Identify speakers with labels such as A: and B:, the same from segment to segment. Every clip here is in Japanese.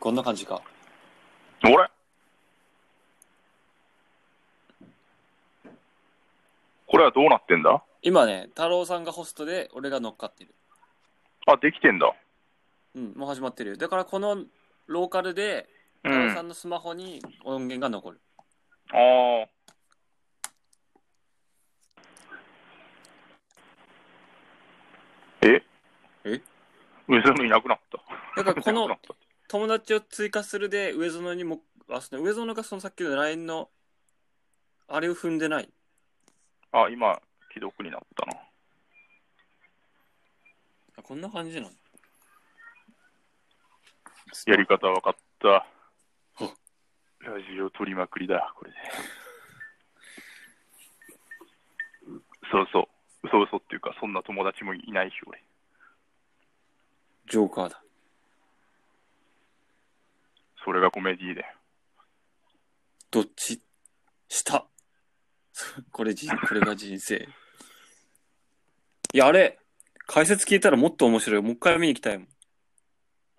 A: こんな感じか。
B: あれこれはどうなってんだ
A: 今ね、太郎さんがホストで、俺が乗っかってる。
B: あ、できてんだ。
A: うん、もう始まってるよ。だからこのローカルで、
B: う
A: 太
B: ん。
A: 郎さ
B: あ
A: んのスマホに音源が残る。
B: あ。え
A: え
B: 上園いなくなった。
A: だからこ
B: いな
A: の
B: くなっ
A: 友達を追加するで、上園にも、あ、その上園がそのさっきの LINE の、あれを踏んでない。
B: たあ、今、既読になったな。
A: あこんな感じなの
B: やり方分かった
A: ほ。
B: ラジオ取りまくりだ、これで。そうそう。嘘嘘っていうか、そんな友達もいないし、俺。
A: ジョーカーだ。
B: それがコメディで。
A: どっち下。 これじ、これが人生。いや、あれ、解説聞いたらもっと面白いよ。もう一回見に行きたいもん。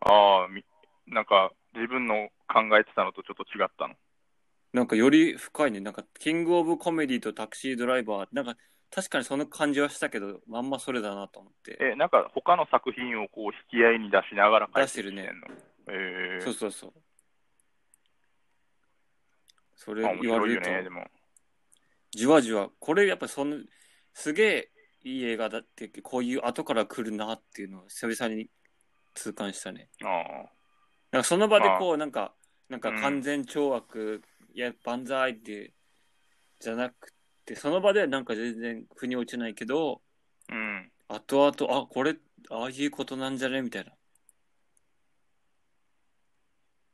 B: ああ、みなんか、自分の考えてたのとちょっと違ったの。
A: なんかより深いね。なんか、キングオブコメディとタクシードライバー。なんか、確かにその感じはしたけど、まんまそれだなと思って。
B: え、なんか、他の作品をこう、引き合いに出しながら
A: 出してるね
B: んの。え
A: そ
B: え
A: うそうそう。それ
B: まあ面
A: 言わ
B: 白い
A: れ
B: よ
A: ると、
B: ね、でも。
A: じわじわ。これやっぱその、すげえいい映画だって、こういう後から来るなっていうのを久々に痛感したね。
B: ああ。
A: なんかその場でこう、なんか、なんか
B: うん
A: 完全懲悪、いや、万歳って、じゃなくて、その場ではなんか全然腑に落ちないけど、
B: うん。
A: 後々、あ、これ、ああいうことなんじゃねみたいな。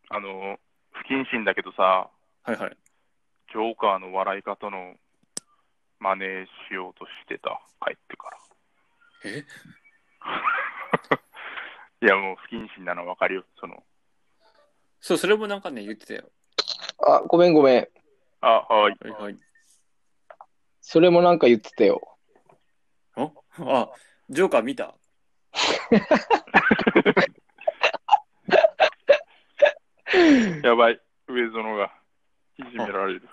B: あの、不謹慎だけどさ、
A: はいはい。
B: ジョーカーの笑い方の真似しようとしてた、帰ってから。
A: え
B: いや、もう不謹慎なの分かるよ。その、
A: そう、それもなんかね、言ってたよ。
C: あ、ごめんごめん。
B: あ、はい。
A: はいはい。
C: それもなんか言ってたよ。
A: おあ、ジョーカー見た
B: やばい。上園がいじめられる。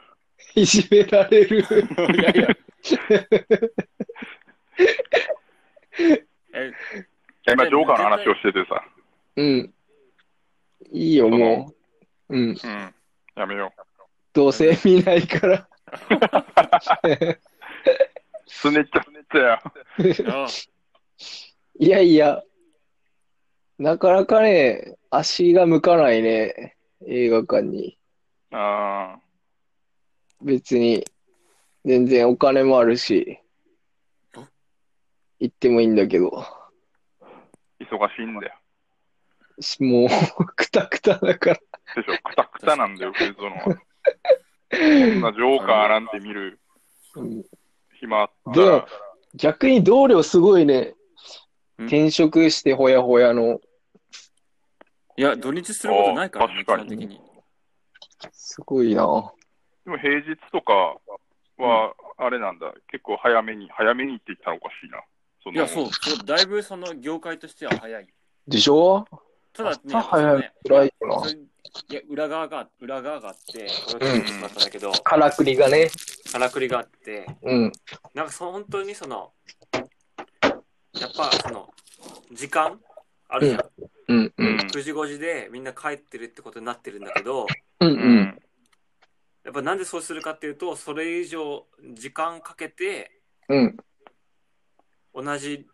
C: いじめられる。
A: いやいや。 え、
B: 今、ジョーカーの話をしててさ。
C: うん。いいよ、もう。うん。
B: うん。やめよう。
C: どうせ見ない から。
B: すねちゃったよ。
A: あ
C: いやいや。なかなかね、足が向かないね。映画館に。
B: あ
C: 別に。全然お金もあるし
A: あ。
C: 行ってもいいんだけど。
B: ー忙しいんだよ。
C: しもう、くたくただから。
B: でしょ、くたくたなんだよ、上園 は。こんなジョーカーなんて見る
C: うん
B: 暇あった
C: ど
B: ら
C: う、逆に同僚すごいね。
A: うん
C: 転職してほやほやの。
A: いや、土日することないからね、
B: あ
A: 基
B: 確か
A: 本
B: に
A: 的に。
C: すごいな。
B: でも平日とかは、あれなんだ、結構早めに、早めにって言ったらおかしいな。その
A: いや、そう、そう、だいぶその業界としては早い。
C: でしょ
A: ただね、
C: 朝早い
A: やっぱ
C: 辛い
A: その
C: よ
A: ね
C: な。
A: それいや裏側が、裏側があって、これを聞いてしまったんだけど、
C: からくりがね。
A: からくりがあって、
C: うん。
A: なんかそ本当にその、やっぱその、時間あるじゃん。
C: うん。う。
B: うんん。
A: 9時5時でみんな帰ってるってことになってるんだけど、
C: う。
B: うんん。
A: やっぱなんでそうするかっていうと、それ以上時間かけて、
C: うん。
A: 同じ、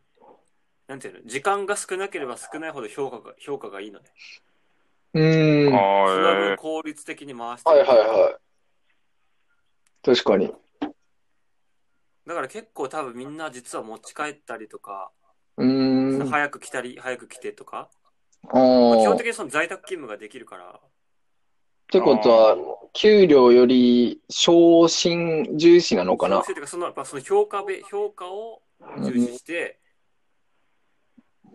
A: なんていうの、時間が少なければ少ないほど評価が、評価がいいのね。
C: うん。
B: あ
C: はい
A: その
B: あ、
A: 分
B: え
A: 効率的に回して
C: はい
A: る
C: はい。確かに。
A: だから結構多分みんな実は持ち帰ったりとか、
C: うーん。あ
A: 早く来たり、早く来てとか、まあ基
C: あ
A: 本。的にその在宅勤務ができるから、
C: ってことは、給料より昇進重視なのかな
A: そういうてかそのやっぱその評価べ評価を重視して、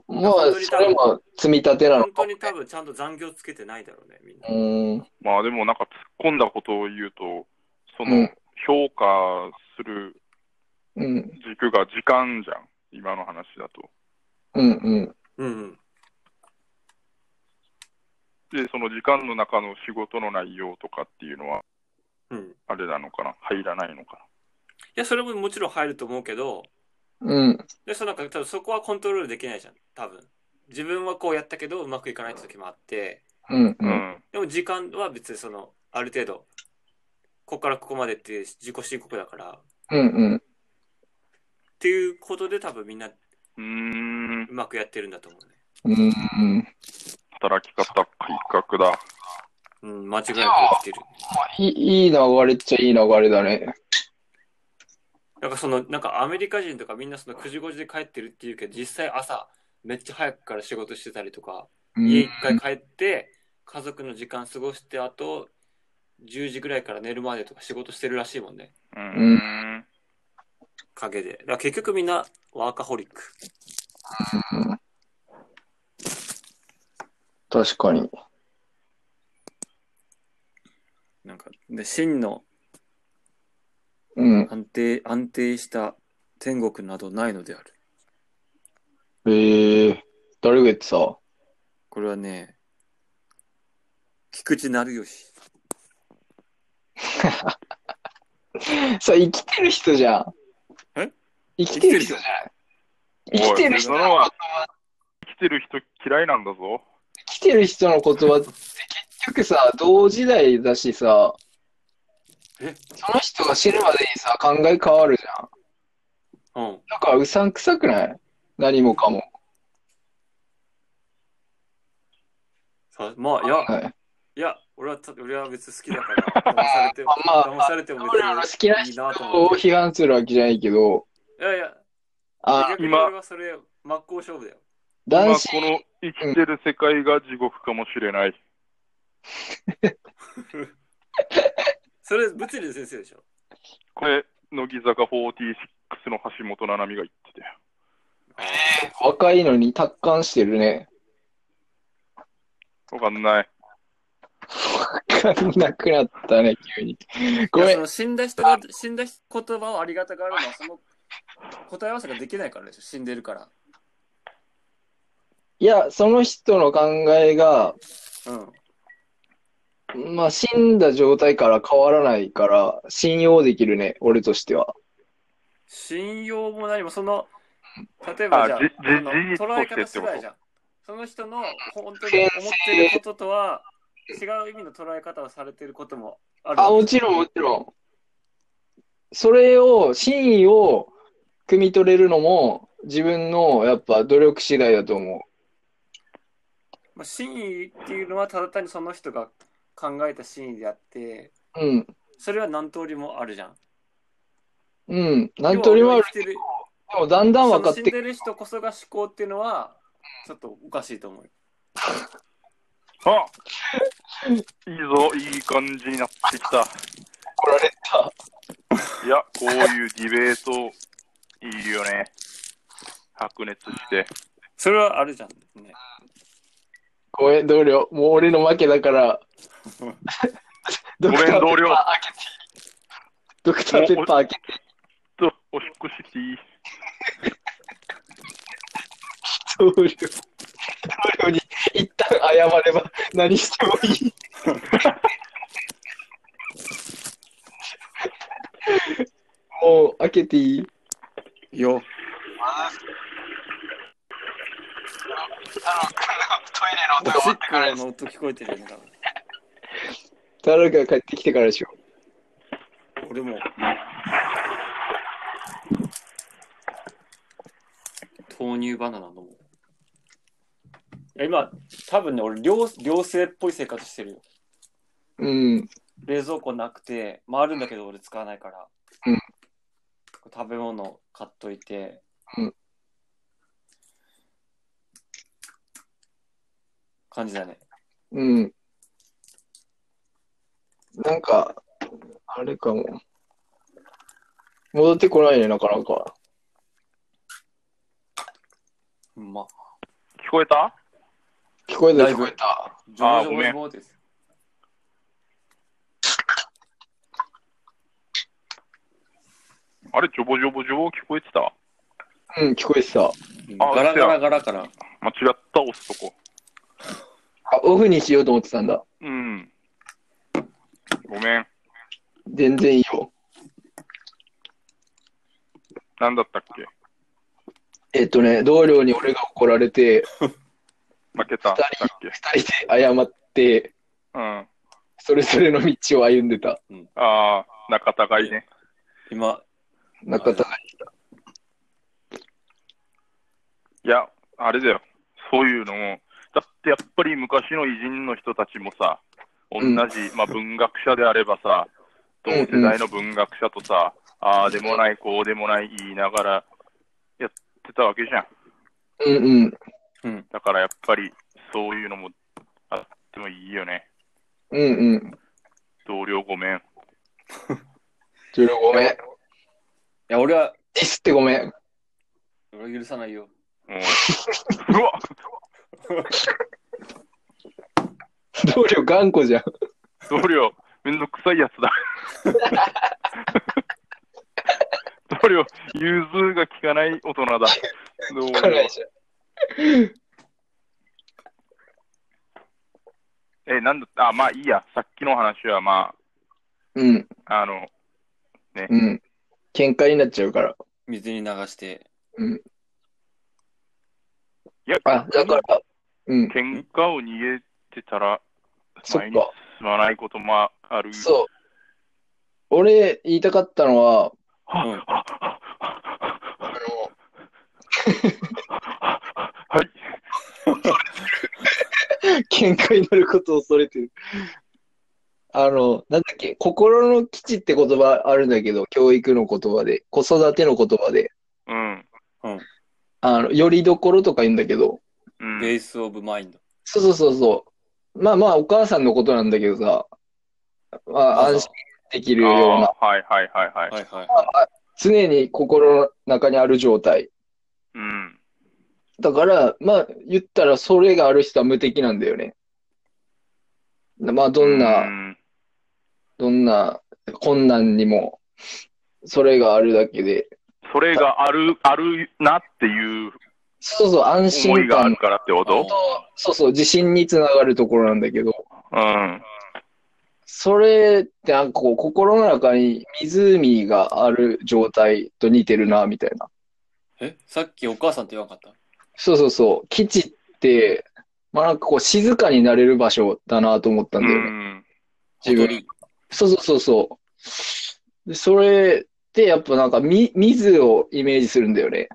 C: まあ、それも積み立てなの
A: 本
C: か
A: 当。に多分ちゃんと残業つけてないだろうね、みんな。
C: うーん。
B: まあでもなんか突っ込んだことを言うと、そうの
C: ん
B: 評価する
C: うん。
B: 軸が時間じゃん、今の話だと。
C: うん。うん。
A: うんうん。
B: で、その時間の中の仕事の内容とかっていうのは、
D: うん。い
B: あれなのかな入らないのか
D: や、それももちろん入ると思うけど、
C: うん。
D: で、そのなんか、多分そこはコントロールできないじゃん。多分。自分はこうやったけど、うまくいかないって時もあって、
C: うん。う。
B: な。うんん。
D: でも時間は別にその、ある程度、ここからここまでっていう自己申告だから、っ
C: うん。うん。
D: ていうことで多分みんなう
B: うーん。
D: まくやってるんだと思うね。
C: うん。うん。
B: 働き方改革だ。
D: うん、間違いなくできてる。
C: いい、いい流れっちゃいい流れだね。
D: なんかその、なんかアメリカ人とかみんなその9時5時で帰ってるっていうけど、実際朝、めっちゃ早くから仕事してたりとか、
C: うん
D: 家一回帰って、家族の時間過ごして、あと、10時ぐらいから寝るまでとか仕事してるらしいもんね。
B: うー。
C: うん
D: 陰で。だから結局みんなワーカホリック。
C: 確かに。
A: なんか、で、真の
C: うん。
A: 安定、安定した天国などないのである。
C: ええ誰が言ってた
A: これはね、菊池成吉。
C: そう、生きてる人じゃん。
A: え
C: 生きてる人じゃない生きてる人
B: おいそれ
C: の
B: は生きてる人嫌いなんだぞ。
C: 生きてる人の言葉って結局さ、同時代だしさ、そ
D: え
C: の人が死ぬまでにさ、考え変わるじゃん。
D: うん。
C: なんかうさんくさくない何もかも。
D: さまあ、いや、
C: はい。
D: いや、俺はた、俺は別に好きだから、騙されても、
C: ま
D: 騙
C: あ
D: されても別
C: 俺らの好きな
D: にいい
C: 人を
D: なと思って。
C: 批判するわけじゃないけど、
D: いやいや、
C: あ、
D: 逆に俺はそれ、真っ向勝負だよ。
B: 今
C: 男子、
B: この生きてる世界が地獄かもしれない。
D: それ、物理の先生でしょ。
B: これ、乃木坂46の橋本七海が言ってたよ。
C: 若いのに達観してるね。
B: わかんない。
C: わかんなくなったね、急に。ご
A: いや
C: め
A: そ
C: ん。
A: の死んだ人が、死んだ人言葉をありがたがるのは、その答え合わせができないからでしょ。死んでるから。
C: いや、その人の考えが、
A: うん。
C: まあ、死んだ状態から変わらないから、信用できるね、俺としては。
A: 信用も何も、その、例えばじゃあ、
B: あじじ
A: あの
B: 事実と
A: 捉え方
B: してってこと
A: 次第じゃん。その人の本当に思ってることとは、違う意味の捉え方をされてることもある
C: あ、
A: わけ
C: もちろん、もちろん。それを、真意を汲み取れるのも、自分の、やっぱ、努力次第だと思
A: まあ、真意っていうのはただ単にその人が考えた真意であって
C: う。うん。
A: それは何通りもあるじゃん。
C: うん。何とりもある。
A: 生きてる
C: でも、だんだん
A: そ
C: 分か
A: の
C: っ
A: 死ん
C: てく
A: でる人こそが思考っていうのはちょっとおかしいと思う。
B: あいいぞ、いい感じになってきた。
C: られた。
B: いや、こういうディベート、いいよね。白熱して。
A: それはあるじゃん、ね。
C: ごめん、同僚。もう俺の負けだから。ご
B: めん同僚
C: ドクターペッパー開けて。
B: ちょっと、おしっこしていい
C: 同僚。同僚に一旦謝れば何しても いい。もう開けていい
A: よ。
C: トイ
A: おしっこの音聞こえてるよね、多分。
C: タロが帰ってきてからでしょ。
A: 俺も。豆乳バナナ飲もう。いや今、多分ね、俺寮、寮生っぽい生活してるよ。
C: うん。
A: 冷蔵庫なくて、まああるんだけど俺使わないから。
C: うん
A: 食べ物買っといて。
C: うん
A: 感じだね。
C: うん。なんか、あれかも。戻ってこないね、なかなか。
A: うま。
B: 聞こえた
C: 聞こえた、
A: だい
C: 聞
A: ぶ
C: こえた。
A: ジョージ
B: ごめん
A: オズボーンです。
B: あれ、ジョボジョボジョボ聞こえてた
C: うん、聞こえてた。
A: ガラガラガラから。
B: 間違った、押すとこ。
C: あオフにしようと思ってたんだ。
B: うん。ごめん。
C: 全然いいよ。
B: なんだったっけ
C: えっとね、同僚に俺が怒られて、
B: 負けた。だっけ
C: 二人で謝って、
B: うん。あ
C: それぞれの道を歩んでた。
B: あー、仲違いね。
A: 今、
C: 中田が
B: いや、あれだよ。そういうのも、だってやっぱり昔の偉人の人たちもさ、同じ、
C: ん
B: まあ文学者であればさ、同世代の文学者とさ、ああでもない、こうでもない言いながらやってたわけじゃん。
C: うんうん。
A: うん。
B: だからやっぱりそういうのもあってもいいよね。
C: うんうん。
B: 同僚ごめん。
C: 十六ごめん。デ
A: いや、俺は、
C: ィスってごめん。
A: 俺は許さないよ。
B: もううわ
C: 同僚頑固じゃん。
B: 同僚、めんどくさいやつだ。同僚、融通が利かない大人だ。同
C: 来な
B: 僚
C: い。じゃん。
B: え、なんだったあ、まあいいや。さっきの話は、ま
C: うん
B: あ、あの、
C: うん。喧嘩になっちゃうから。
A: 水に流して。
B: いや、
C: あ、だから、うん。
B: 喧嘩を逃げてたら、
C: そっ
B: 前に
C: か。
B: 進まないこともある。
C: そう。俺、言いたかったのは、
B: は
A: うん
B: はは
C: あ
B: は
C: の、
B: は い。
C: 喧嘩になることを恐れてる。あの、なんだっけ、心の基地って言葉あるんだけど、教育の言葉で、子育ての言葉で、
B: うん。
C: あの、よりどころとか言うんだけど、
B: うん。
A: ベースオブマインド。
C: そうそうそうそう。まあまあ、お母さんのことなんだけどさ、まあ、安心できるような、
B: あーはいはいはいはい。
A: はいはい。
C: 常に心の中にある状態。
B: うん。
C: だから、まあ、言ったら、それがある人は無敵なんだよね。まあ、どんな、
B: うん
C: どんな困難にも、それがあるだけで、
B: それがある、あるなっていう
C: そうそう、安
B: 思
C: 心
B: いがあ
C: 感
B: るからってこと
C: と、そうそう、自信につながるところなんだけど、
B: うん。
C: それってなんかこう、心の中に湖がある状態と似てるな、みたいな。
A: えさっきお母さんって言わなかっ
C: そうそうそう、基地って、まあなんかこう、静かになれる場所だなと思ったん
B: う
C: だよね、
B: ん。
A: た小
C: 自分。
A: 鳥
C: そうそうそうそう。で、それってやっぱなんか、み、水をイメージするんだよね。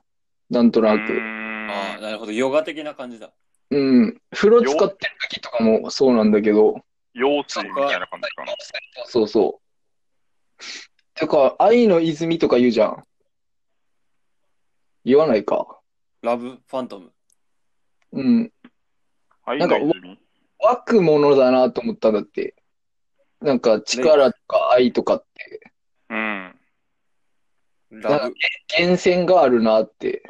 C: なんと
B: う
C: なく。
B: ん
A: ああ、なるほど。ヨガ的な感じだ。
C: うん。風呂使ってる時とかもそうなんだけど、
B: 妖精みたいな感じかな。
C: そうそう。てか、愛の泉とか言うじゃん。言わないか。
A: ラブファントム。
C: うん。
B: はい、
C: なんか
B: 今泉
C: 湧くものだなと思ったんだって。なんか力とか愛とかって、
B: うん。
A: ラブ
C: 源泉があるなって。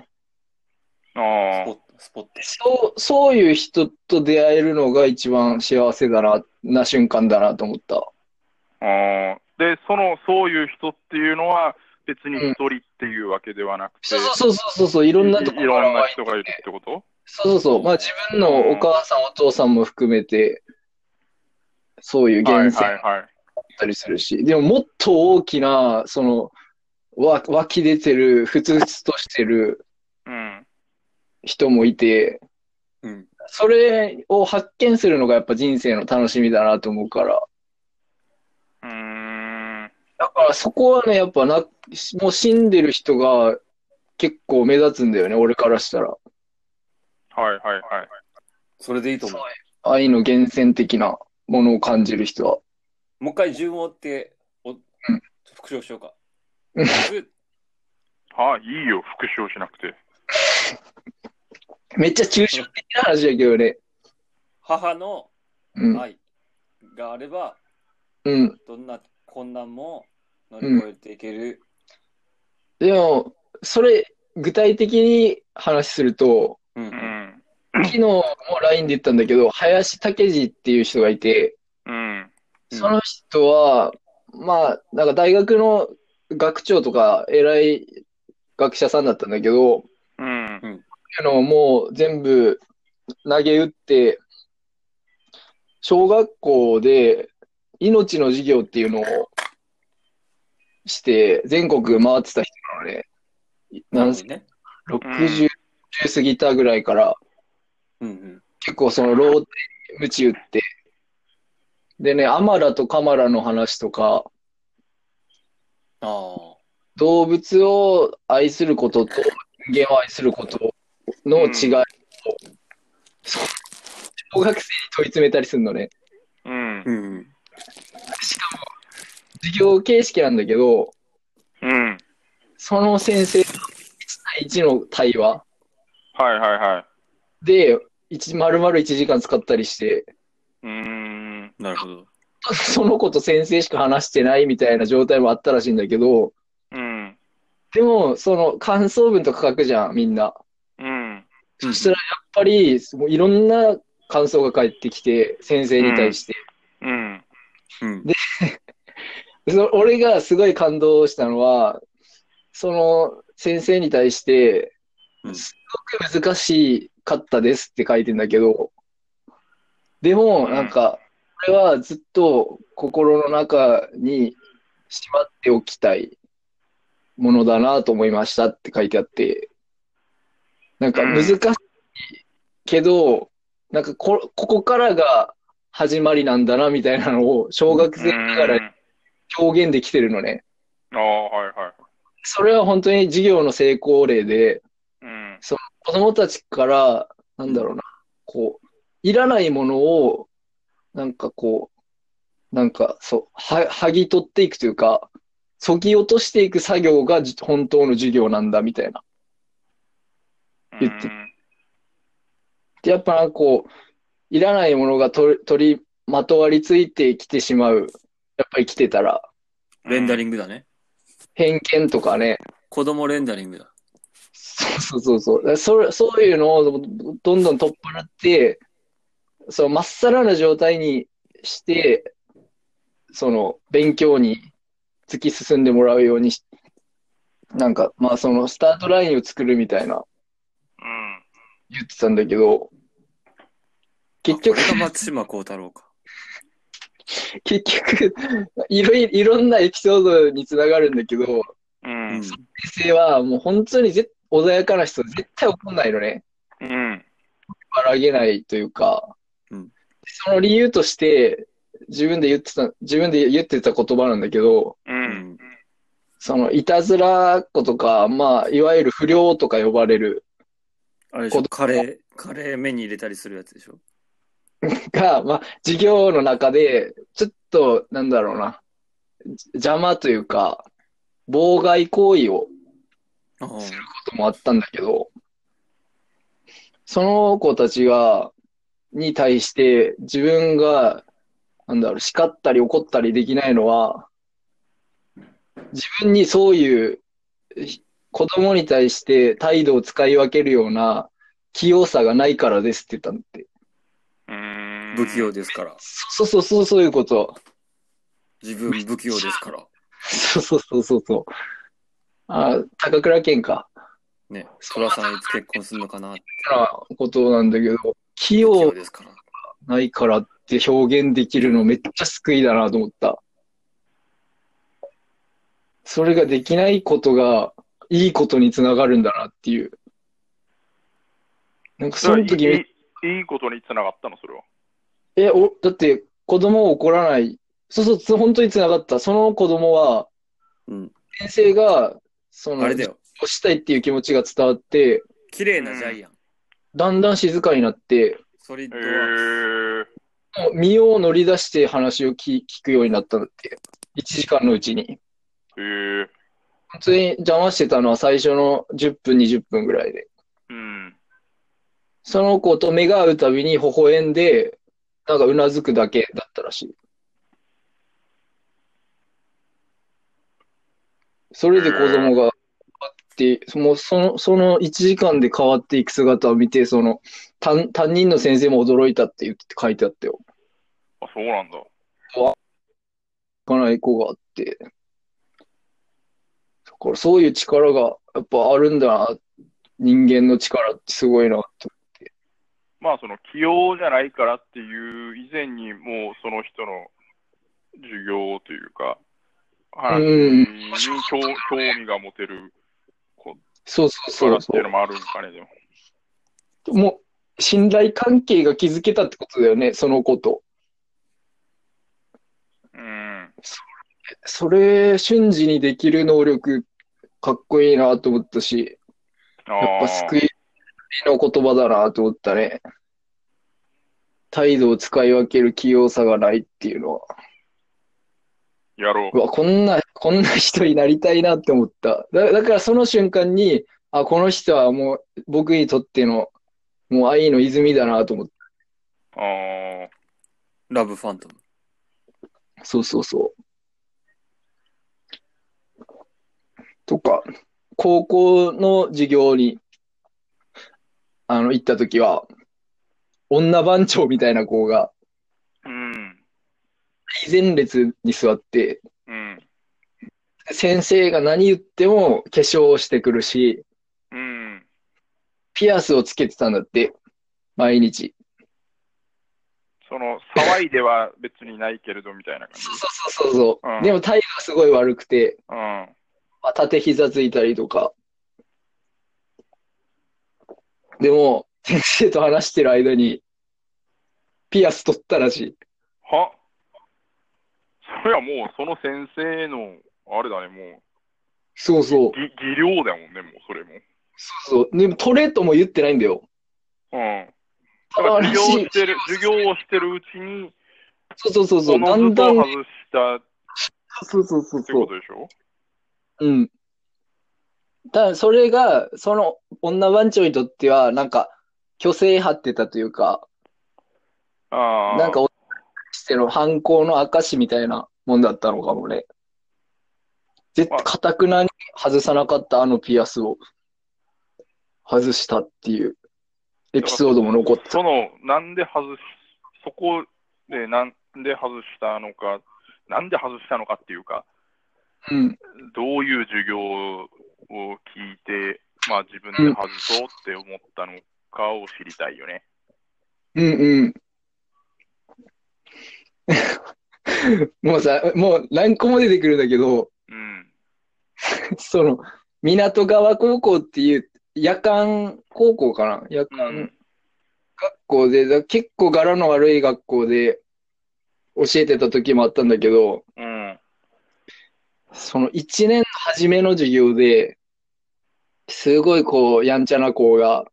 A: ス
B: ああ
A: ポッ。ト。スポット。
C: そう、そういう人と出会えるのが一番幸せだな、な瞬間だなと思った。
B: あーで、その、そういう人っていうのは、別に一人っていうわけではなくて、
C: そうそうそうそうそう、いろんなとこ
B: いい
C: ろ
B: ろ
C: か
B: んな
C: ら
B: 人がいるってこと
C: そうそうそう。まあ自分のお母さん、お父さんも含めて、そうい
B: は
C: う
B: い
C: 源泉
B: はいはい。
C: ったりするし、でももっと大きな、その、わ湧き出てる、ふつふつとしてる
B: うん。
C: 人もいて、
A: うん。
C: それを発見するのがやっぱ人生の楽しみだなと思うから、
B: うーん。
C: だからそこはね、やっぱな、もう死んでる人が結構目立つんだよね、俺からしたら。
B: はいはいはい。
A: それでいいと思う。
C: 愛の源泉的なものを感じる人は。
A: もう一回順を追って、お、ちょっと復唱しようか。
C: うん
A: 水
B: はい、いいよ、復唱しなくて。
C: めっちゃ抽象的な話だけどね。
A: 母の
C: うん。
A: 愛があれば、
C: うん。
A: どんな困難も乗り越えていける。
C: でも、それ、具体的に話すると、
A: うん。う。
B: うんん。
C: 昨日も LINE で言ったんだけど、林武二っていう人がいて、
B: うん。
C: その人は、まあ、なんか大学の学長とか偉い学者さんだったんだけど、
B: うん。
C: あのもう全部投げ打って、小学校で命の授業っていうのをして、全国回ってた人なので、何歳
A: ね。
C: 60過ぎたぐらいから、
A: うんうん。
C: 結構そのローテに鞭打って、でね、アマラとカマラの話とか、
A: ああ。
C: 動物を愛するこ とと人間を愛することの違いを、そう小学生に問い詰めたりするのね。
B: うん。
A: うん。
C: 授業形式なんだけど、
B: うん。
C: その先生と1対1の対話
B: はいはいはい。
C: で、一丸々1時間使ったりして、
B: うーん。
A: なるほど。
C: その子と先生しか話してないみたいな状態もあったらしいんだけど、
B: うん。
C: でも、その感想文とか書くじゃん、みんな。
B: うん。
A: う
C: そ
A: ん
C: したらやっぱり、もういろんな感想が返ってきて、先生に対して。
B: うん。
A: うん。
C: そ俺がすごい感動したのは、その先生に対して
A: う、ん
C: すごく難しかったですって書いてんだけど、でも、
B: うん
C: なんか、これはずっと心の中にしまっておきたいものだなと思いましたって書いてあって、なんか難しいけど、なんかこ、ここからが始まりなんだなみたいなのを小学生ながらに
B: うん
C: 表現できてるのね。
B: ああ、はいはい。
C: それは本当に授業の成功例で、
B: うん。
C: 子供たちから、なんだろうな、こう、いらないものを、なんかこう、なんかそう、は、剥ぎ取っていくというか、削ぎ落としていく作業がじ本当の授業なんだみたいな。言ってで、やっぱなんかこう、いらないものが取り取りまとわりついてきてしまう。やっぱり来てたら、
A: レンダリ
B: ン
A: ングだね。
C: 偏見とかね、
A: 子供レンダリングだ。
C: そうそうそうそう。それそういうのをどんどん取っ払って、そのまっさらな状態にして、その勉強に突き進んでもらうようにし、なんか、まあそのスタートラインを作るみたいな
B: グ。うん。
C: 言ってたんだけど、結
A: あ
C: 局
A: こ、れが松島幸太郎か。
C: 結局、いろいろ、いろんなエピソードにつながるんだけど、
B: う
A: うんん。。
C: 先生はもう本当にぜ穏やかな人、絶対怒んないのね。
B: うん。
C: 荒げないというか、
A: うん
C: その理由として、自分で言ってた、自分で言ってた言葉なんだけど、
A: う
B: う。
A: んん。
C: その、いたずらっ子とか、まあ、いわゆる不良とか呼ばれる、
A: あれでしょ、
C: 子
A: カレー、カレー目に入れたりするやつでしょ。
C: が、まあ、授業の中で、ちょっと、なんだろうな、じ邪魔というか、妨害行為を
A: ああ。
C: することもあったんだけど、その子たちが、に対して自分が、なんだろう、叱ったり怒ったりできないのは、自分にそういうひ子供に対して態度を使い分けるような器用さがないからですって言ったんだって。
B: うん。
A: 不器用ですから。
C: そうそうそう、そういうこと。
A: 自分不器用ですから。
C: そうそうそうそうそう。あ、高倉健か。
A: ね。寅さんいつ結婚するのかな不器
C: なことなんだけど、器用
A: 用ですから。
C: ないからって表現できるのめっちゃ救いだなと思った。それができないことがいいことにつながるんだなっていう。なんかその時
B: い
C: に、
B: いいいことにつながったの、それは。
C: え、お、だって子供を怒らない。そうそうつ、本当につながった。その子供は、
A: うん。
C: 先生が、その、
A: あれだよ。
C: 押したいっていう気持ちが伝わって、
A: 綺麗なジャイアン。
C: だんだん静かになって、
A: ソリッド
B: へ
A: ワーク
B: え。
C: もう身を乗り出して話を聞聞くようになったんだって。1時間のうちに。
B: へえ。
C: 本当に邪魔してたのは最初の10分、20分ぐらいで。
B: うん。
C: その子と目が合うたびに微笑んで、なんかうなずくだけだったらしい。それで子供が変わって、もうその、その1時間で変わっていく姿を見て、その、担担任の先生も驚いたって言って書いてあったよ。
B: あ、そうなんだ。
C: 行かない子があって。だからそういう力がやっぱあるんだな。人間の力ってすごいなって。
B: ままあその起用じゃないからっていう以前にもうその人の授業というか、話に興興味が持てる
C: そうそう
B: か
C: そ
B: ら
C: う
B: っ
C: そ
B: ていうのもあるんかね、でも。
C: う。もう、信頼関係が築けたってことだよね、その子と。
B: うん。
C: それ、瞬時にできる能力、かっこいいなと思ったし、
B: あ
C: やっ
B: あ
C: ぱ救いの言葉だなと思ったね。態度を使い分ける器用さがないっていうのは。
B: やろ
C: うわ、こんな、こんな人になりたいなって思った。だ、だからその瞬間に、あ、この人はもう僕にとっての、もう愛の泉だなと思っ
B: う。あ
A: ラブファントム。
C: た。そうそうそう。とか、高校の授業に、あの、行った時は、女番長みたいな子が、
B: あ。うん。
C: 最前列に座って、
B: うん。
C: 先生が何言っても化粧をしてくるし、
B: うん。
C: ピアスをつけてたんだって、毎日。
B: その、騒いでは別にないけれどみたいな感じ。
C: そうそうそうそう。
B: うん
C: でも態度がすごい悪くて、
B: うん。
C: まあ、縦膝ついたりとか。でも、先生と話してる間に、ピアス取ったらしい。
B: はそれはもう、その先生の、あれだね、も
C: そうそう
B: う、。技技量だもんね、もう、それも。
C: そうそう。でも、取れとも言ってないんだよ。
B: うん。
C: た
B: だ
C: だ
B: から授
C: ら
B: 業
C: し
B: を
C: い
B: し。てる、授業をしてるうちに、
C: そうそうそうそ
B: そ
C: う。
B: の
C: だ
B: ず
C: んだ
B: と
C: ん、
B: 外したっ
C: そうそうそう
B: て
C: そ
B: こ
C: う
B: と。でしょ
C: うん。ただ、それが、その女番長にとっては、なんか、虚勢張ってたというか、
B: ああ。
C: なんか、しての犯行の証みたいなもんだったのかもね。絶対、
B: あ
C: かたくなに外さなかったあのピアスを外したっていうエピソードも残った。
B: その、なんで外し、そこでなんで外したのか、なんで外したのかっていうか、
C: うん。
B: どういう授業を聞いて、まあ自分で外そうって思ったのかを知りたいよね。
C: うん うん。もうさ、もう何個も出てくるんだけど、
B: うん。
C: その、港川高校っていう夜間高校かな夜
B: う
C: 間
B: ん。
C: 学校で、だ結構柄の悪い学校で教えてた時もあったんだけど、
B: うん。
C: その1年の初めの授業で、すごいこう、やんちゃな子が、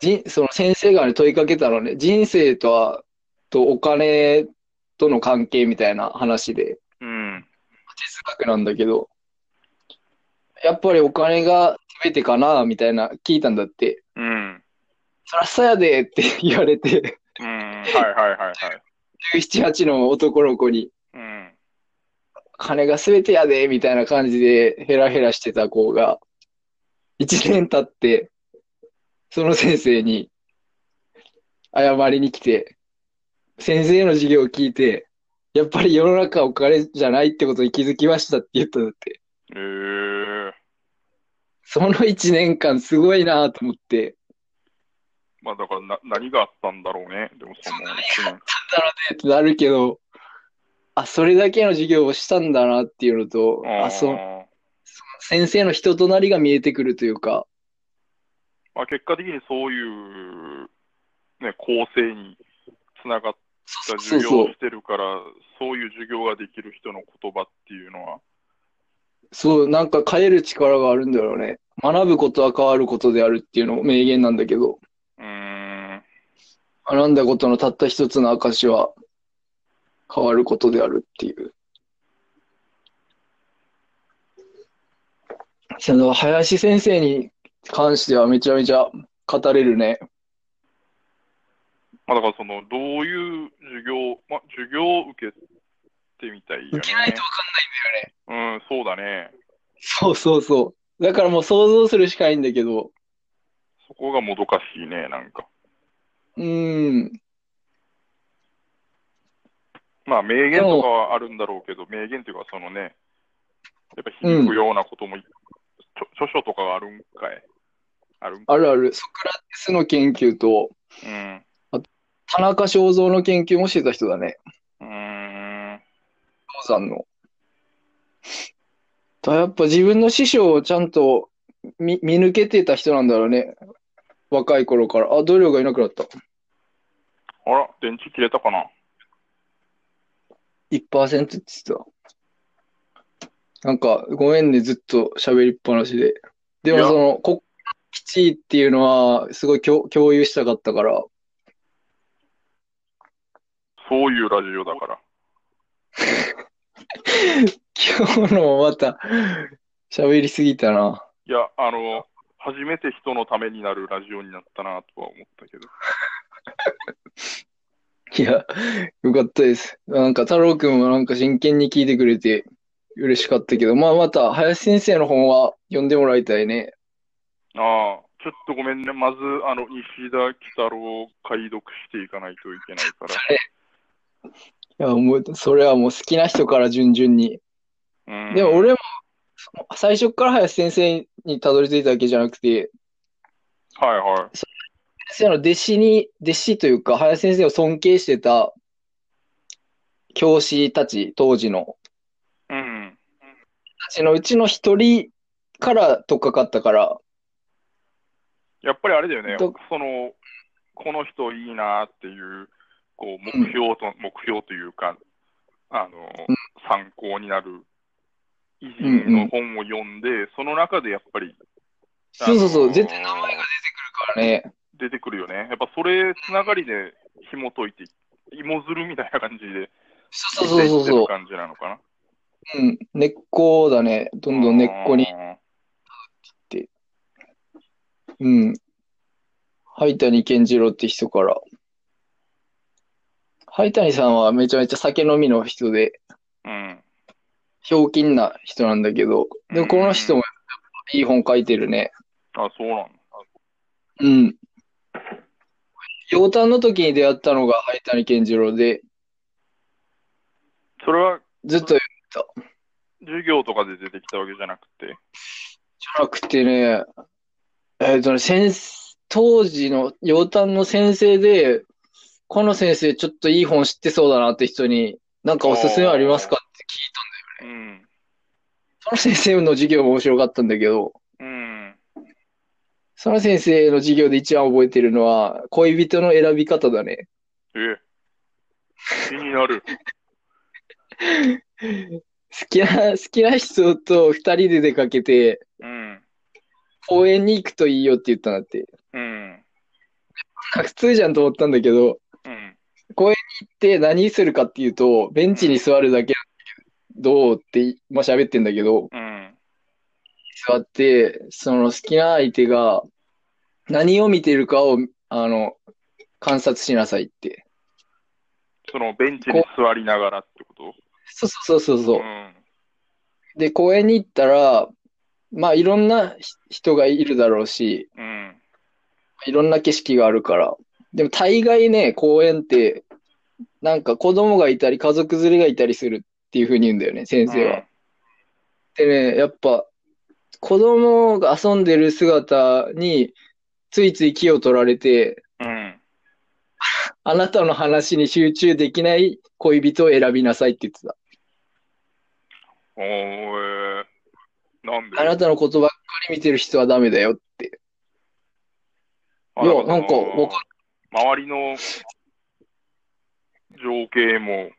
C: じその先生がね問いかけたのね、人生とは、とお金との関係みたいな話で、
B: うん。
C: 哲学なんだけど、やっぱりお金が全てかな、みたいな聞いたんだって、
B: うん。
C: そらそうやでって言われて、
B: うん。はいはいはいはい。
C: 17、8の男の子に、
B: うん。
C: 金が全てやで、みたいな感じでヘラヘラしてた子が、1年経って、その先生に、謝りに来て、先生の授業を聞いて、やっぱり世の中はお金じゃないってことに気づきましたって言ったんだって。
B: えー、
C: その1年間すごいなと思って、
B: まあだからな何があったんだろうね。でもその一年。
C: ってなるけど、あ、それだけの授業をしたんだなっていうのと、あ、そ
B: あー
C: の先生の人となりが見えてくるというか、
B: まあ、結果的にそういう、ね、構成につながった
C: そう
B: 授
C: そ
B: 業
C: う
B: をしてるから、そういう授業ができる人の言葉っていうのは、
C: そう、なんか変える力があるんだろうね。学ぶことは変わることであるっていうのも名言なんだけど、
B: うーん、
C: 学んだことのたった一つの証は変わることであるっていう。その林先生に関してはめちゃめちゃ語れるね。
B: まあ、だからその、どういう授業、まあ、授業を受けてみたいよね。
C: 受けないとわ
B: ん
C: か
B: ない。うん、そうだね。
C: そうそうそう。だからもう想像するしかないんだけど、
B: そこがもどかしいね、なんか。
C: うーん、
B: まあ、名言とかはあるんだろうけど、名言っていうか、そのね、やっぱ響くようなことも、著著書とかがあるんかい。あるんかい
C: あるある。ソクラテスの研究と、
B: うん。
C: 田中正造の研究もしてた人だね。
B: うーん。
C: さんの。だやっぱ自分の師匠をちゃんと見見抜けてた人なんだろうね。若い頃から。あ、同僚がいなくなった。
B: あら、電池切れたかな
C: 1%って言ってた。なんか、ごめんね、ずっと喋りっぱなしで。で
B: い
C: も
B: や
C: その、こ基地っていうのは、すごい共共有したかったから。
B: そういうラジオだから。
C: 今日のもまた、喋りすぎたな。
B: いや、あの、初めて人のためになるラジオになったなとは思ったけど。
C: いや、よかったです。なんか太郎くんもなんか真剣に聞いてくれて嬉しかったけど、まあまた林先生の本は読んでもらいたいね。
B: ああ、ちょっとごめんね。まず、あの、西田喜太郎を解読していかないといけないから。
C: いや、もう、それはもう好きな人から順々に。
B: うん、
C: でも俺も、その最初から林先生にたどり着いたわけじゃなくて、
B: はいはい。
C: 先生の弟子に、弟子というか林先生を尊敬してた教師たち、当時の、
B: うん。
C: たちのうちの一人からとっかかったから、
B: やっぱりあれだよね
C: ど。
B: その、この人いいなっていう、こう、目標と、目標というか、あの、
C: うん
B: 参考になる偉人の本を読んで、その中でやっぱり、
C: そうそうそう
B: あの
C: 絶対ね、
B: 出てくるよね。やっぱそれつながりで紐解いて、芋づるみたいな感じで、
C: そうそうそう
B: 出て
C: そ
B: る
C: う。
B: 感じなのかな。
C: うん、根っこだね。どんどん根っこに
B: う、ん
C: うん。灰谷健次郎って人から。灰谷さんはめちゃめちゃ酒飲みの人で、
B: うん。
C: ひょうきんな人なんだけど、でもこの人もいい本書いてるね。
B: あ、そうなんだ。
C: うん。洋誕の時に出会ったのが灰谷健次郎で、
B: それは
C: ずっとじ
B: 授業とかで出てきたわけじゃなくて。
C: ゃなくてね、えっとね、先当時の洋誕の先生で、この先生ちょっといい本知ってそうだなって人に、なんかおすすめありますかって聞いた
B: うん。
C: その先生の授業も面白かったんだけど、
B: うん。
C: その先生の授業で一番覚えてるのは、恋人の選び方だね。
B: え気になる。
C: 好きな、好きな人と二人で出かけて、
B: うん。
C: 公園に行くといいよって言ったんだって。
B: うん。
C: 普通じゃんと思ったんだけど、
B: うん。
C: で、何するかっていうと、ベンチに座るだけ、どうって、まあ、喋ってんだけど、
B: うん。
C: 座って、その好きな相手が、何を見てるかを、あの、観察しなさいって。
B: そのベンチに座りながらってこと
C: そうそうそうそうそう。
B: ん。
C: で、公園に行ったら、まあいろんなひ人がいるだろうし、
B: うん。
C: いろんな景色があるから。でも大概ね、公園って、なんか子供がいたり家族連れがいたりするっていう風に言うんだよね、先生は。でね、やっぱ子供が遊んでる姿についつい気を取られて、
B: うん。
C: あなたの話に集中できない恋人を選びなさいって言ってた。
B: おー、えー、なんで
C: あなたのことばっかり見てる人はダメだよって。
B: あ
C: いや
B: だら
C: なんか
B: その
C: わか
B: 周りの情景も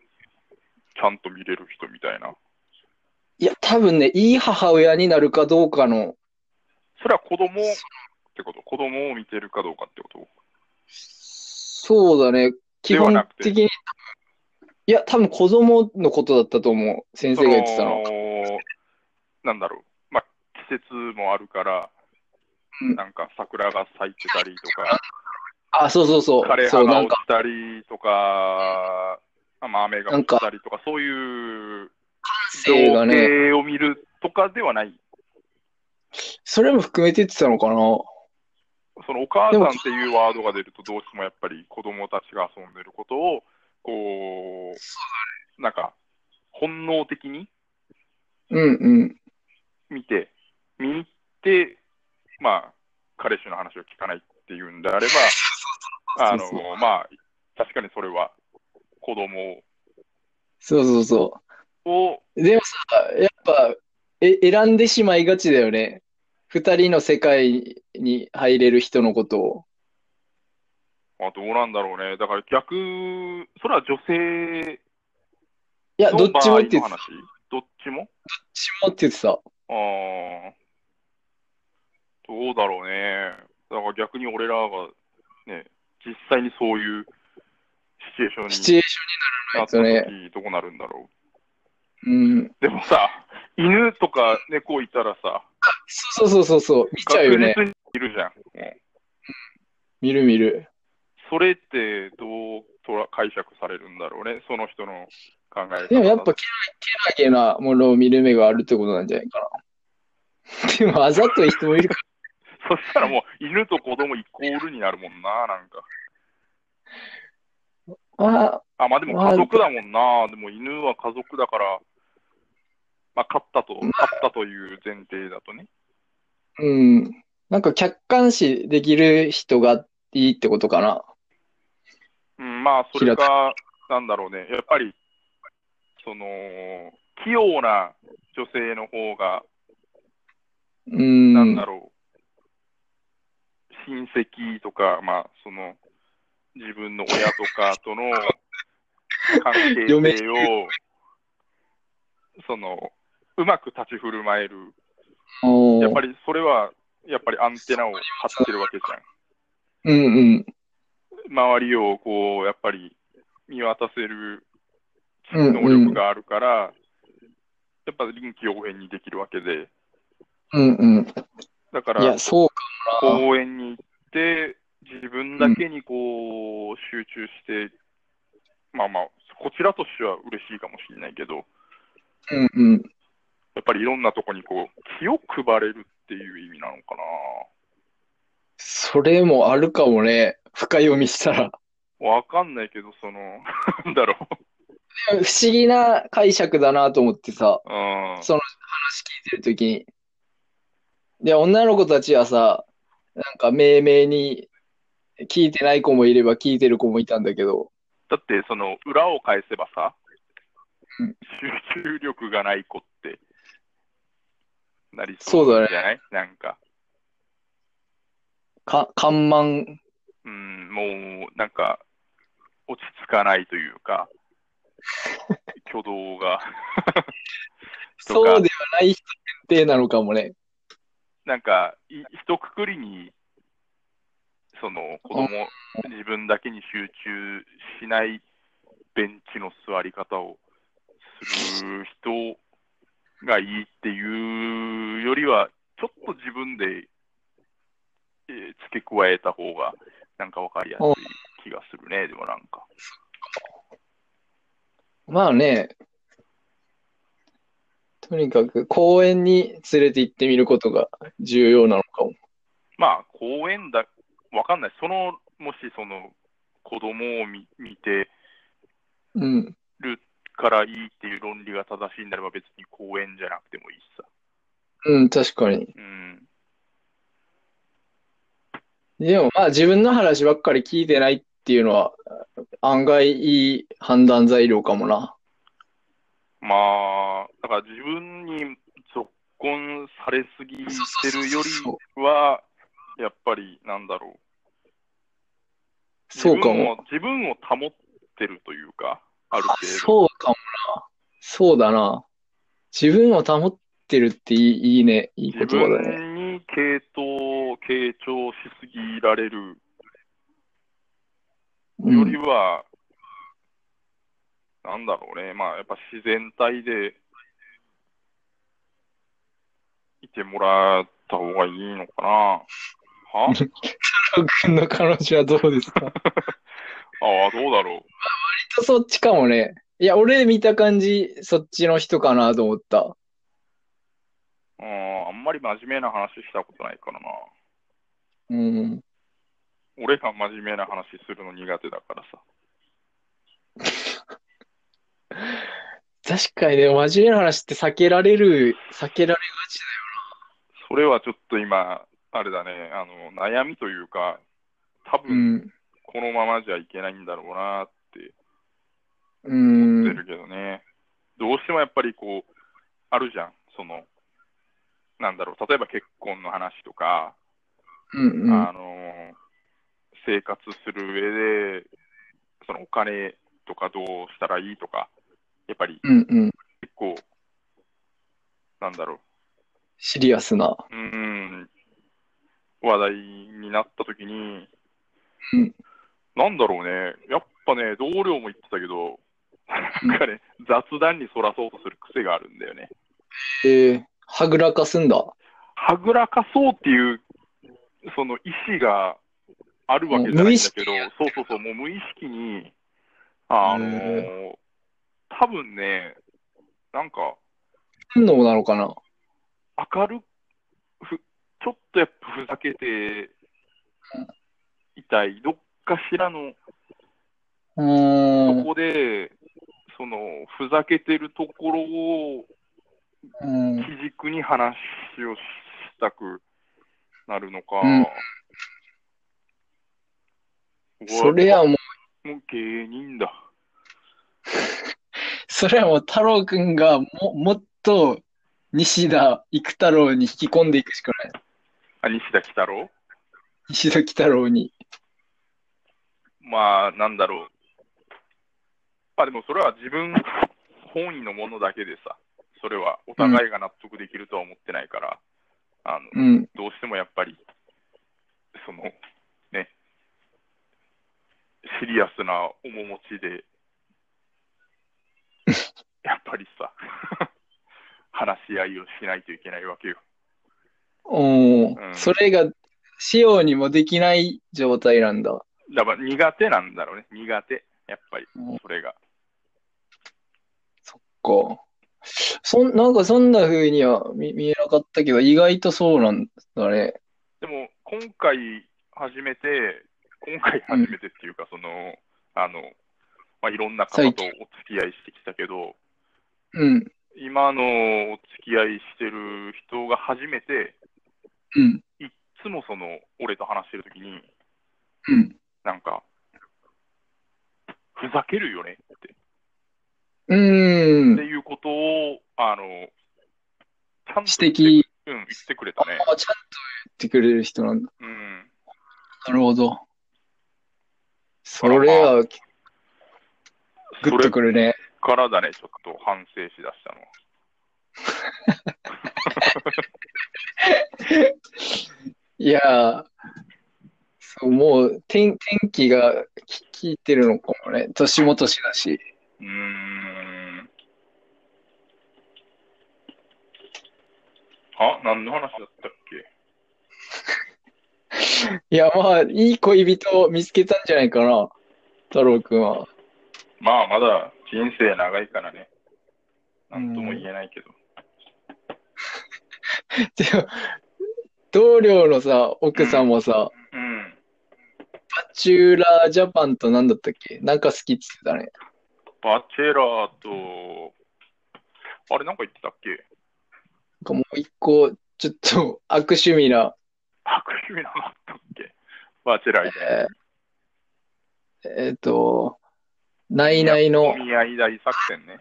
B: ちゃんと見れる人みたいな。
C: いや、多分ね、いい母親になるかどうかの、
B: それは子供ってこと子供を見てるかどうかってこと
C: そうだね。基
B: では
C: 本
B: なくて
C: 的に、いや、多分子供のことだったと思う。先生が言ってたの。
B: そのなんだろう、まあ、季節もあるから、
C: うん
B: なんか桜が咲いてたりとか、
C: あ、そうそうそう。
B: 枯れ
C: そ
B: 葉
C: う、な
B: が
C: ん
B: 落
C: か、
B: ちたりとか、まあ、雨が降
C: なんか
B: ったりとか、そういう情
C: 映画ね。
B: 景を見るとかではない、
C: それも含めて言ってたのかな。
B: そのお母さ
C: で
B: ん
C: も
B: っていうワードが出ると、どうしてもやっぱり子供たちが遊んでることを、こう、なんか、本能的に
C: うんうん。
B: 見て、見 に行って、まあ、彼氏の話を聞かないっていうんであれば、あの
C: そうそ、
B: まあ、確かにそれは、子供
C: そうそうそ
B: を、
C: う。でもさ、やっぱ、え、選んでしまいがちだよね。二人の世界に入れる人のことを。
B: まあ、どうなんだろうね。だから逆、それは女性
C: いや、ど
B: の
C: っ
B: 場
C: ちも
B: 合
C: って言
B: の
C: ってた。
B: 話ど
C: どっ
B: っちも
C: ちもって言ってた。
B: ああ、どうだろうね。だから逆に俺らが、ね、実際にそういうシチュエーションに
C: シチュエーシ
B: なった
C: ョンにならないとね。
B: 時、どうなるんだろ
C: うん。
B: う。でもさ、犬とか猫いたらさ、
C: そうそうそうそう。見ちゃうよね。
B: 確実にいるじゃん。もう
C: 見る見る。
B: それってどうとら解釈されるんだろうね。その人の考え方
C: でもやっぱ、けなけなものを見る目があるってことなんじゃないかな。 でも、あざとい人もいるか
B: そしたらもう犬と子供イコールになるもんな、なんか。
C: ら。まあ、
B: あ、まあでも家族だもんな。でも犬は家族だから、まあ勝ったと、勝ったという前提だとね。
C: うん。なんか客観視できる人がいいってことかな。
B: うん、まあそれが、なんだろうね。やっぱり、その、器用な女性の方が、
C: うん。
B: なんだろう、親戚とか、まあその、自分の親とかとの関係
C: 嫁
B: 性を、その、うまく立ち振る舞える
C: おー
B: やっぱりそれは、やっぱりアンテナを張ってるわけじゃん。
C: うんうん。
B: 周りをこう、やっぱり見渡せる能力があるから、やっぱ臨機応変にできるわけで、
C: うんうん。
B: だか
C: い
B: ら
C: や、そうかもな。
B: 公園に行って、自分だけにこう、集中して、まあまあ、こちらとしては嬉しいかもしれないけど、
C: うんうん。
B: やっぱりいろんなとこにこう、気を配れるっていう意味なのかな。
C: それもあるかもね。深読みしたら。
B: わかんないけど、その、 なんだろう。
C: 不思議な解釈だなと思ってさ、
B: うん。
C: その話聞いてるときに。で、女の子たちはさ、なんか命名に聞いてない子もいれば聞いてる子もいたんだけど、
B: だって、その、裏を返せばさ
C: うん、
B: 集中力がない子って、なり
C: そうだね
B: じゃないなんか、
C: か、緩慢、
B: うん、もう、なんか、落ち着かないというか、挙動が、
C: そうではない人限定なのかもね。
B: なんか、い一括りに、その、子供、自分だけに集中しないベンチの座り方をする人がいいっていうよりは、ちょっと自分で、えー付け加えた方が、なんかわかりやすい気がするね、でもなんか。
C: まあね、とにかく公園に連れて行ってみることが重要なのかも。
B: まあ、公園だ、わかんない。その、もしその、子供を見見て、
C: うん。
B: からいいっていう論理が正しいんだれば別に公園じゃなくてもいいしさ。
C: うん、確かに。
B: うん。
C: でもまあ自分の話ばっかり聞いてないっていうのは案外いい判断材料かもな。
B: まあ、だから自分に続婚されすぎてるよりは、やっぱりなんだろう。
C: そうかも。
B: 自分を。自分を保ってるというか、ある程度。
C: そうかもな。そうだな。自分を保ってるっていい、いいね。いい
B: 自
C: 言葉だね。
B: 分に傾倒、傾聴しすぎられるよりは、なんだろうね、まあ、やっぱ自然体でいてもらった方がいいのかな。 は
C: うん。君の彼女はどうですか
B: ああ、どうだろう。
C: そっちかもね。いや、俺見た感じ、そっちの人かなと思った。
B: うん、あんまり真面目な話したことないからな。
C: うん。
B: 俺が真面目な話するの苦手だからさ。
C: 確かにね、真面目な話って避けられる、避けられがち
B: それはちょっと今、あれだね、あの、悩みというか、多
C: だよ。う
B: 分、
C: ん。
B: このままじゃいけないんだろうなって
C: う
B: 思って
C: ん。
B: るけどね、どうしてもやっぱりこう、あるじゃん、その、なんだろう、例えば結婚の話とか、
C: うんうん。
B: あのー生活する上で、そのお金とかどうしたらいいとか、やっぱり
C: うんうん。
B: 結構、なんだろう、
C: シリアスな。
B: うん、話題になったときに
C: うん、
B: なんだろうね、やっぱね、同僚も言ってたけど、なんかね、雑談にそらそうとする癖があるんだよね。
C: えー、はぐらかすんだ。
B: はぐらかそうっていう、その意思があるわけじゃないんだけど、そうそうそう、もう無意識に、あのー、多分ね、なんか、
C: 本能なのかな
B: 明るくふ、ちょっとやっぱふざけていたい、どっかしらの、
C: うー
B: そ
C: ん。
B: こで、その、ふざけてるところを
C: うん
B: 基軸に話をしたくなるのか
C: うん、それはもう、
B: もう芸人だ。
C: それはもう太郎くんがも、もっと西田育太郎に引き込んでいくしかない。
B: あ、西田喜太郎
C: 西田喜太郎に。
B: まあ、なんだろう。まあでもそれは自分本位のものだけでさ、それはお互いが納得できるとは思ってないから、あの、
C: うん。
B: どうしてもやっぱり、その、ね、シリアスな面持ち で、やっぱりさ、 話し合いをしないといけないわけよ。
C: おー
B: うん
C: それが、仕様にもできない状態なんだ。
B: だから苦手なんだろうね、苦手。やっぱり、それが。
C: か。そん、なんかそんな風には見、見えなかったけど、意外とそうなんだね。
B: でも、今回初めて、今回初めてっていうか、その、あの、まあ、いろんな方とお
C: 最
B: 付
C: 近
B: き合いしてきたけど、
C: うん、
B: 今のお付き合いしてる人が初めて、
C: うん、
B: いっつもその、俺と話してるときに、
C: うん。
B: なんか、ふざけるよねって、
C: うー
B: って
C: ん。
B: いうことを、あの、ちゃんと言っ
C: 指摘
B: てく、うん、言ってくれたね。
C: あ、ちゃんと言ってくれる人なんだ。
B: うん。
C: なるほど。それは、グッとくるね。
B: からだね、ちょっと反省しだしたのは。
C: いやー、そう、もう、天、天気が効いてるのかもね。年も年だし。
B: うーん。あ、何の話だったっけ
C: いや、まあ、いい恋人を見つけたんじゃないかな。太郎くんは。
B: まあ、まだ人生長いからね。なんとも言えないけど。
C: でも、同僚のさ、奥さんもさ、
B: うん。
C: バチューラージャパンと何だったっけなんか好きっつってたね。
B: バチェラーと、あれなんか言ってたっけ
C: なんかもう一個、ちょっと悪趣味な、
B: 白夢なかったっけバチェラーみたいな。
C: えっ、と、ないない
B: お
C: の、
B: 見合い大作戦ね。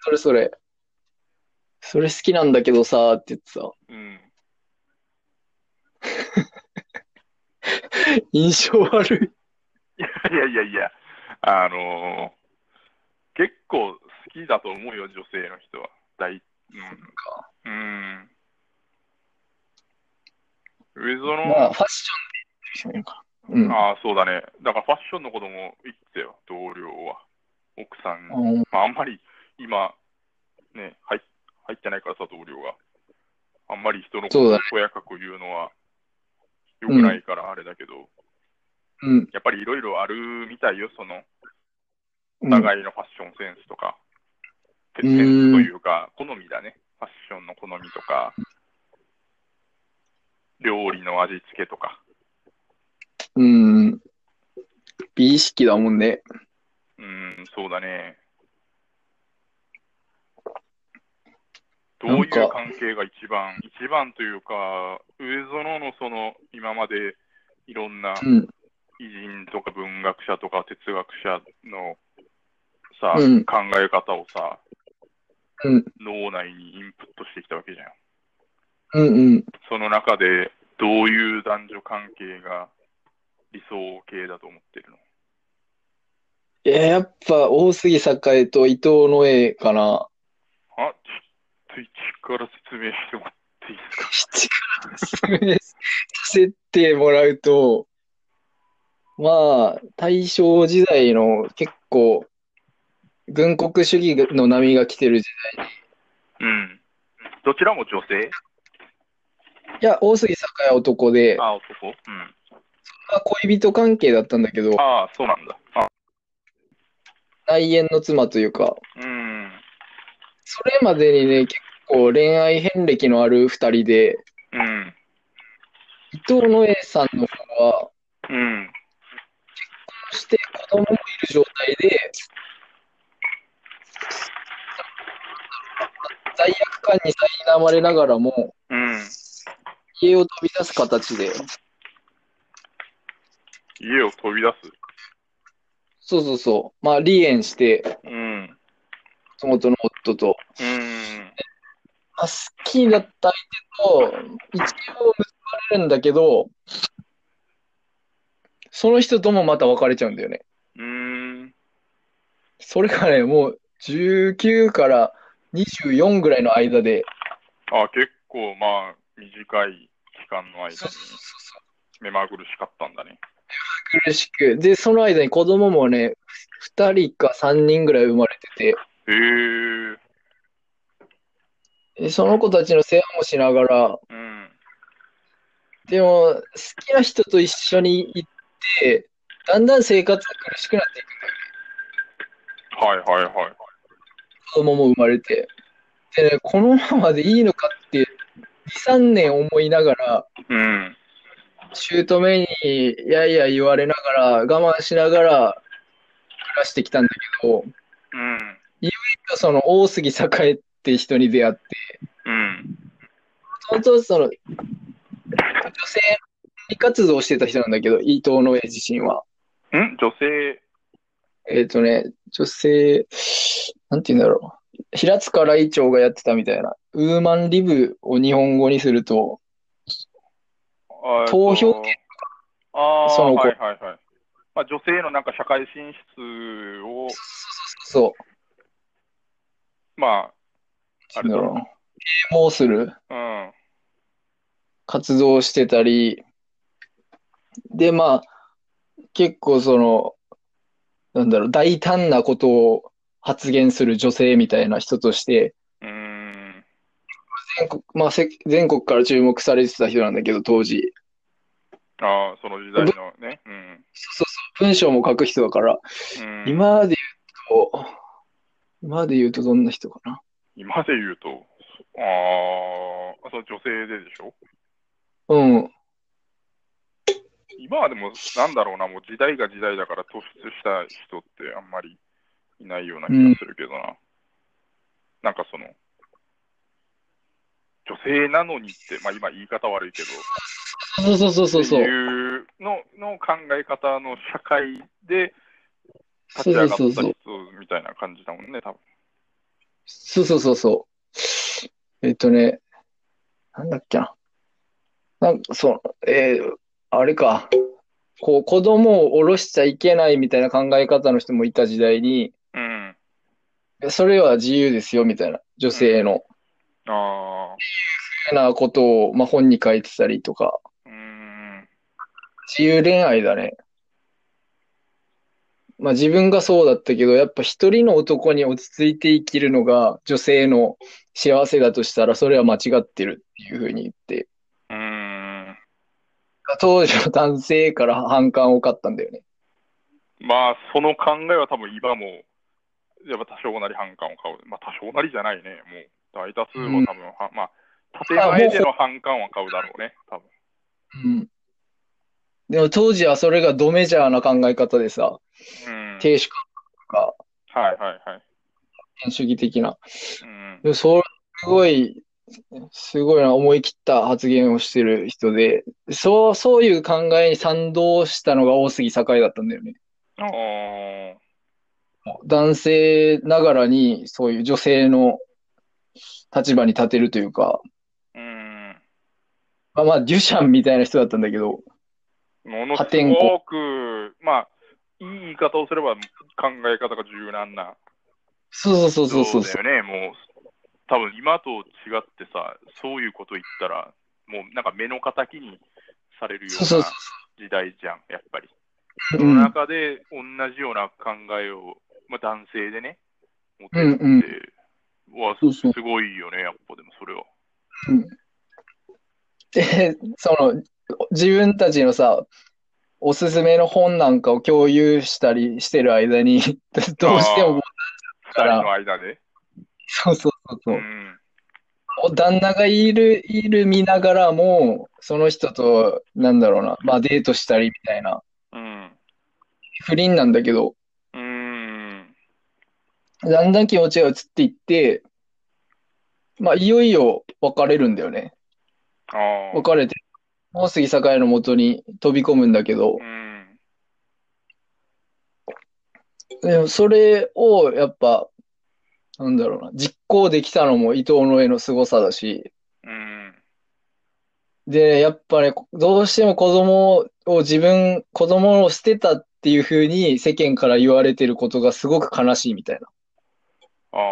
C: それそれ、それ好きなんだけどさ、って言ってさ、
B: うん。
C: 印象悪
B: い
C: い。
B: やいやいや、あのー結構好きだと思うよ、女性の人は。大うん。うん。上園、
C: まあ、ファッションで言ってしまうのか。
B: ああ、そうだね。だからファッションのことも言ってたよ、同僚は。奥さんに。
C: うん。うん
B: まあ、あんまり今、ね、入っ入ってないからさ、同僚が。あんまり人のこと
C: そう
B: を
C: だね
B: とやかく言うのは良くないからあれだけど、
C: うん。
B: やっぱりいろいろあるみたいよ、その
C: う
B: お
C: ん。
B: 互いのファッションセンスとか、セ
C: うん
B: ンスというか、好みだね。ファッションの好みとか、料理の味付けとか。
C: うん。美意識だもんね。
B: うん、そうだね。どういう
C: なんか
B: 関係が一番、一番というか、上園のその、今までいろんな
C: うん。
B: 偉人とか文学者とか哲学者のさ、
C: うん
B: 考え方をさ、
C: うん
B: 脳内にインプットしてきたわけじゃん。
C: うんうん。
B: その中で、どういう男女関係が理想形だと思ってるの
C: いや、やっぱ大杉栄と伊藤の絵かな。
B: あ、ちょっと一から説明してもらっていいですか
C: 口から説明させてもらうと、まあ、大正時代の結構、軍国主義の波が来てる時
B: うん。どちらも女性
C: 代。いや、大杉栄は男で、
B: あ、男うん。
C: まあ、恋人関係だったんだけど、
B: ああ、そうなんだ。あ
C: 内縁の妻というか、
B: うん。
C: それまでにね、結構恋愛遍歴のある二人で、
B: うん。
C: 伊藤の絵さんの方は、
B: うん。
C: そして子供もいる状態で、罪悪感に苛まれながらも、
B: うん。
C: 家を飛び出す形で、
B: 家を飛び出す。
C: そうそうそう、まあ、離縁して、
B: うん。うん。
C: 元の夫と、まあ、好きだった相手と、一応結ばれるんだけど、その人ともまた別れちゃうんだよね。
B: うん。
C: それがね、もう19から24ぐらいの間で、
B: あ、結構、まあ、短い期間の間に目まぐるしかったんだね。
C: 苦しく。で、その間に子供もね、2人か3人ぐらい生まれて
B: へえ。
C: て、でその子たちの世話もしながら、
B: うん。
C: でも、好きな人と一緒に行って、だんだん生活が苦しくなっていく。
B: はいはいはい。
C: 子供も生まれて。でね、このままでいいのかって、2、3年思いながら、
B: うん。
C: 姑にやいや言われながら、我慢しながら暮らしてきたんだけど、
B: うん。
C: その大杉栄って人に出会って、
B: うん。
C: 本当その、女性活動をしてた人なんだけど、伊藤の絵自身は。
B: ん女性。
C: えっ、とね、女性、なんて言うんだろう。平塚来長がやってたみたいな、ウーマンリブを日本語にすると、
B: あ
C: 投票
B: えっとああ、
C: その子
B: はいはいはい。まあ、女性のなんか社会進出を、
C: そ
B: ま
C: う、なんだろう。啓蒙する
B: あ、うん。
C: 活動をしてたり、で、まあ、結構その、なんだろう、大胆なことを発言する女性みたいな人として、
B: うーん。
C: 全国、まあ、せ、全国から注目されてた人なんだけど、当時。
B: ああ、その時代のね。うん。
C: 文章も書く人だから、
B: うん、
C: 今まで言うと、今まで言うとどんな人かな。
B: 今で言うと、ああ、その女性ででしょ
C: うん。
B: 今はでも、なんだろうな、もう時代が時代だから突出した人ってあんまりいないような気がするけどな。なんかその、女性なのにって、まあ今言い方悪いけど、
C: そうそうそうそうそう。
B: いうのの考え方の社会で立ち
C: そ
B: 上
C: う
B: がった
C: そ
B: 人
C: うそう
B: みたいな感じだもんね、多分。
C: そう。そうそうそうそう。えっとね、なんだっけな。なんか、そう、えーあれか。こう、子供を下ろしちゃいけないみたいな考え方の人もいた時代に、
B: うん。
C: いやそれは自由ですよ、みたいな。女性の。
B: ああ、
C: なことを、まあ、本に書いてたりとか。
B: うーん。
C: 自由恋愛だね。まあ自分がそうだったけど、やっぱ一人の男に落ち着いて生きるのが女性の幸せだとしたら、それは間違ってるっていうふうに言って、
B: うーん。
C: 当時の男性から反感を買ったんだよね。
B: まあ、その考えは多分今も、やっぱ多少なり反感を買う。まあ、多少なりじゃないね。もう、大多数も多分は、まあ、建前での反感は買うだろうね、多分。
C: うん。でも当時はそれがドメジャーな考え方でさ、
B: うん。
C: 亭主観とか、
B: はいはいはい。
C: 権主義的な。
B: うん。
C: でもそれすごい、すごいな、思い切った発言をしてる人で、そう、そういう考えに賛同したのが大杉栄だったんだよね。
B: あー
C: 男性ながらに、そういう女性の立場に立てるというか、
B: うん。
C: まあ、まあ、デュシャンみたいな人だったんだけど、
B: ものす
C: 破天
B: ご
C: 荒
B: く、まあ、いい言い方をすれば考え方が柔軟な
C: そうそうそうそうそう
B: だよね、もう、多分今と違ってさ、そういうこと言ったら、もうなんか目の敵にされるよう
C: そう
B: な
C: そうそ
B: 時代じゃん、やっぱり。そ
C: ううん
B: の中で同じような考えを、まあ、男性でね、持ってるって、
C: うん
B: わ
C: そうそう
B: すごいよね、やっぱでもそれは。
C: で、その、自分たちのさ、おすすめの本なんかを共有したりしてる間に、どうして
B: 二
C: も、か
B: 人
C: ら
B: の間で。
C: そうそうそうそうう。
B: ん。
C: 旦那がいる、いる見ながらも、その人と、なんだろうな、まあデートしたりみたいな、
B: うん。
C: 不倫なんだけど、
B: うん。
C: だんだん気持ちが移っていって、まあいよいよ別れるんだよね。
B: ああ。
C: 別れて、大杉栄のもとに飛び込むんだけど
B: う、ん。
C: でもそれをやっぱ、なんだろうな、実行できたのも伊藤の絵の凄さだし、
B: うん。
C: で、やっぱね、どうしても子供を自分、子供を捨てたっていう風に世間から言われてることがすごく悲しいみたいな。
B: ああ。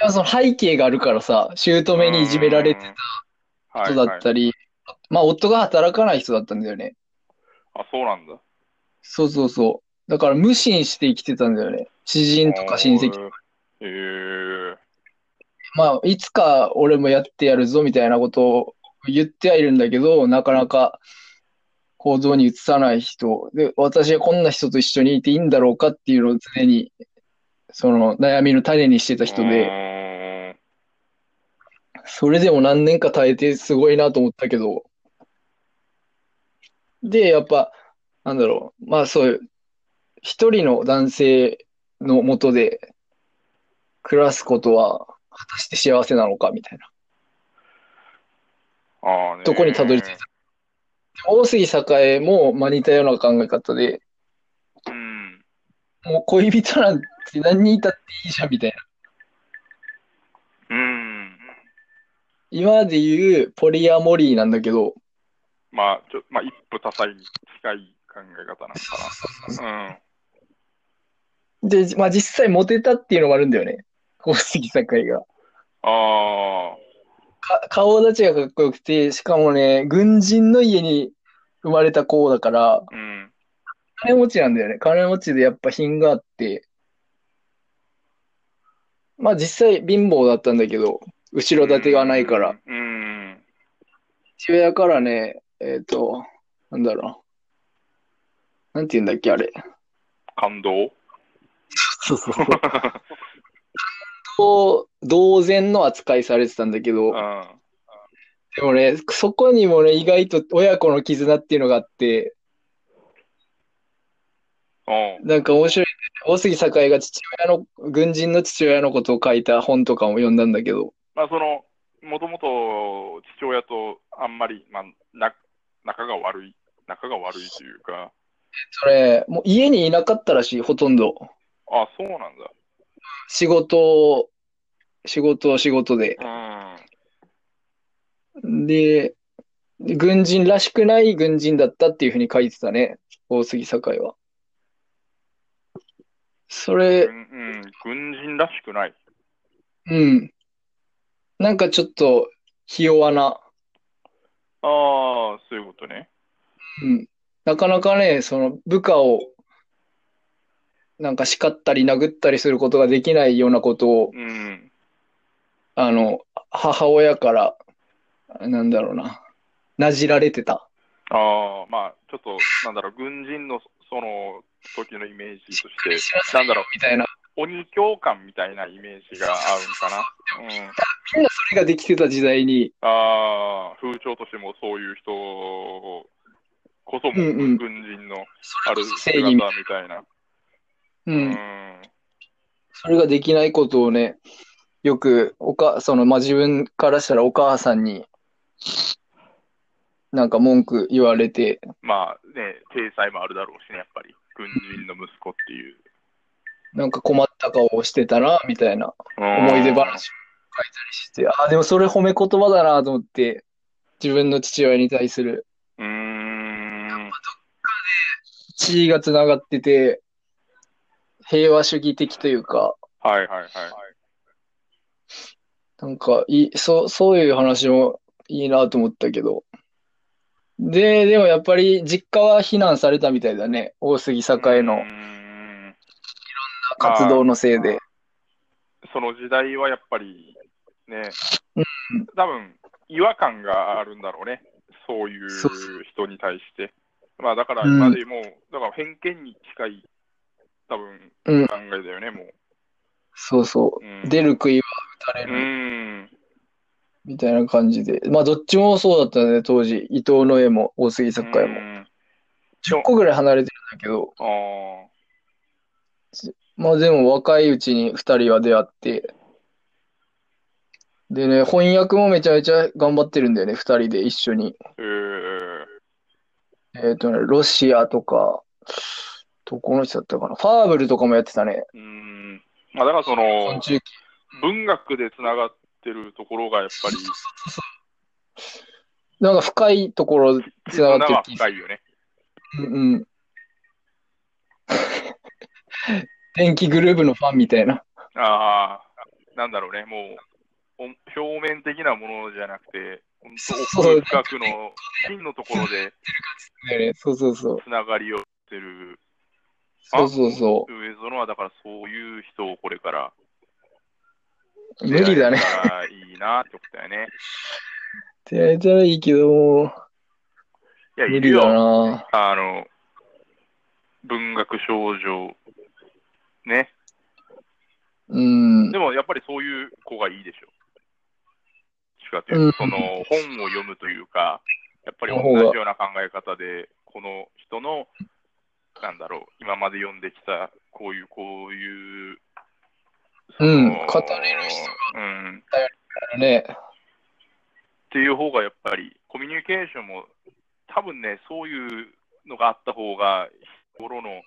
C: でもその背景があるからさ、姑にいじめられてる
B: た
C: 人だった
B: り。
C: り、まあ夫が働かない人だったんだよね。
B: あ、そうなんだ。
C: そうそうそう。だから無心して生きてたんだよね。知人とか親戚。
B: えー、
C: まあ、いつか俺もやってやるぞみたいなことを言ってはいるんだけど、なかなか行動に移さない人。で、私はこんな人と一緒にいていいんだろうかっていうのを常に、その悩みの種にしてた人で、
B: で。
C: それでも何年か耐えてすごいなと思ったけど。で、やっぱ、なんだろう。まあそういう、一人の男性のもとで暮らすことは果たして幸せなのかみたいな。
B: ああね
C: どこにたどり着い大杉栄も、まあ、似たような考え方で、
B: うん。
C: もう恋人なんて何人いたっていいじゃんみたいな。
B: うん。
C: 今まで言うポリアモリーなんだけど、
B: まあ、ちょまあ、一歩多彩に近い考え方なのかな。
C: で、まあ実際モテたっていうのもあるんだよね。大杉栄
B: うん。
C: が。
B: ああ。
C: か顔立ちがかっこよくて、しかもね、軍人の家に生まれた子だから、
B: うん。
C: 金持ちなんだよね。金持ちでやっぱ品があって、まあ実際貧乏だったんだけど、後ろ盾がないから。。
B: うん。
C: 父親からね、えっ、と、なんだろう。なんて言うんだっけ、あれ。
B: 感動
C: そうそうそう。と、同然の扱いされてたんだけ
B: う
C: ど、
B: ん。
C: でもね、そこにもね、意外と親子の絆っていうのがあって、
B: おう
C: なんか面白い。大杉栄が父親の、軍人の父親のことを書いた本とかも読んだんだけど、
B: まあ、その、もともと父親とあんまり、まあ、な仲が悪い、仲が悪いというか、
C: それ、もう家にいなかったらしい、ほとんど。
B: あ、そうなんだ。
C: 仕事を、仕事を仕事で。
B: うん。
C: で、軍人らしくない軍人だったっていうふうに書いてたね、大杉栄は。それ、
B: 軍うん、軍人らしくない。
C: うん。なんかちょっと、ひ弱な、
B: ああ、そういうことね。
C: うん。なかなかね、その部下を、なんか叱ったり殴ったりすることができないようなことを、
B: うん。
C: あの、母親から、なんだろうな、なじられてた。
B: ああ、まあ、ちょっと、なんだろう、軍人のその時のイメージとして、なんだろう、
C: みたいな。
B: 鬼教官みたいなイメージが合うんかな。うん。
C: みんなそれができてた時代に、
B: ああ、風潮としてもそういう人こそも
C: うんうん
B: 軍人のある
C: 正義み
B: 姿みたいな。
C: う。
B: うん
C: それができないことをね、よく、おか、その、まあ、自分からしたらお母さんに、なんか文句言われて、
B: まあね、体裁もあるだろうしね、やっぱり。軍人の息子っていう。
C: なんか困った顔をしてたな、みたいな思い出話を書いたりして、ああ、でもそれ褒め言葉だなと思って、自分の父親に対する
B: うーん。
C: 血が繋がってて、平和主義的というか、
B: はいはいはい。
C: なんかいい、そう、そういう話もいいなと思ったけど。で、でもやっぱり実家は避難されたみたいだね。大杉栄
B: う
C: の
B: ーん
C: 活動のせいで。
B: その時代はやっぱりね
C: うん、
B: 多分違和感があるんだろうね、そういう
C: そうそ
B: 人に対して。まあだから
C: うん
B: 今でも、だから偏見に近い、多分
C: うん
B: 考えだよね、もう。
C: そうそうう。
B: ん、
C: 出る杭は打た
B: う
C: れる
B: ん、
C: みたいな感じで。まあどっちもそうだったね、当時。伊藤の絵も大杉栄も。
B: うん
C: 10個ぐらい離れてるんだけど、
B: あー
C: まあでも若いうちに2人は出会って、でね、翻訳もめちゃめちゃ頑張ってるんだよね、2人で一緒に。
B: えー
C: えっとね、ロシアとか、どこの人だったかな。ファーブルとかもやってたね。
B: うんまあ、だからそ
C: 昆
B: の
C: 虫記
B: 文学でつながってるところがやっぱり、
C: なんか深いところつながってる
B: は
C: 気
B: 深いよね。
C: うんうん。電気グループのファンみたいな。
B: ああ、なんだろうね、もう、お表面的なものじゃなくて、本当
C: そう
B: 奥深くの芯のところで
C: だよね。そうそうそう。
B: つながりをしてる
C: そうそうそ
B: 上園は、だからそういう人をこれから
C: う。無理だね。
B: 出会えたらいいなってことだよね。
C: 出会えたらいいけども、
B: いや、
C: 無
B: いる
C: 理だ
B: よ。
C: な。
B: あの、文学少女、ね。
C: うん。
B: でもやっぱりそういう子がいいでしょ。違って
C: うん
B: その本を読むというか、やっぱり同じような考え方で、この人の、なんだろう、今まで読んできた、こういう、こういう、その
C: うん語れる人
B: うん、
C: ね。
B: っていう方がやっぱり、コミュニケーションも、多分ね、そういうのがあった方が、日頃の、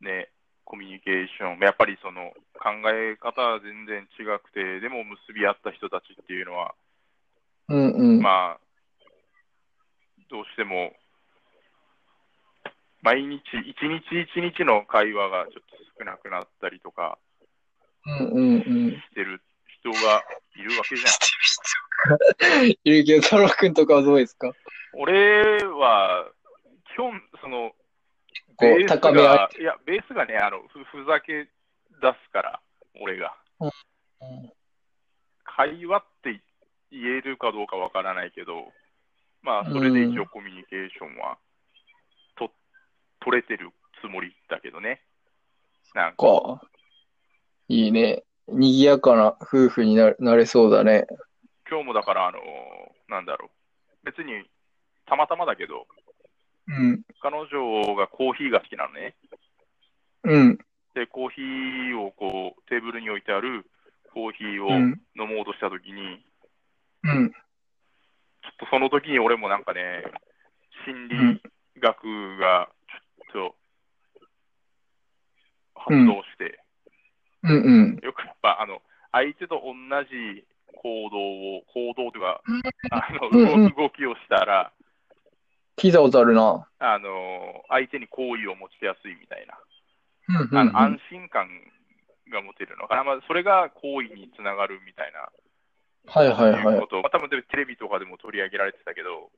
B: ね、コミュニケーション、やっぱりその考え方は全然違くて、でも結び合った人たちっていうのは、
C: うんうん。
B: まあ、どうしても、毎日、一日一日の会話がちょっと少なくなったりとか
C: うんうんうん。
B: してる人がいるわけじゃん。
C: ゆるきょ太郎くんとかはどうですか
B: 俺は、基本、その、
C: こう
B: ベースが
C: 高め合
B: いや、ベースがね、あの、ふふざけ出すから、俺が。会話って言えるかどうかわからないけど、まあ、それで一応コミュニケーションは、と、取れてるつもりだけどね。なんか、
C: か。いいね。賑やかな夫婦にななれそうだね。
B: 今日もだから、あの、なんだろう。別に、たまたまだけど、
C: うん。
B: 彼女がコーヒーが好きなのね。
C: うん。
B: で、コーヒーをこう、テーブルに置いてあるコーヒーを
C: う
B: 飲
C: ん。
B: もうとしたときに、
C: うん。
B: ちょっとその時に俺もなんかね、心理学がちょっと発動して、
C: うんうん。
B: よくやっぱあの、相手と同じ行動を、行動というか、あ
C: うんう
B: の
C: ん
B: 動動きをしたら、
C: 聞いたことあるな。
B: あの、相手に好意を持ちやすいみたいな。
C: うんうん
B: あ
C: う
B: の安
C: ん。
B: 心感が持てるのかな、まあ、それが好意につながるみたいな
C: はいはいは
B: いう
C: い
B: こ。と、まあ、多分テレビとかでも取り上げられてたけど、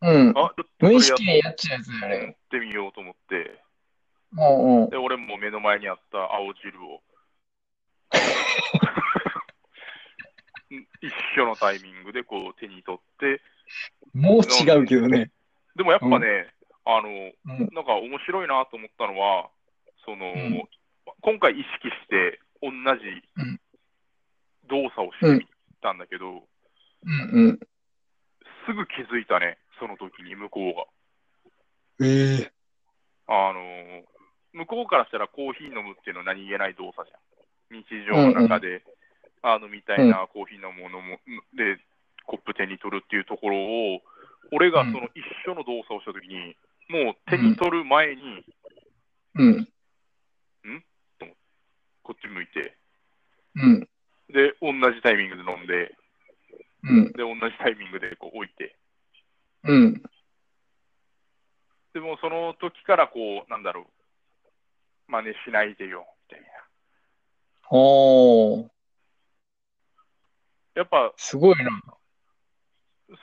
C: うん。
B: あちょっと
C: 無意
B: そ
C: 識
B: れ
C: にや
B: やっ
C: っちゃうやつだよ
B: やっ
C: ね。
B: てみようと思って、
C: うんうん。
B: で俺も目の前にあった青汁 を一緒のタイミングでこう手に取って、
C: もう違うけどね。
B: でもやっぱね、あの
C: うん。
B: なんか面白いなと思ったのは、その、
C: ん
B: 今回意識して同じ
C: うん
B: 動作をしてみたんだけど、
C: うん
B: すぐ気づいたね、その時に向こうが。
C: うん。ええ。
B: あの向こうからしたらコーヒー飲むっていうのは何気ない動作じゃん。日常の中で、あのみたいなコーヒーのものも、で、コップ手に取るっていうところを、俺がその一緒の動作をしたときに、もう手に取る前に、
C: うん。
B: こっち向いて、
C: うん。
B: で、同じタイミングで飲んで、
C: うん。
B: で、同じタイミングでこう置いて、
C: うん。
B: でもその時からこう、なんだろう、真似しないでよ、みたいな。
C: おー。
B: やっぱ、
C: すごいな。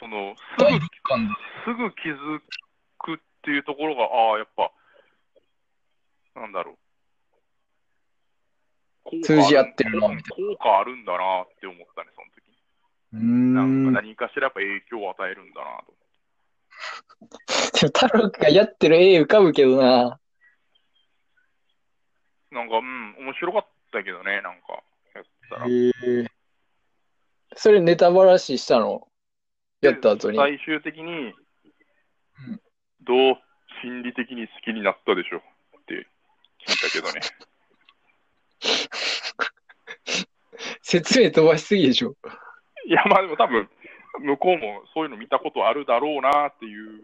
B: その、すぐ
C: 第、六巻だ。
B: すぐ気づくっていうところが、ああ、やっぱ、なんだろう。効果ある
C: 通じ合ってるなみた
B: 効果あるんだなって思ったね、その時に。
C: う
B: なん
C: ん
B: か。何かしらやっぱ影響を与えるんだなと。
C: でも太郎くんがやってる絵浮かぶけどな。
B: なんか、うん、面白かったけどね、なんか、やったら。
C: へえ。それネタばらししたのやった後に。
B: 最終的に、どう心理的に好きになったでしょって聞いたけ どね。
C: 説明飛ばしすぎでしょ。
B: いや、まあでも多分、向こうもそういうの見たことあるだろうなっていう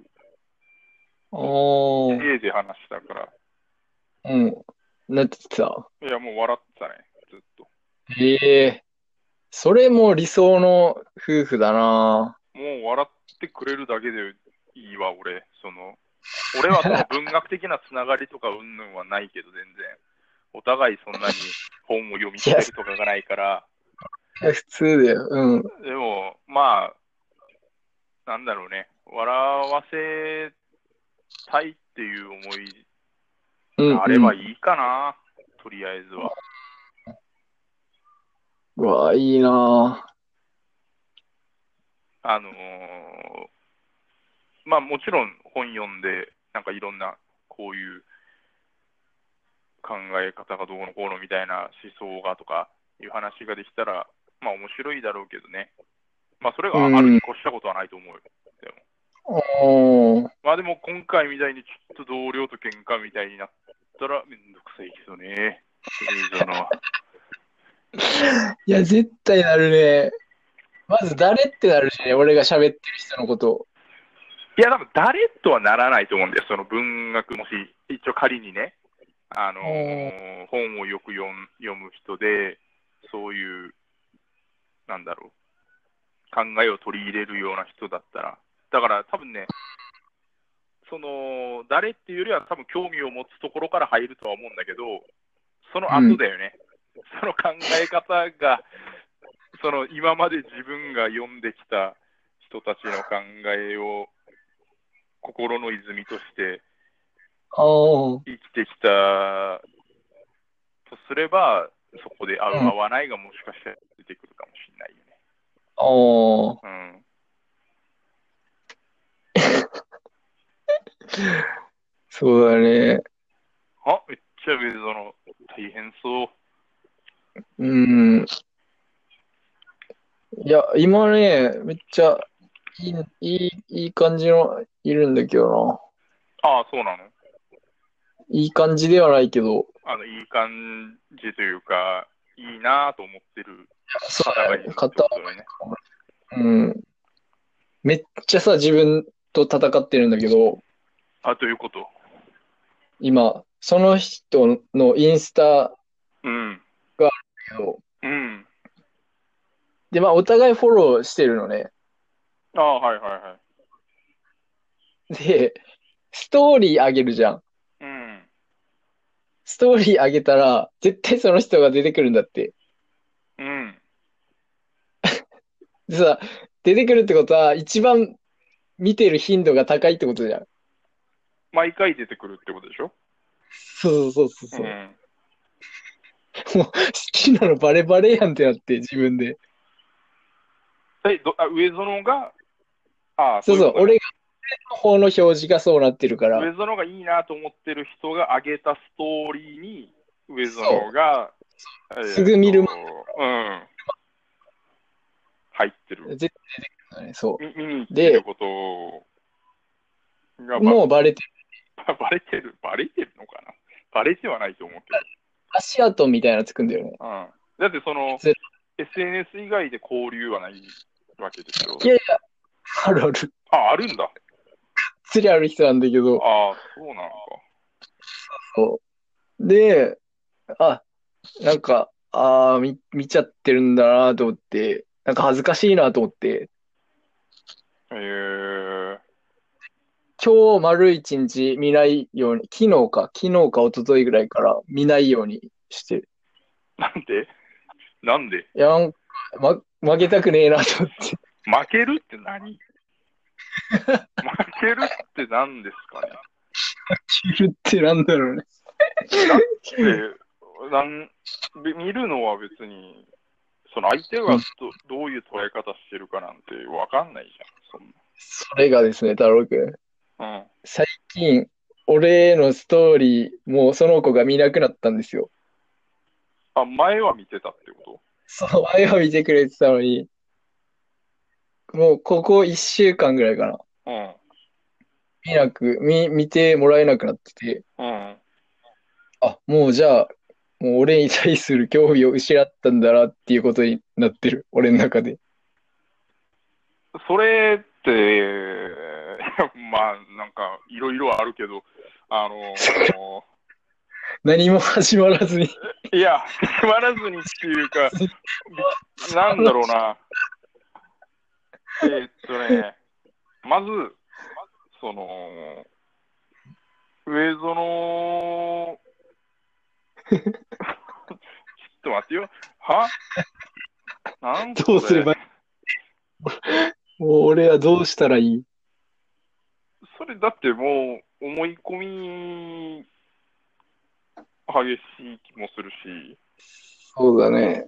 C: おー。
B: 例で話したから、
C: うん。なってた。
B: いや、もう笑ってたね、ずっと。
C: ええ。それも理想の夫婦だな。
B: もう笑ってくれるだけでいいわ、俺。その、俺はその文学的なつながりとかうんぬんはないけど、全然。お互いそんなに本を読みたいとかがないから、
C: いや普通だよ。うん。
B: でも、まあ、なんだろうね、笑わせたいっていう思い
C: うん。
B: があれば
C: い。
B: いいかな、とりあえずは。
C: うわ、いいな。
B: あのーまあもちろん本読んで、なんかいろんなこういう考え方がどうのこうのみたいな思想がとかいう話ができたら、まあ面白いだろうけどね。まあそれがあるに越したことはないと思うよ。
C: おー。
B: まあでも今回みたいにちょっと同僚と喧嘩みたいになったらめんどくさいけどね。そういうのは
C: いや、絶対なるね。まず誰ってなるしね、俺が喋ってる人のこと。
B: いや、多分誰とはならないと思うんだよ。その文学、もし一応仮にね、あのー本をよく読ん読む人で、そういう、なんだろう、考えを取り入れるような人だったら。だから多分ね、その、誰っていうよりは多分興味を持つところから入るとは思うんだけど、その後だよね。その考え方が、その今まで自分が読んできた人たちの考えを心の泉として
C: おー。
B: 生きてきたとすれば、そこで合
C: うん
B: う合わないがもしかしたら出てくるかもしれないよ
C: おー。
B: ね。
C: そうだね。
B: うん。あ、めっちゃベゾの大変そう。
C: うん。いや、今ね、めっちゃいい、いい、いい感じの、いるんだけど
B: ああ、そうなの
C: な。いい感じではないけど。
B: あの、いい感じというか、いいなぁと思ってる
C: そう
B: 方がいるってことだよね。
C: うん。めっちゃさ、自分と戦ってるんだけど、
B: あ、ということ。
C: 今、その人のインスタ
B: うん。
C: を、
B: うん。
C: で、まあ、お互いフォローしてるのね。
B: ああ、はいはいはい。
C: で、ストーリーあげるじゃん。
B: うん。
C: ストーリーあげたら、絶対その人が出てくるんだって。
B: うん。
C: でさ、出てくるってことは、一番見てる頻度が高いってことじゃん。
B: 毎回出てくるってことでしょ
C: そうそうそうそう。
B: う
C: も
B: ん。
C: う、好きなのバレバレやんってなって、自分 で。
B: え、どあ上園が、ああ、
C: そうそう、
B: い
C: 俺が、俺の方の表示がそうなってるか
B: こ
C: ら
B: と。ね上園がいいなと思ってる人が上げたストーリーに、上園が、えー
C: すぐ見る
B: とうん。入ってる。
C: 絶対出てくるんだね、そ
B: み見に行ってることが、
C: う。もうバレて
B: ば、バレてる、バレてるのかなバレてはないと思うけど。
C: 足跡みたいなのつくんだよね。
B: うん。だってその
C: ゼ、
B: SNS 以外で交流はないわけですよ。
C: いやいや、あるある。
B: あ、あるんだ。
C: 釣りある人なんだけど。
B: ああ、そうなのか。
C: で、あ、なんか、ああ、見、見ちゃってるんだなと思って、なんか恥ずかしいなと思って、
B: へえ
C: 今日丸一日見ないように、昨日か、昨日か一昨日ぐらいから見ないようにしてる。
B: なんでなんで
C: いや、なんかま、負けたくねえなと思って。
B: 負けるって 何負けるって何ですかね
C: 切るってなんだろうね。
B: でなんで見るのは別に、その相手がどどういう捉え方してるかなんてわかんないじゃん、
C: それがですね、太郎くん。
B: そんな。うん。
C: 最近、俺のストーリー、もうその子が見なくなったんですよ。
B: あ、前は見てたってこ
C: その前は見てくれてたのに、もうここ1週間ぐらいかな。
B: とうん。
C: 見なく、見、見てもらえなくなってて、
B: うん。
C: あ、もうじゃあ、もう俺に対する興味を失ったんだなっていうことになってる、俺の中で。
B: それって、い やまあ、なんか、いろいろあるけど、あの
C: 何も始まらずに。
B: ー、いや、決まらずにっていうか、なんだろう な。えーっとね、まず、その、上園、 ちょっと待ってよ。はなんそれ
C: どうすればもう俺はどうしたらいい
B: それだってもう思い込み激しい気もするし、
C: そうだね。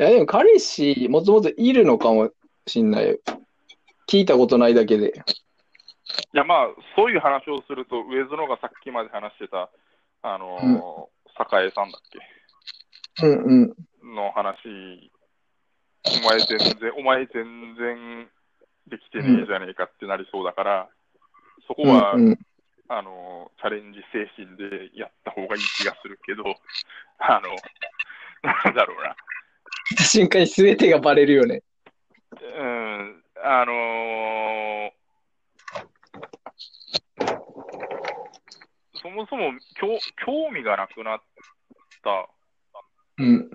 C: いや、でも彼氏、もともといるのかもしんない。聞いたことないだけで。
B: いやまあそういう話をすると上園がさっきまで話してたあのー
C: うん
B: 栄さんだっけ
C: うんうん。
B: の話、お前全然お前全然できてねえじゃねえかってなりそうだから、そこは、
C: うんうん、
B: あのーチャレンジ精神でやった方がいい気がするけど、あのなんだろうな。
C: 見た瞬間に全てがバレるよね。
B: うんあのーそもそも興興味がなくなった
C: うん。
B: ん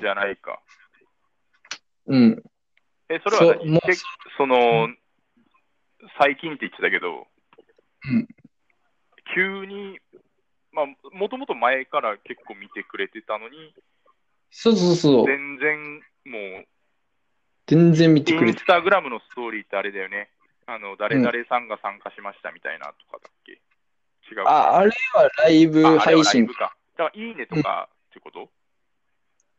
B: じゃないか。
C: うん。
B: え、それは
C: そう
B: 何
C: もう
B: けその、最近って言ってたけど、
C: うん
B: 急に、まあ、もともと前から結構見てくれてたのに、
C: そうそうそう。
B: 全然もう
C: 全然見てく
B: イ
C: れ
B: ン
C: て。
B: スタグラムのストーリーってあれだよね。あの、誰々さんが参加しましたみたいなとかだっけ違う。
C: あ、あれはライブ
B: ああれは
C: 配
B: ライ
C: 信
B: ブ。か。だから、いいねとかってこと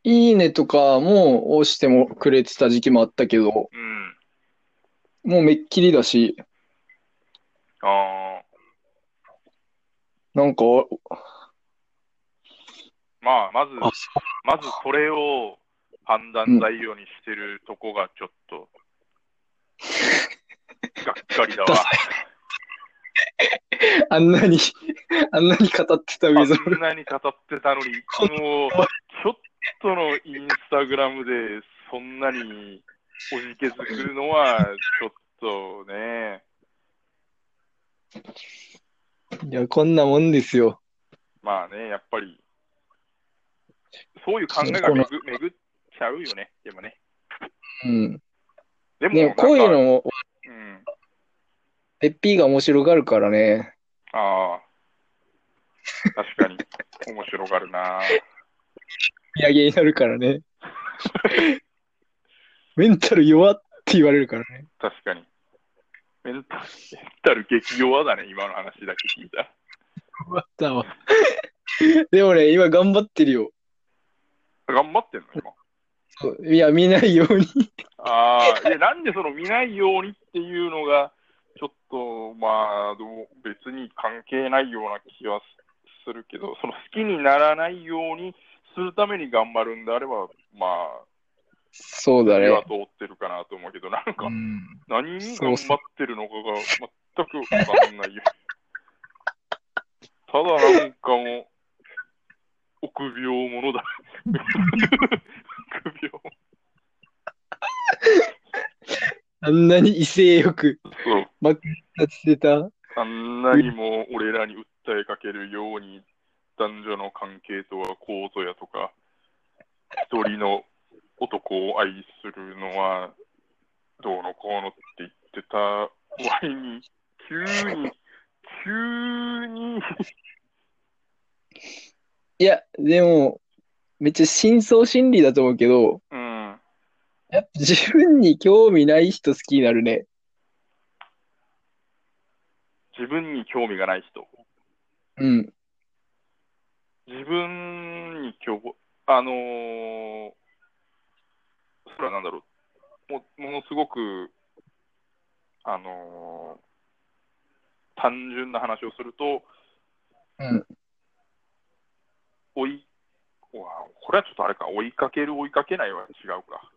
C: いいねとかも押してもくれてた時期もあったけど、
B: うん。
C: もうめっきりだし、
B: ああ、
C: なんか、
B: まあ、まず、
C: あ
B: まずそれを判断材料にしてるとこがちょっ と、がっかりだわ。
C: あんなに、あんなに語ってた
B: あ
C: 上園。
B: んなに語ってたのに、もう、ちょっとのインスタグラムで、そんなにおじけづくのは、ちょっとね。
C: いや、こんなもんですよ。
B: まあね、やっぱり、そういう考えがめぐ巡っちゃうよね、でもね。
C: うん。
B: でも、
C: で
B: な
C: も
B: んか
C: こういうのも、
B: うん、
C: ペッピーが面白がるからね。
B: ああ、確かに、 面白がるな。
C: 土産になるから ね。メンタル弱って言われるからね。
B: 確かに。メンタルメンタル激弱だね、今の話だけ聞いたら。
C: 弱ったわ。でもね、今頑張ってるよ。
B: 頑張ってんの、今。
C: そういや、見ないように。
B: ああ、いや、なんでその見ないようにっていうのが、ちょっと、まあ、どう別に関係ないような気はするけど、その好きにならないようにするために頑張るんであれば、ま
C: そう
B: あ、
C: だ
B: 手は
C: ね。
B: 通ってるかなと思うけど、なん
C: う
B: か、
C: ん
B: 何に頑張ってるのか が全くわかんないよ。ただなんかもう、臆病者だ。臆病。
C: あんなに威勢よく
B: そう。
C: 立ててた。
B: あんなにも俺らに訴えかけるように、男女の関係とはこうぞやとか、一人の男を愛するのはどうのこうのって言ってた割に、急に、急に、
C: いや、でも、めっちゃ深層心理だと思うけど、
B: うん、
C: やっぱ自分に興味ない人好きになるね。
B: 自分に興味がない人。
C: うん。
B: 自分に興味、あのーそれはなんだろう、もものすごく、あのー単純な話をすると、
C: うん
B: 追い、うわこれはちょっとあれか、追いかける、追いかけないは違うか。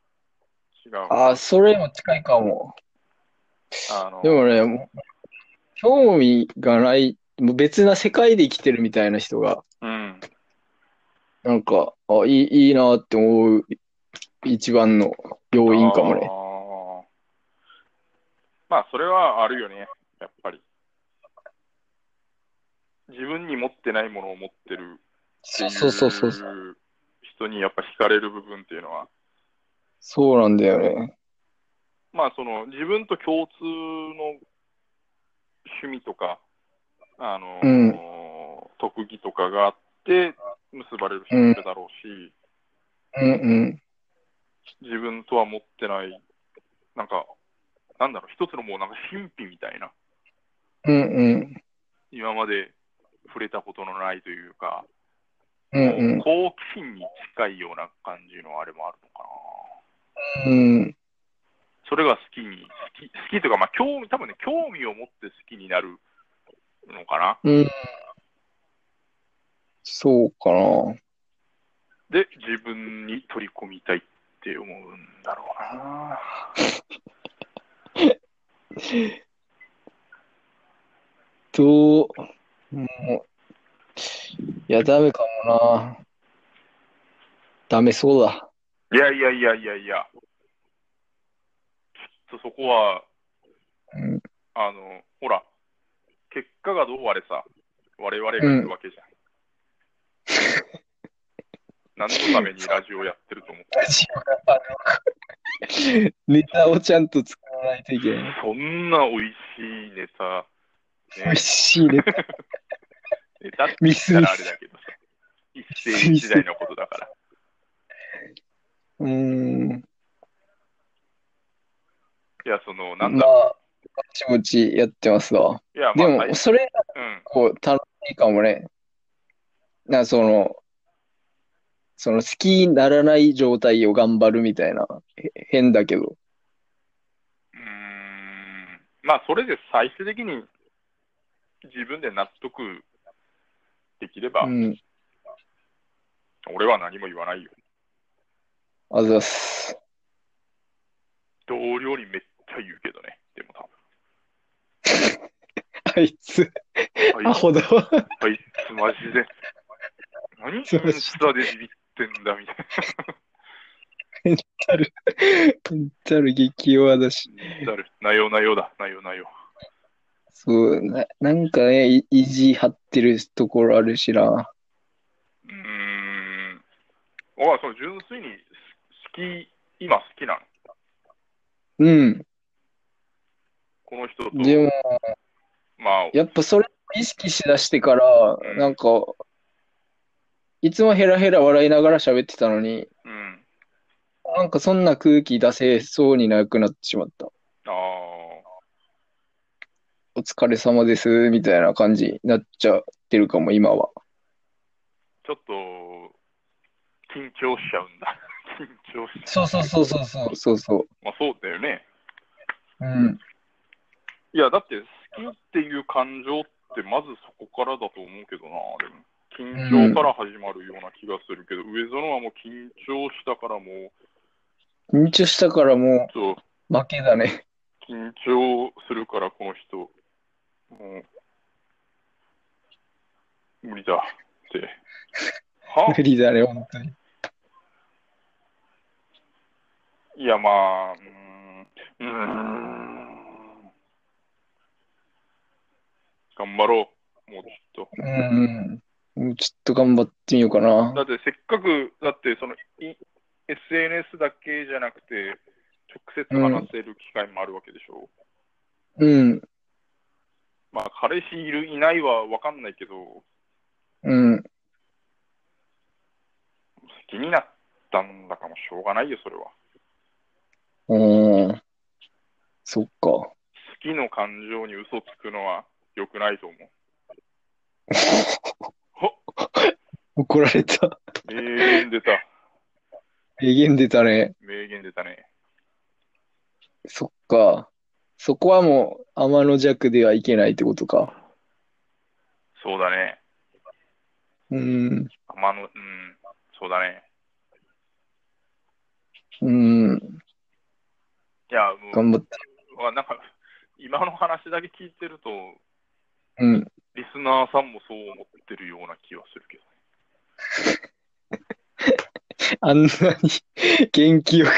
B: 違う。
C: ああ、それも近いかも。
B: あの
C: でもね、もう興味がない、もう別な世界で生きてるみたいな人が、
B: うん、
C: なんか、あ、いい、いいなって思う一番の要因かもね。
B: あーまあ、それはあるよね、やっぱり。自分に持ってないものを持ってるって
C: そ
B: いうう
C: そうそうそう。
B: 人にやっぱ惹かれる部分っていうのは、
C: そうなんだよね。
B: まあ、その自分と共通の趣味とか、あのー
C: うん
B: 特技とかがあって、結ばれる人もいるだろうし。
C: うんうん。
B: 自分とは持ってない、なんか、なんだろう、一つのもうなんか神秘みたいな、
C: うんうん。
B: 今まで触れたことのないというか、
C: うんうん。
B: 好奇心に近いような感じのあれもあるのかな。
C: うん。
B: それが好きに、好き、好きというか、まあ、興味、多分ね、興味を持って好きになるのかな。
C: うん。そうかな。
B: で、自分に取り込みたいって思うんだろうな。
C: どう、もう、いや、ダメかもな。ダメそうだ。
B: いやいやいやいやいや、ちょっとそこは、
C: うん
B: あの、ほら、結果がどうあれさ、我々がいるわけじゃん。何のためにラジオやってると思って。
C: ネタをちゃんと作らないといけない。
B: そんな美味しいネタ、
C: 美味しい ね。
B: ネタって
C: ミ
B: 言
C: ス
B: った
C: ミ
B: らあれ
C: ス。
B: だけどさ、一世一代のことだから。
C: うーん。
B: いや、その、なん
C: ま
B: だ、
C: あ、ぼちぼちやってますわ。
B: いや、ま
C: で
B: あ、
C: も、
B: 大
C: それが
B: うん、
C: こう、楽しいかもね。な、その、その好きにならない状態を頑張るみたいな。へ変だけど。
B: うーんまあ、それで最終的に自分で納得できれば、
C: うん。
B: 俺は何も言わないよ。
C: あざっす。
B: 同僚にめっちゃ言うけどね、でも
C: あいつ、
B: 多分。
C: ア
B: あい
C: ホだわ。
B: あいつマジで。何
C: そうそう
B: インスタでビビってんだみたい
C: メンタル激弱だし。
B: な。なる。なよなよだ、なよなよ。
C: そう、な、なんかね、い意地張ってるところあるしな。
B: うーん。おい、その純粋に好き、今好きなの。
C: うん。
B: この人と、
C: でも、
B: まあ、
C: やっぱそれを意識しだしてから、なんか、いつもヘラヘラ笑いながら喋ってたのに、
B: うん。
C: なんかそんな空気出せそうになくなってしまった。
B: ああ。
C: お疲れ様です、みたいな感じになっちゃってるかも、今は。
B: ちょっと、緊張しちゃうんだ。 緊張しちゃう。
C: そうそうそうそうそう。そうそ
B: まあそうだよね。
C: う。うん。
B: いや、だって好きっていう感情ってまずそこからだと思うけどな、でも。緊張から始まるような気がするけど、上園はもう緊張したからもう、
C: 緊張したからも
B: ちょっ
C: う負けだ ね。
B: と緊張するからこの人、もう、無理だっては
E: 無理だね、本当に。
B: いや、まあ、うーん、うーん。頑張ろう、もうちょっ
E: うん。
C: うんちょっと頑張ってみようか
B: と。
C: な。
B: だって、せっかく、だって、その、い SNS だけじゃなくて、直接話せる機会もあるわけでしょ。
C: うん、
B: まあ、彼氏いる、いないは分かんないけど、
C: うん、
B: 気になったんだからもうしょうがないよ、それは。好
C: うん。そっか。
B: きの感情に嘘つくのは良くないと思う。ほっ、
E: 怒られた。
B: 名言出た。
E: 名言出たね。
B: 名言出たね。
C: そっか。そこはもう、天の弱ではいけないってことか。
B: そうだね。
C: うん。
B: 天の、うん、そうだね。
C: うん、
B: いや、も
C: 頑張って。
B: う、わなんか、今の話だけ聞いてると、
C: うん。
B: リスナーさんもそう思ってるような気はするけど。
C: あんなに 元気よく、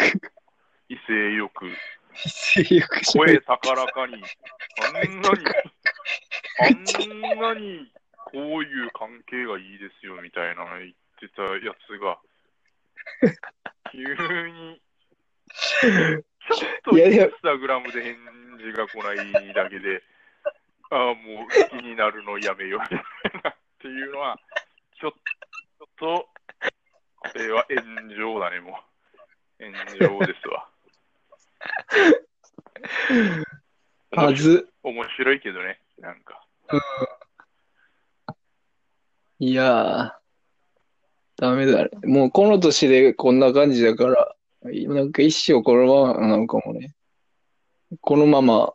B: 威勢よく、
C: 姿勢よくし
B: 声高らかに、あんなに、あんなに、こういう関係がいいですよみたいなの言ってたやつが、急に、ちょっと
C: い
B: イ
C: やいや
B: ンスタグラムで返事が来ないだけ で、ああ、もう気になるのやめようみたいなっていうのは、ちょっと、これは炎上だね、もう。炎上ですわ。
C: はず。
B: 面白いけどね、なんか。
C: いやー、ダメだね。もうこの年でこんな感じだから、なんか一生このままなのかもね。このまま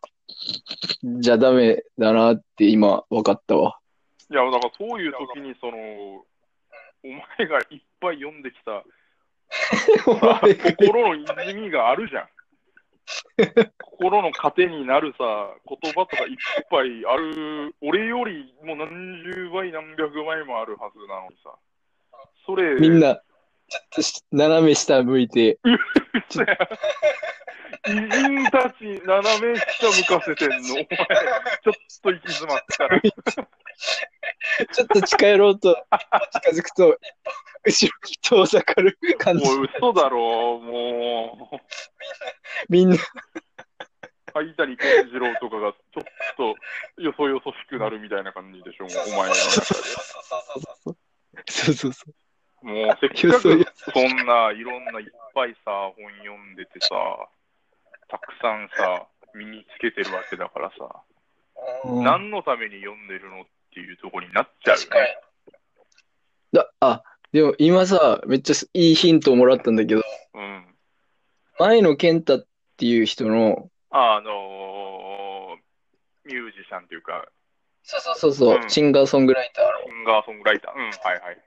C: じゃダメだなって今分かった わ。
B: いや、だからそういう時に、その、お前がいっぱい読んできた
C: お前
B: 心の意味があるじゃ ん。心の糧になるさ、言葉とかいっぱいある、俺よりもう何十倍、何百倍もあるはずなのにさ。それ、
C: みんな、ちょっとし斜め下向いて、
B: 偉人たち斜め下向かせてんの、お前、ちょっと行き詰まったら、
C: ちょっと近寄ろうと近づくと、後ろに遠ざかる感じ。
B: もう嘘だろ、もう。
C: みんな、
B: 灰谷健次郎とかがちょっとよそよそしくなるみたいな感じでしょ、もうお前の中で。
C: そうそうそう。
B: もうせっか
C: よそよ
B: くそんないろんないっぱいさ、本読んでてさ、たくさんさ、身につけてるわけだからさ、何のために読んでるのっていうところになっちゃうよね。
C: だあ、でも今さ、めっちゃいいヒントもらったんだけど、
B: うん。
C: 前野健太っていう人の、
B: あのー、ミュージシャンというか、
C: そうそうそうそう、
B: うん
C: シンガーソングライタ
B: シンガーソングライター。うん、はいはい。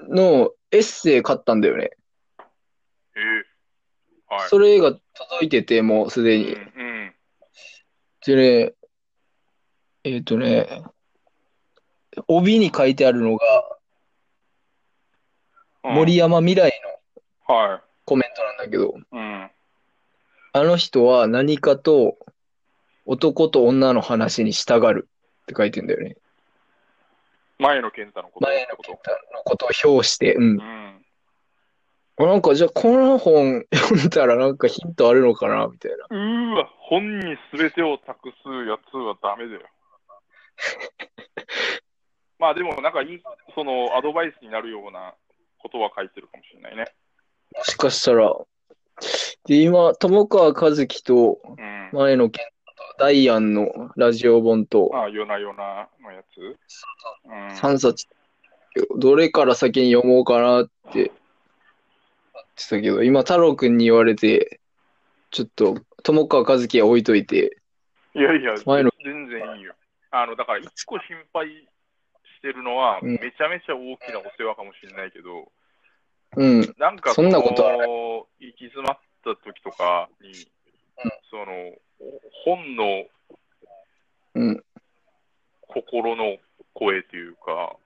C: ーのエッセイ買ったんだよね。
B: えー、はい。
C: それが届いてて、もうすでに。
B: うん、うん。
C: でね、えっとね、帯に書いてあるのが、
B: うん
C: 森山未来の
B: は
C: コメントなんだけど、
B: い。うん。
C: あの人は何かと男と女の話に従るって書いてんだよね。
B: 前の健太のことっ
C: 前
B: て
C: 野
B: こと
C: 健。太のことを評して、うん。
B: うん。
C: あなんか、じゃあ、この本読んだらなんかヒントあるのかなみたいな。
B: うーわ、本に全てを託すやつはダメだよ。まあでも、なんかいい、その、アドバイスになるようなことは書いてるかもしれないね。
C: もしかしたら。で、今、友川一樹と
B: うん。
C: 前野健とダイアンのラジオ本と
B: ああ、夜な夜なのやつ。うん。
C: 3冊、どれから先に読もうかなって言ってたけど、今、太郎くんに言われて、ちょっと友川一樹は置いといて、
B: いやいや、
C: 前の
B: 全然いいよ。あの、だから、一個心配してるのは、
C: うん
B: めちゃめちゃ大きなお世話かもしれないけど、
C: うん、
B: なんか
C: そんなことは
B: の行き詰まった時とかに、その、本の
C: うん、
B: 心の声というか、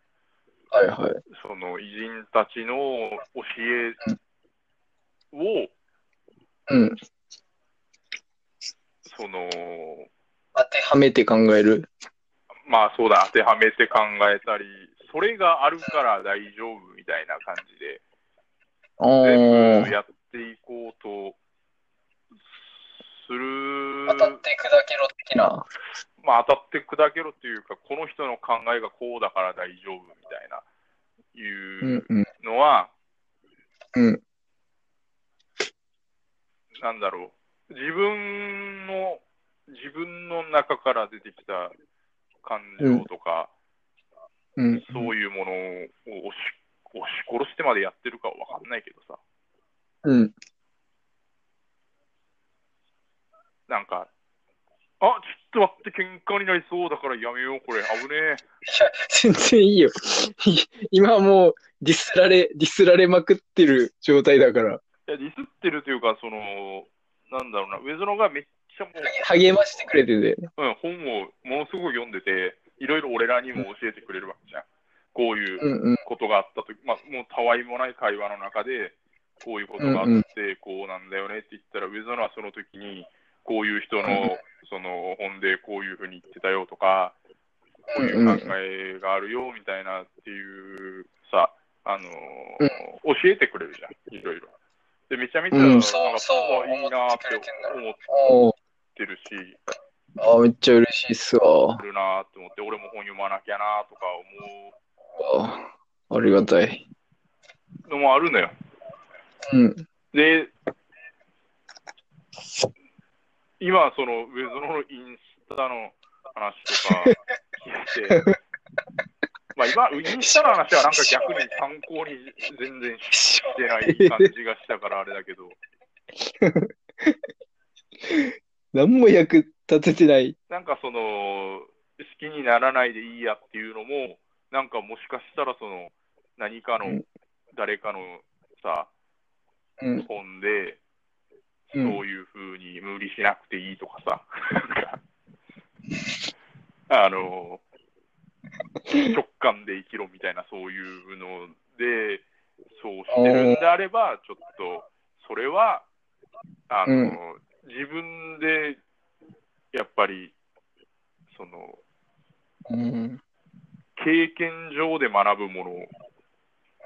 E: はいはい。
B: その偉人たちの教えを、
C: うん。
B: その、
C: 当てはめて考える。
B: まあそうだ、当てはめて考えたり、それがあるから大丈夫みたいな感じで、
C: あ
B: 全部
C: ー
B: やっていこうとする、
C: 当たって砕けろ的な。
B: まあ当たって砕けろというか、この人の考えがこうだから大丈夫みたいな、
C: う
B: いうん
C: うん。
B: のは、
C: うん。
B: なんだろう、自分の、自分の中から出てきた感情とか、
C: うん。
B: そういうものを押し押し殺してまでやってるかは分かんないけどさ、
E: うん。
B: なんか、あちょっと待って、喧嘩になりそうだからやめよう、これ、危ねえ。
C: 全然いいよ。
E: い 今もうディスられ、ディスられまくってる状態だから、
B: いや、ディスってるというか、その、なんだろうな、上園がめっちゃも
E: 励ましてくれてて。
B: う、うん、本をものすごく読んでて、いろいろ俺らにも教えてくれるわけじゃん。こういう
C: うんうん。
B: ことがあったとき、まあ、もうたわいもない会話の中で、こういうことがあって、
E: うんう
B: こうなんだよねって言ったら、上園はその時に、こういう人の、
E: うん
B: その本でこういうふうに言ってたよとか、こういう
E: うんう
B: 考
E: ん
B: えがあるよみたいなっていうさ、あのー教えてくれるじゃん、いろいろ。で、めちゃめちゃ、
E: うん
B: なんか
C: そうそう
B: あいいなーって
C: 思ってくれてんだろう
B: 思っ
C: おー
B: てるし、
C: あー、めっちゃ嬉しいっすわ。
B: あるなーって思って、俺も本読まなきゃなーとか
C: あーありがたい。
B: 思うのもあるのよ。
C: うん。
B: で、今、その、上園のインスタの話とか聞いて、 まあ今、インスタの話はなんか逆に参考に全然してない感じがしたからあれだけど、
E: 何も役立ててない。
B: なんかその、好きにならないでいいやっていうのも、なんかもしかしたらその、何か
E: うん
B: の、誰かのさ、
E: うん
B: 本で、そう
E: うん
B: いうふうに無理しなくていいとかさ、あの、直感で生きろみたいな、そういうので、そうしてるんであれば、ちょっと、それは、あの、
E: う
B: 自分で、やっぱり、その、
E: うん。
B: 経験上で学ぶもの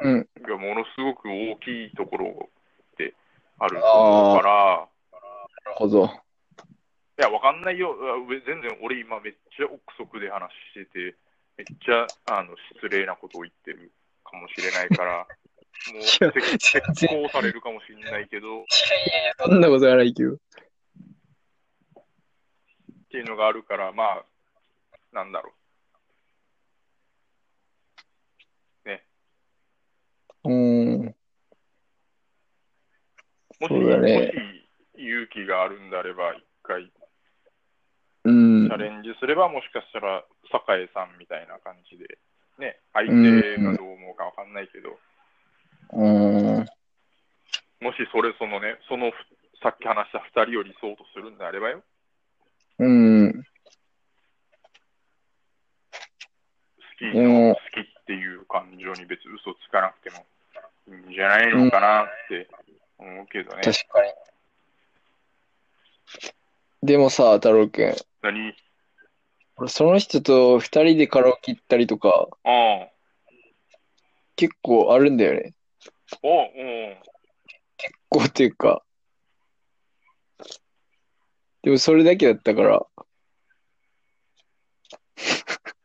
E: うん。
B: がものすごく大きいところってあると思うから、
E: なるほど。
B: いや、わかんないよ。うわ上全然俺今めっちゃ憶測で話してて、めっちゃあの失礼なことを言ってるかもしれない から、もう
E: いや
B: せ
E: 全
B: 説教されるかもしれないけど、っ
E: そんなことはないけど。
B: ていうのがあるから、まあ、なんだろ
E: うん。
B: う。もし、
E: そうだね
B: もし勇気があるんであれば、一回
E: うん
B: チャ。レンジすれば、もしかしたら、酒井さんみたいな感じで、ね、相手がどう思うかわかんないけど、
E: うん。
B: もしそれ、そのね、そのさっき話した2人を理想とするんであればよ、
E: うん。
B: 好き
E: うん
B: の好きっていう感情に別に嘘つかなくてもいいんじゃないのかなって思うけどね。
E: 確かに。でもさ、太郎くん、
B: 何
E: 俺その人と二人でカラオケ行ったりとか、
B: ああ、
E: 結構あるんだよね。
B: おううん。
E: こうっていうか。でもそれだけだったから。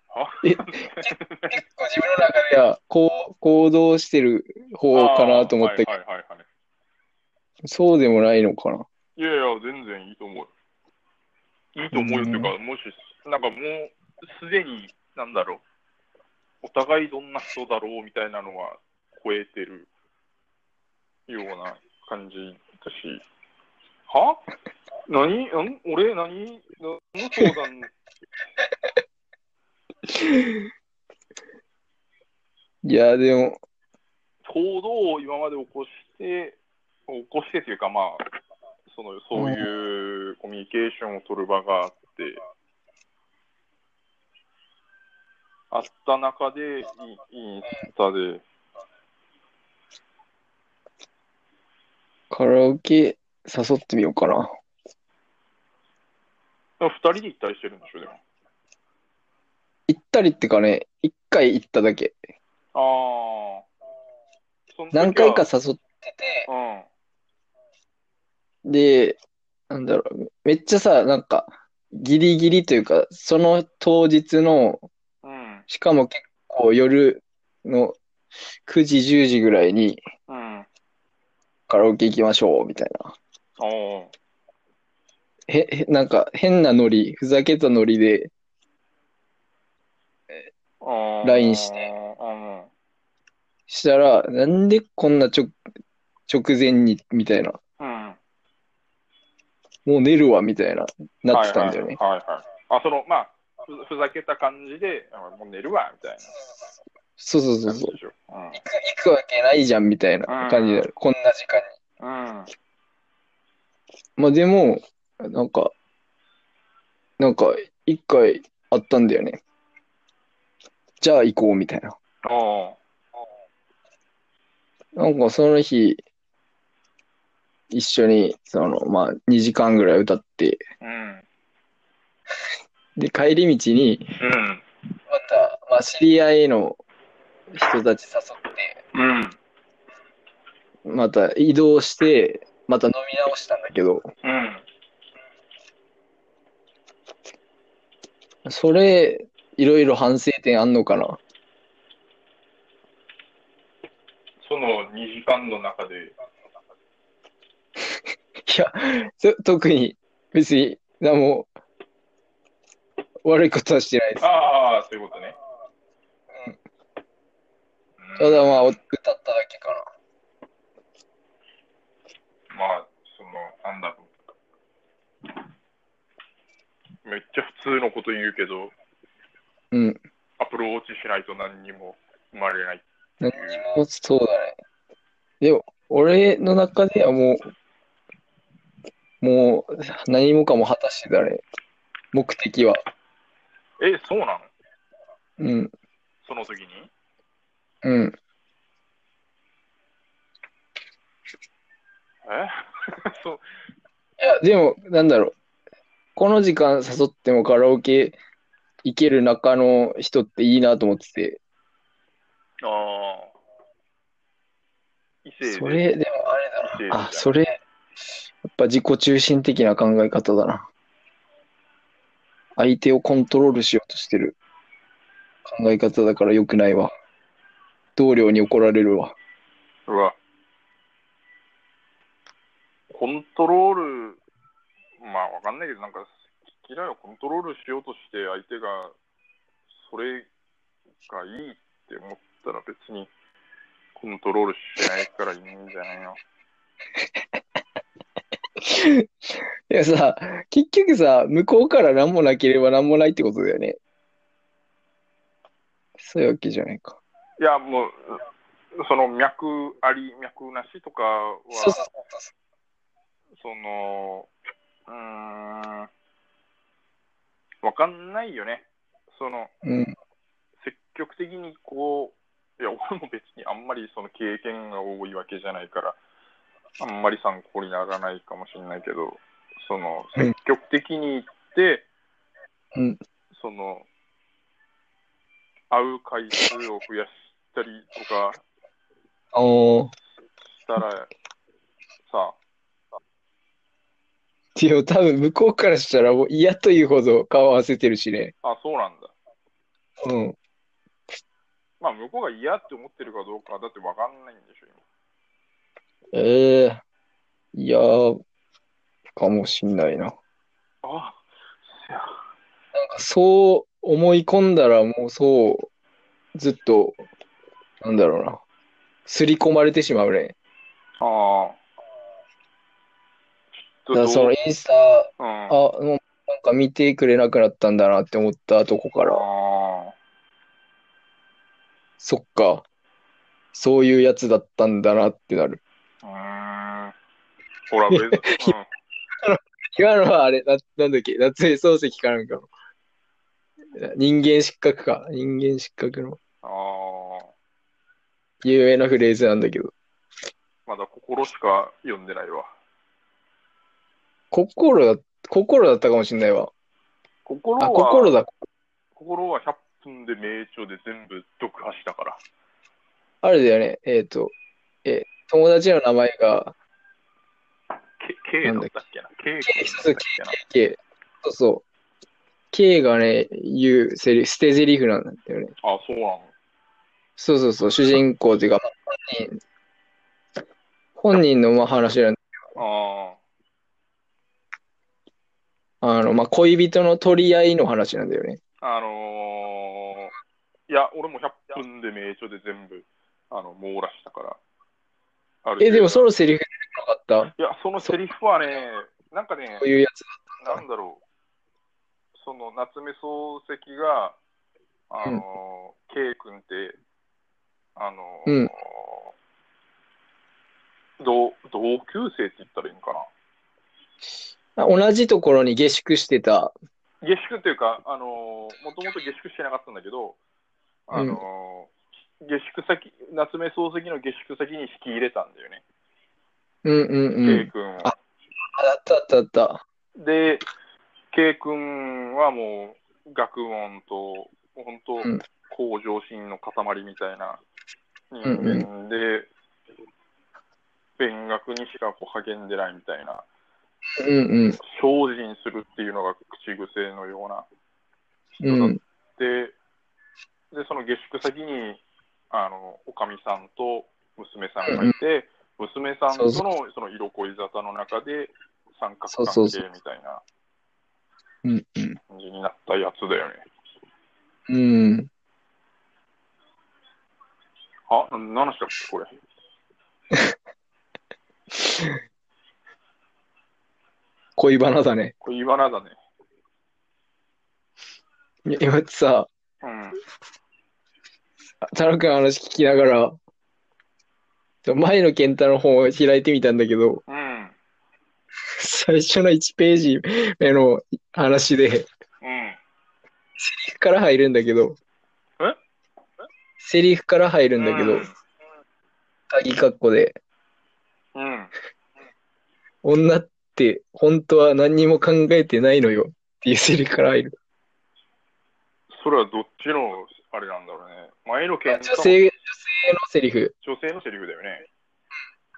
B: あ
E: え結構自分の中ではこう行動してる方かなと思ったけど、
B: ああはいはいはいはい。
E: そうでもないのかな。
B: いやいや、全然いいと思う。いいと思うよっていうか、もし、なんかもう、すでに、なんだろう、お互いどんな人だろうみたいなのは超えてるような感じだし、は何 ん俺何 の相談
E: いや、でも、
B: 行動を今まで起こして、起こしてというか、まあ、そのそういうコミュニケーションを取る場があって、あった中で、いインスタで、
C: カラオケ誘ってみようかな。
B: でも二人で行ったりしてるんでしょ、でも。
C: 行ったりってかね、一回行っただけ。
B: ああ。その時は
C: 何回か誘っ
B: うん。
C: て、なんだろう、めっちゃさ、なんか、ギリギリというか、その当日の、
B: うん。
C: しかも結構夜の9時、10時ぐらいに
B: うん。
C: カラオケ行きましょう、みたいな。
B: おー
C: へ、へなんか変なノリ、ふざけたノリで、
B: あー。
C: ラインして
B: うん。
C: したら、なんでこんなちょ、直前に、みたいな。
B: うん。
C: もう寝るわ、みたいな、なってたんだよね。
B: はいはい、はいはい。あ、その、まあ、ふふざけた感じで、あもう寝るわ、みたい
C: そうそうそ
B: な感
C: うそ
B: じ
C: う。
B: でしょ。
C: 行く、行くわけないじゃん、みたいな感じだよ。こんな時間に。
B: うん。うん。
C: まあでも、なんか、なんか、一回あったんだよね。じゃあ行こう、みたいな。
B: おー
C: なんかその日、一緒に、その、まあ、2時間ぐらい歌って、
B: うん。
C: で、帰り道に、
B: うん。
C: また、まあ、知り合いの人たち誘って、
B: うん。
C: また移動して、また飲み直したんだけど、
B: うん。
C: それ、いろいろ反省点あんのかな
B: その2時間の中で、
C: いや、そ特に別に何も悪いことはしてないです。
B: ああ、そういうことね。うん
C: ただまあ、歌っただけか
B: まあ、その、なんだろう。めっちゃ普通のこと言うけど、
C: な。うん。
B: アプローチしないと何にも生まれない。
C: 何にも、そうだね。でも、俺の中ではもう、もう何もかも果たしてたね。目的は。
B: え、そうなの
C: うん、
B: その時に
C: うん。
B: えそう。
C: いや、でも、なんだろう。この時間誘ってもカラオケ行ける中の人っていいなと思ってて。
B: ああ。異性で。
C: それ、でもあれだな
B: 異性で
C: あ、それ、やっぱ自己中心的な考え方だな。相手をコントロールしようとしてる考え方だから良くないわ。同僚に怒られるわ。
B: うわ。コントロール、まあわかんないけど、なんか、嫌いをコントロールしようとして、相手が、それがいいって思ったら、別に、コントロールしないからいいんじゃないの。
C: いやさ、結局さ、向こうから何もなければ何もないってことだよね。そういうわけじゃないか。
B: いや、もう、その、脈あり、脈なしとかは、
F: そうそうそうそ
B: その、うーん、わかんないよね。その、
C: うん。
B: 積極的にこう、いや、俺も別にあんまりその経験が多いわけじゃないから、あんまり参考にならないかもしれないけど、その、
C: うん
B: 積極的に行って、
C: うん
B: その、会う回数を増やしたりとか
C: おー、
B: したら、さ、
C: でも多分向こうからしたらもう嫌というほど顔合わせてるしね。
B: あ、そうなんだ。
C: うん。
B: まあ、向こうが嫌って思ってるかどうかはだってわかんないんでしょ、今。
C: ええいやー、かもしんないな。
B: あ、いや
C: なんかそう思い込んだらもうそう、ずっと、なんだろうな。刷り込まれてしまうね。
B: ああ。ち
C: だからそのインスタ、
B: うん。
C: あ、もうなんか見てくれなくなったんだなって思ったとこから、
B: あ
C: そっか、そういうやつだったんだなってなる。
B: あ。うーん。ほら、別に。
C: 今のはあれ、な、なんだっけ、夏目漱石かなんかの人間失格か。人間失格の
B: ああ。
C: 有名なフレーズなんだけど。
B: まだ心しか読んでないわ。
C: 心だ、心だったかもしんないわ。
B: 心は、
C: あ、心だ。
B: 心は100分で名著で全部読破したから。
C: あれだよね。えっと、え、友達の名前が、
B: け K だったっけな ?K だったっけな
C: K。そうそう。K がね、言うセリフ、捨て台詞なんだよね。
B: あ、そうなの。
C: そうそうそう、主人公っていうか、本人、本人のまあ話なん
B: あ
C: あの、まあ、恋人の取り合いの話なんだよね。
B: あ、あのー、いや、俺も100分で名著で全部、あの、網羅したから。ある
C: え、でもそのセリフ出てこなかっ
B: いや、そのセリフはね、なんかね
C: たこ、ういうやつ。
B: なんだろう、その夏目漱石が、あの、K 君って、あの、
C: うん
B: 同同級生って言ったらいいのかな。
C: あ同じところに下宿してた。
B: 下宿っていうか、あのー、もともと下宿してなかったんだけど、あのー下宿先、夏目漱石の下宿先に引き入れたんだよね、
C: うんうんう
B: K
C: ん。
B: 君を。
C: ああったあったあった。
B: で、K 君はもう、学問と、本当
C: うん、
B: 向上心の塊みたいな人間で、勉学にしかこう励んでないみたいな、
C: うん
B: 精進するっていうのが口癖のような
C: うん。うん。
B: で、でその下宿先にあのおかみさんと娘さんがいて、娘さんとの
C: そ
B: その色恋沙汰の中で三角
C: そうそ
B: 関係
C: うそう
B: みたいな
C: うんうん。
B: 感じになったやつだよね。
C: うん。
B: あ、何の話だっけ、これ。
C: 恋バナだね。
B: これ、イバナだね。
C: いや今さ、
B: うん。
C: 田中の話聞きながら、前の健太の本を開いてみたんだけど、
B: うん。
C: 最初の1ページ目の話で、
B: うん。
C: セリフから入るんだけど、
B: え
C: セリフから入るんだけど、鍵括弧で、
B: うん。うん。
C: 女って本当は何にも考えてないのよっていうセリフから入る。
B: それはどっちのあれなんだろうね。前の件
C: 女性、女性のセリフ
B: 女性のセリフだよね。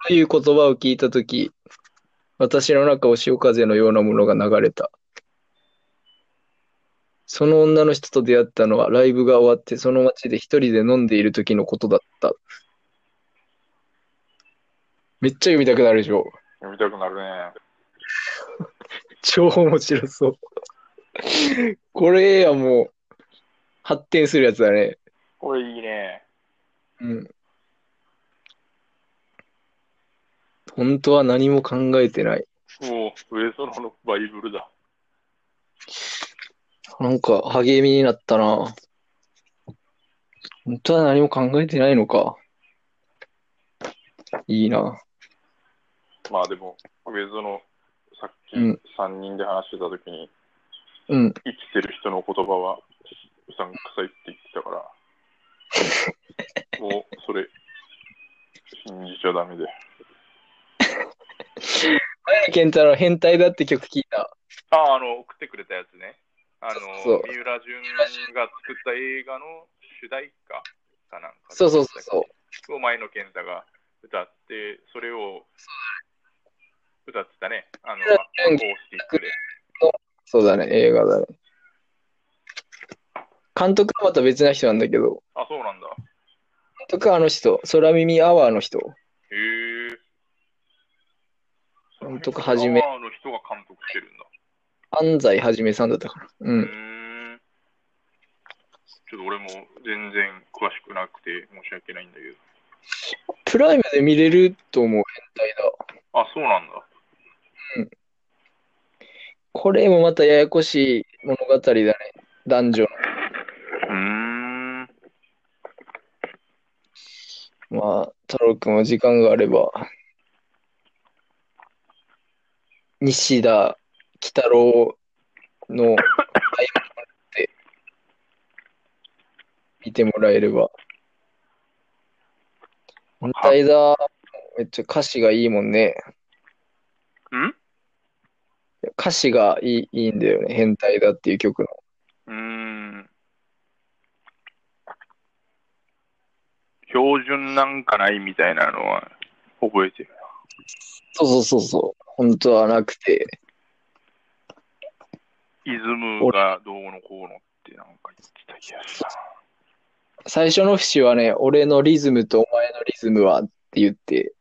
C: という言葉を聞いたとき、私の中を潮風のようなものが流れた。その女の人と出会ったのはライブが終わってその街で一人で飲んでいる時のことだった。めっちゃ読みたくなるでしょ。
B: 読みたくなるね。
C: 超面白そう。これはもう、発展するやつだね。
B: これいいね。
C: うん。本当は何も考えてない。
B: もう、上園のバイブルだ。
C: なんか励みになったな。本当は何も考えてないのか。いいな。
B: まあでも、上園、さっき
C: うん
B: 3人で話してたときに、
C: うん。
B: 生きてる人の言葉はうさんくさいって言ってたから、 もうそれ、信じちゃダメで。
C: 前野健太郎、変態だって曲聞いた。
B: ああ、あの、送ってくれたやつね。あの、
C: そう
B: 三浦淳が作った映画の主題歌かなんか。
C: そうそうそうそう。
B: う。を前野健太が歌って、それを歌ってたね。あの、アコースティックで。
C: そうだね、映画だね。監督はまた別な人なんだけど、
B: あ、そうなんだ。
C: 監督はあの人、空耳アワーの人。
B: へえ。
C: 監督はじめ
B: あの人が監督してるんだ。
C: 安西はじめさんだったから。
B: う
C: う。
B: んーん。ちょっと俺も全然詳しくなくて申し訳ないんだけど。
C: プライムで見れると思う、変態だ。
B: あ、そうなんだ。
C: これもまたややこしい物語だね。男女
B: うーん。
C: の。まあ、太郎くんは時間があれば。西田喜太郎の合間を縫って見てもらえれば。反対だ。めっちゃ歌詞がいいもんね。
B: ん
C: 歌詞がいいいいんだよね。変態だっていう曲の。
B: うーん。標準なんかないみたいなのは覚えてる。
C: そうそうそうそう。本当はなくて。
B: イズムがどうのこうのってなんか言ってた気がする
C: 最初の節はね、俺のリズムとお前のリズムはって言って。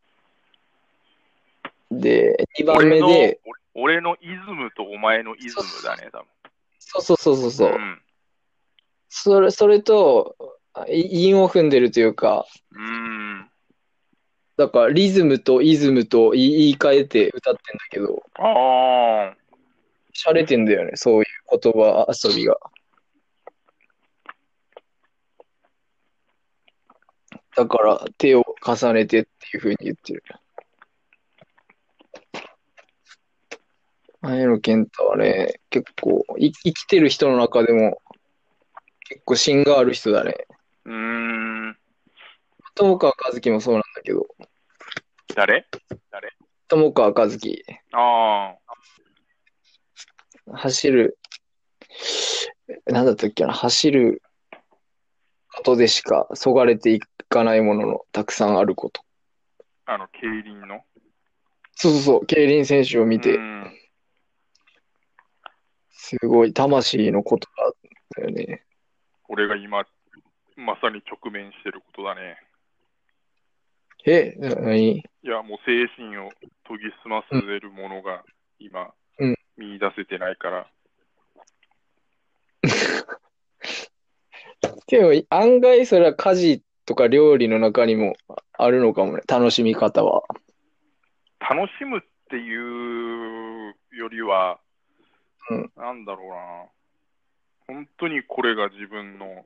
C: で、2
B: な。
C: 番目
B: の
C: で、
B: 俺のイズムとお前のイズムだね、多分。
C: そうそうそうそうそう。
B: ん。
C: それ、それと、い韻を踏んでるというか、
B: うーん。
C: だからリズムとイズムと言い言い換えて歌ってんだけど、
B: ああ。
C: 洒落てんだよね、そういう言葉遊びが。だから手を重ねてっていう風に言ってる。前野健太はね、結構い、生きてる人の中でも結構芯がある人だね。
B: うーん。
C: 友川一樹もそうなんだけど、
B: 誰
C: 友川一樹、
B: ああ。
C: 走る、なんだったっけな、走ることでしかそがれていかないもののたくさんあること。
B: あの、競輪の。
C: そうそうそう、競輪選手を見
B: う
C: て、
B: ん
C: すごい魂の言葉だよね。
B: 俺が今、まさに直面してることだね。
C: え、な何
B: いや、もう精神を研ぎ澄ませるものが今、
C: うん
B: 見出せてないから。
C: でも案外それは家事とか料理の中にもあるのかもね、楽しみ方は。
B: 楽しむっていうよりは、
C: うん
B: なんだろうな、本当にこれが自分の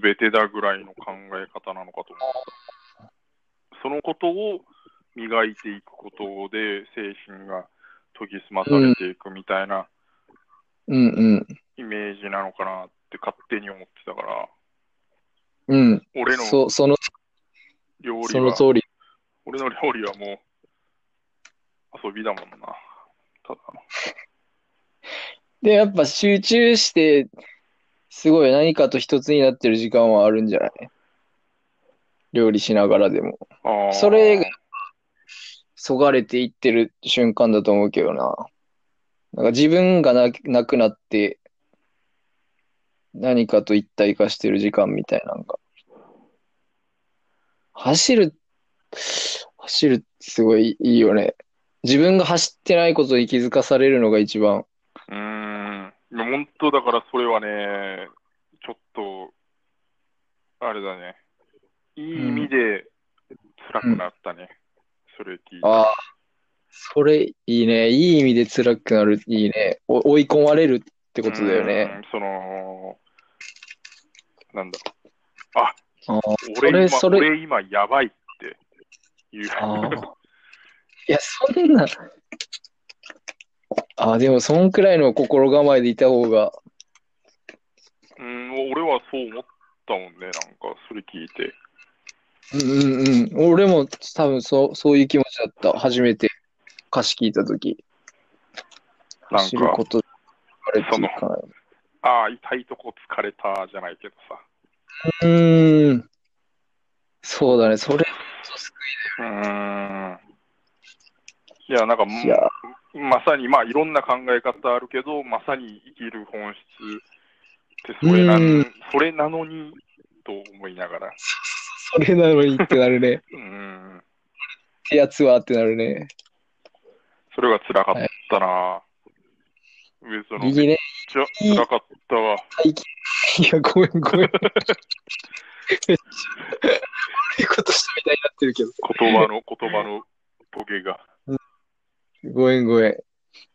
B: 全てだぐらいの考え方なのかと思った。そのことを磨いていくことで精神が研ぎ澄まされていくみたいな
C: うんうん。
B: イメージなのかなって勝手に思ってたから、
C: うん。
B: 俺の
C: そ、その、
B: 料理
C: その
B: は、
C: 通り。
B: 俺の料理はもう遊びだもんな。ただの
C: で、やっぱ集中して、すごい何かと一つになってる時間はあるんじゃない料理しながらでも。
B: あー
C: それがそがれていってる瞬間だと思うけどな。なんか自分がな、なくなって、何かと一体化してる時間みたいなのが。走る、走るってすごいいいよね。自分が走ってないことに気づかされるのが一番。
B: うーん、本当だからそれはね、ちょっと、あれだね、いい意味で辛くなったね、それ聞いて。
C: ああ、それいいね。いい意味で辛くなる。いいね。お追い込まれるってことだよね。
B: うーん。その、なんだろう、あ
C: ああ、
B: 俺今、
C: それそれ
B: 俺今やばいっていう。
C: ああ。いや、そんな。ああ、でも、そんくらいの心構えでいた方が、
B: うん、俺はそう思ったもんね、なんか、それ聞いて。
C: うんうんうん。俺も多分そう、そういう気持ちだった。初めて歌詞聞いたとき。
B: なんか
C: 走ること、あれっていうかな。
B: ああ、痛いとこ疲れたじゃないけどさ。
C: うーん。そうだね。それ、
B: うーん。いや、なんか、
C: いや、
B: まさに、まあ、いろんな考え方あるけど、まさに生きる本質ってそれな
C: うん
B: ん、それなのに、と思いながら。
C: それなのにってな るね。っ
B: うん。
C: てやつはってなるね。
B: それが辛かったな上園め
C: い
B: っ
C: いね。
B: ちゃ辛かったわ。
C: いや、ごめん、ごめん。めっちゃ悪いことしたみたいになってるけど。
B: 言葉 の、言葉のボケが。
C: ごめん、ごめん。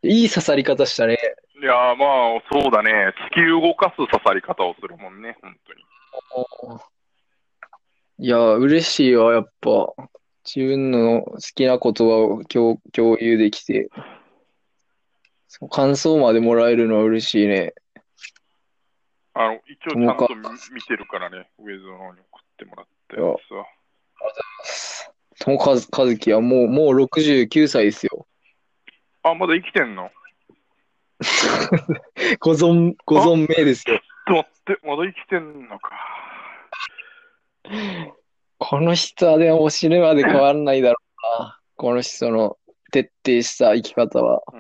C: いい刺さり方したね。
B: いやー、まあ、そうだね。突き動かす刺さり方をするもんね、本当に。
C: いや、嬉しいわ、やっぱ。自分の好きな言葉を共、共有できて、その感想までもらえるのは嬉しいね。
B: ああの、一応ちゃんと見見てるからね、ウェズの方に送ってもらったやつは。
C: 友和和樹はもう、もう69歳ですよ。
B: あ、まだ生きてんの
C: ご存、ご存命ですよ。
B: ちょっと待って、まだ生きてんのか。
C: この人はでも死ぬまで変わんないだろうな。この人の徹底した生き方は。
B: う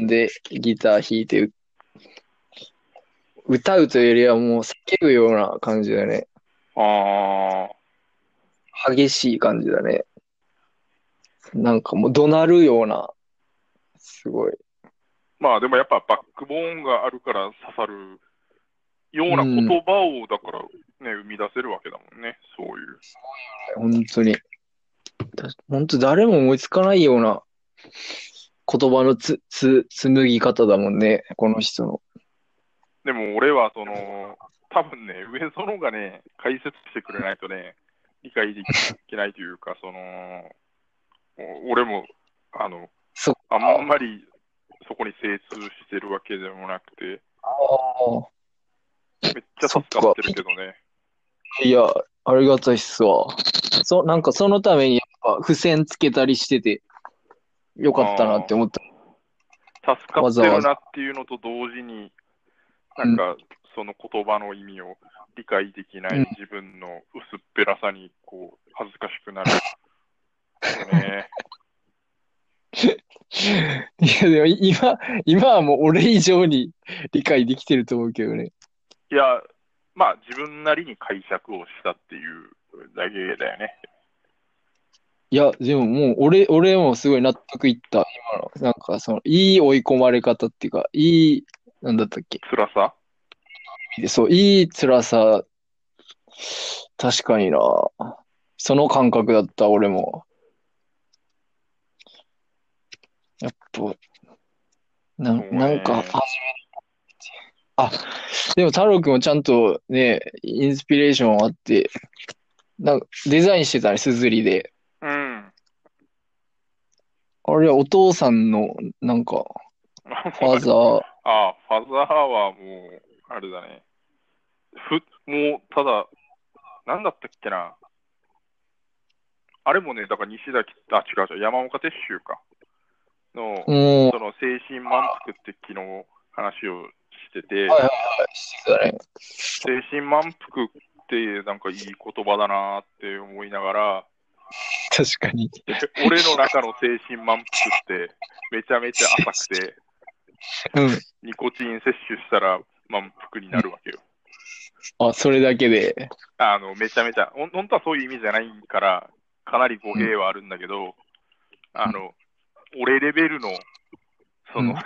B: ーん。
C: で、ギター弾いてう、歌うというよりはもう叫ぶような感じだね。
B: あ
C: 激しい感じだね。なんかもう怒鳴るような、すごい。
B: ーまあでもやっぱバックボーンがあるから刺さるような言葉を、だからね、生み出せるわけだもんね、そういう。
C: 本当に。だ本当誰も思いつかないような言葉のつ、つ、紡ぎ方だもんね。この人の。
B: でも俺はその、多分ね、上園がね、解説してくれないとね、理解できないというか、その、もう俺も、あの
C: そっ、
B: あんまりそこに精通してるわけでもなくて、めっちゃ助かってるけどね。
C: いや、ありがたいっすわ。そ、なんかそのためにやっぱ付箋つけたりしてて、よかったなって思った。
B: 助かってるなっていうのと同時に、なんか、その言葉の意味を理解できな
C: うん
B: い自分の薄っぺらさに、こう、恥ずかしくなる。ね、
C: いや、でも今、今はもう俺以上に理解できてると思うけどね。
B: いや、まあ、自分なりに解釈をしたっていうだけだよね。
C: いや、でももう俺、俺もすごい納得いった。今の。なんかその、いい追い込まれ方っていうか、いい、なんだったっけ。
B: 辛さ
C: でそう、いい辛さ、確かにな。その感覚だった、俺も。やっぱ、な、
B: そうね
C: なんか、あ、でも太郎くんもちゃんとね、インスピレーションあって、なんかデザインしてたね、すずりで。
B: うん。
C: あれはお父さんの、なんか、ファザー、
B: ああ、ファザーはもう、あれだね。ふ、もう、ただ、なんだったっけな。あれもね、だから西崎、あ、違う違う、山岡鉄舟か。の、
C: うん、
B: その精神満腹って昨日話をしてて、
C: はいはいしてたね。
B: 精神満腹ってなんかいい言葉だなーって思いながら、
C: 確かに。
B: 俺の中の精神満腹ってめちゃめちゃ浅くて、
C: うん。
B: ニコチン摂取したら満腹になるわけよ。
C: あ、それだけで。
B: あの、めちゃめちゃ、ほん本当はそういう意味じゃないから、かなり語弊はあるんだけど、あの、俺レベルの、その、
C: うん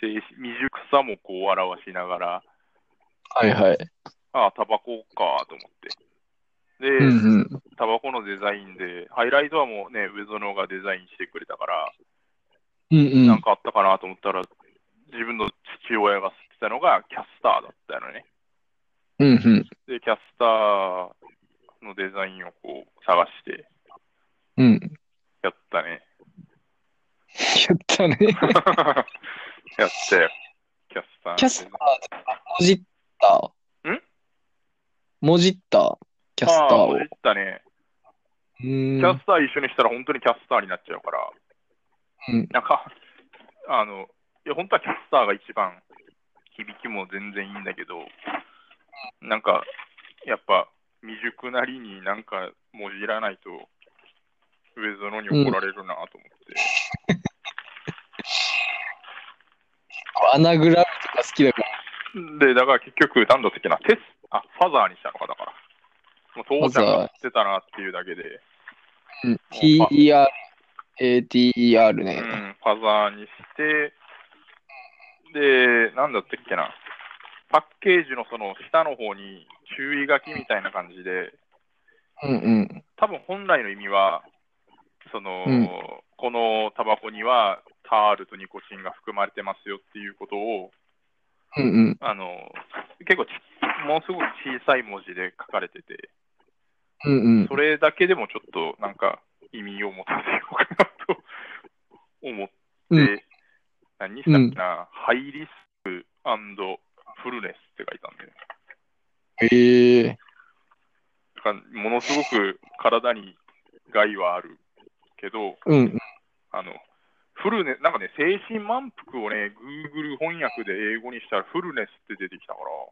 B: 精神未熟さもこう表しながら、
C: はいはい。
B: ああ、タバコかと思って。で、
C: うんうん。
B: タバコのデザインで、ハイライトはもうね、上園がデザインしてくれたから、
C: うんうん。
B: なんかあったかなと思ったら、自分の父親が吸ってたのがキャスターだったのね。
C: うんうん。
B: で、キャスターのデザインをこう探して
C: うん。
B: やったね。
C: やったね。
B: やったよ。キャスターのデザイン。
C: キャスター、もじった。
B: ん
C: もじった。キャスタ
B: あ
C: ー
B: あ
C: を。
B: もじったね。
C: う
B: キ
C: ー
B: ャ
C: ん。
B: スター一緒にしたら本当にキャスターになっちゃうから、
C: うん
B: なんか、あの、いや、本当はキャスターが一番、響きも全然いいんだけど、なんか、やっぱ、未熟なりになんか、もじらないと、上園に怒られるなと思って。
C: 穴グラムとか好きだから。
B: で、だから結局、なんだったっけな、テス、あ、ファザーにしたのか、だから。もう父ちゃんが知ってたなっていうだけで、
C: うん。TER、ATER
B: う
C: ね。
B: ん、ファザーにして、で、なんだったっけな、パッケージのその下の方に注意書きみたいな感じで、
C: うんうん。
B: 多分本来の意味は、その、
C: うん
B: このタバコにはタールとニコチンが含まれてますよっていうことを、
C: うんうん。
B: あの、結構ち、ものすごく小さい文字で書かれてて、
C: うんうん
B: そ。れだけでもちょっとなんか意味を持たせようかなと思って、
C: うん
B: 何したっけな、ハイリスクフルネスって書いたんで、ね、
C: ええ
B: だからものすごく体に害はあるけど、
C: うん。
B: あの、フルネなんかね、精神満腹をね、Google 翻訳で英語にしたらフルネスって出てきたから、
C: う
B: も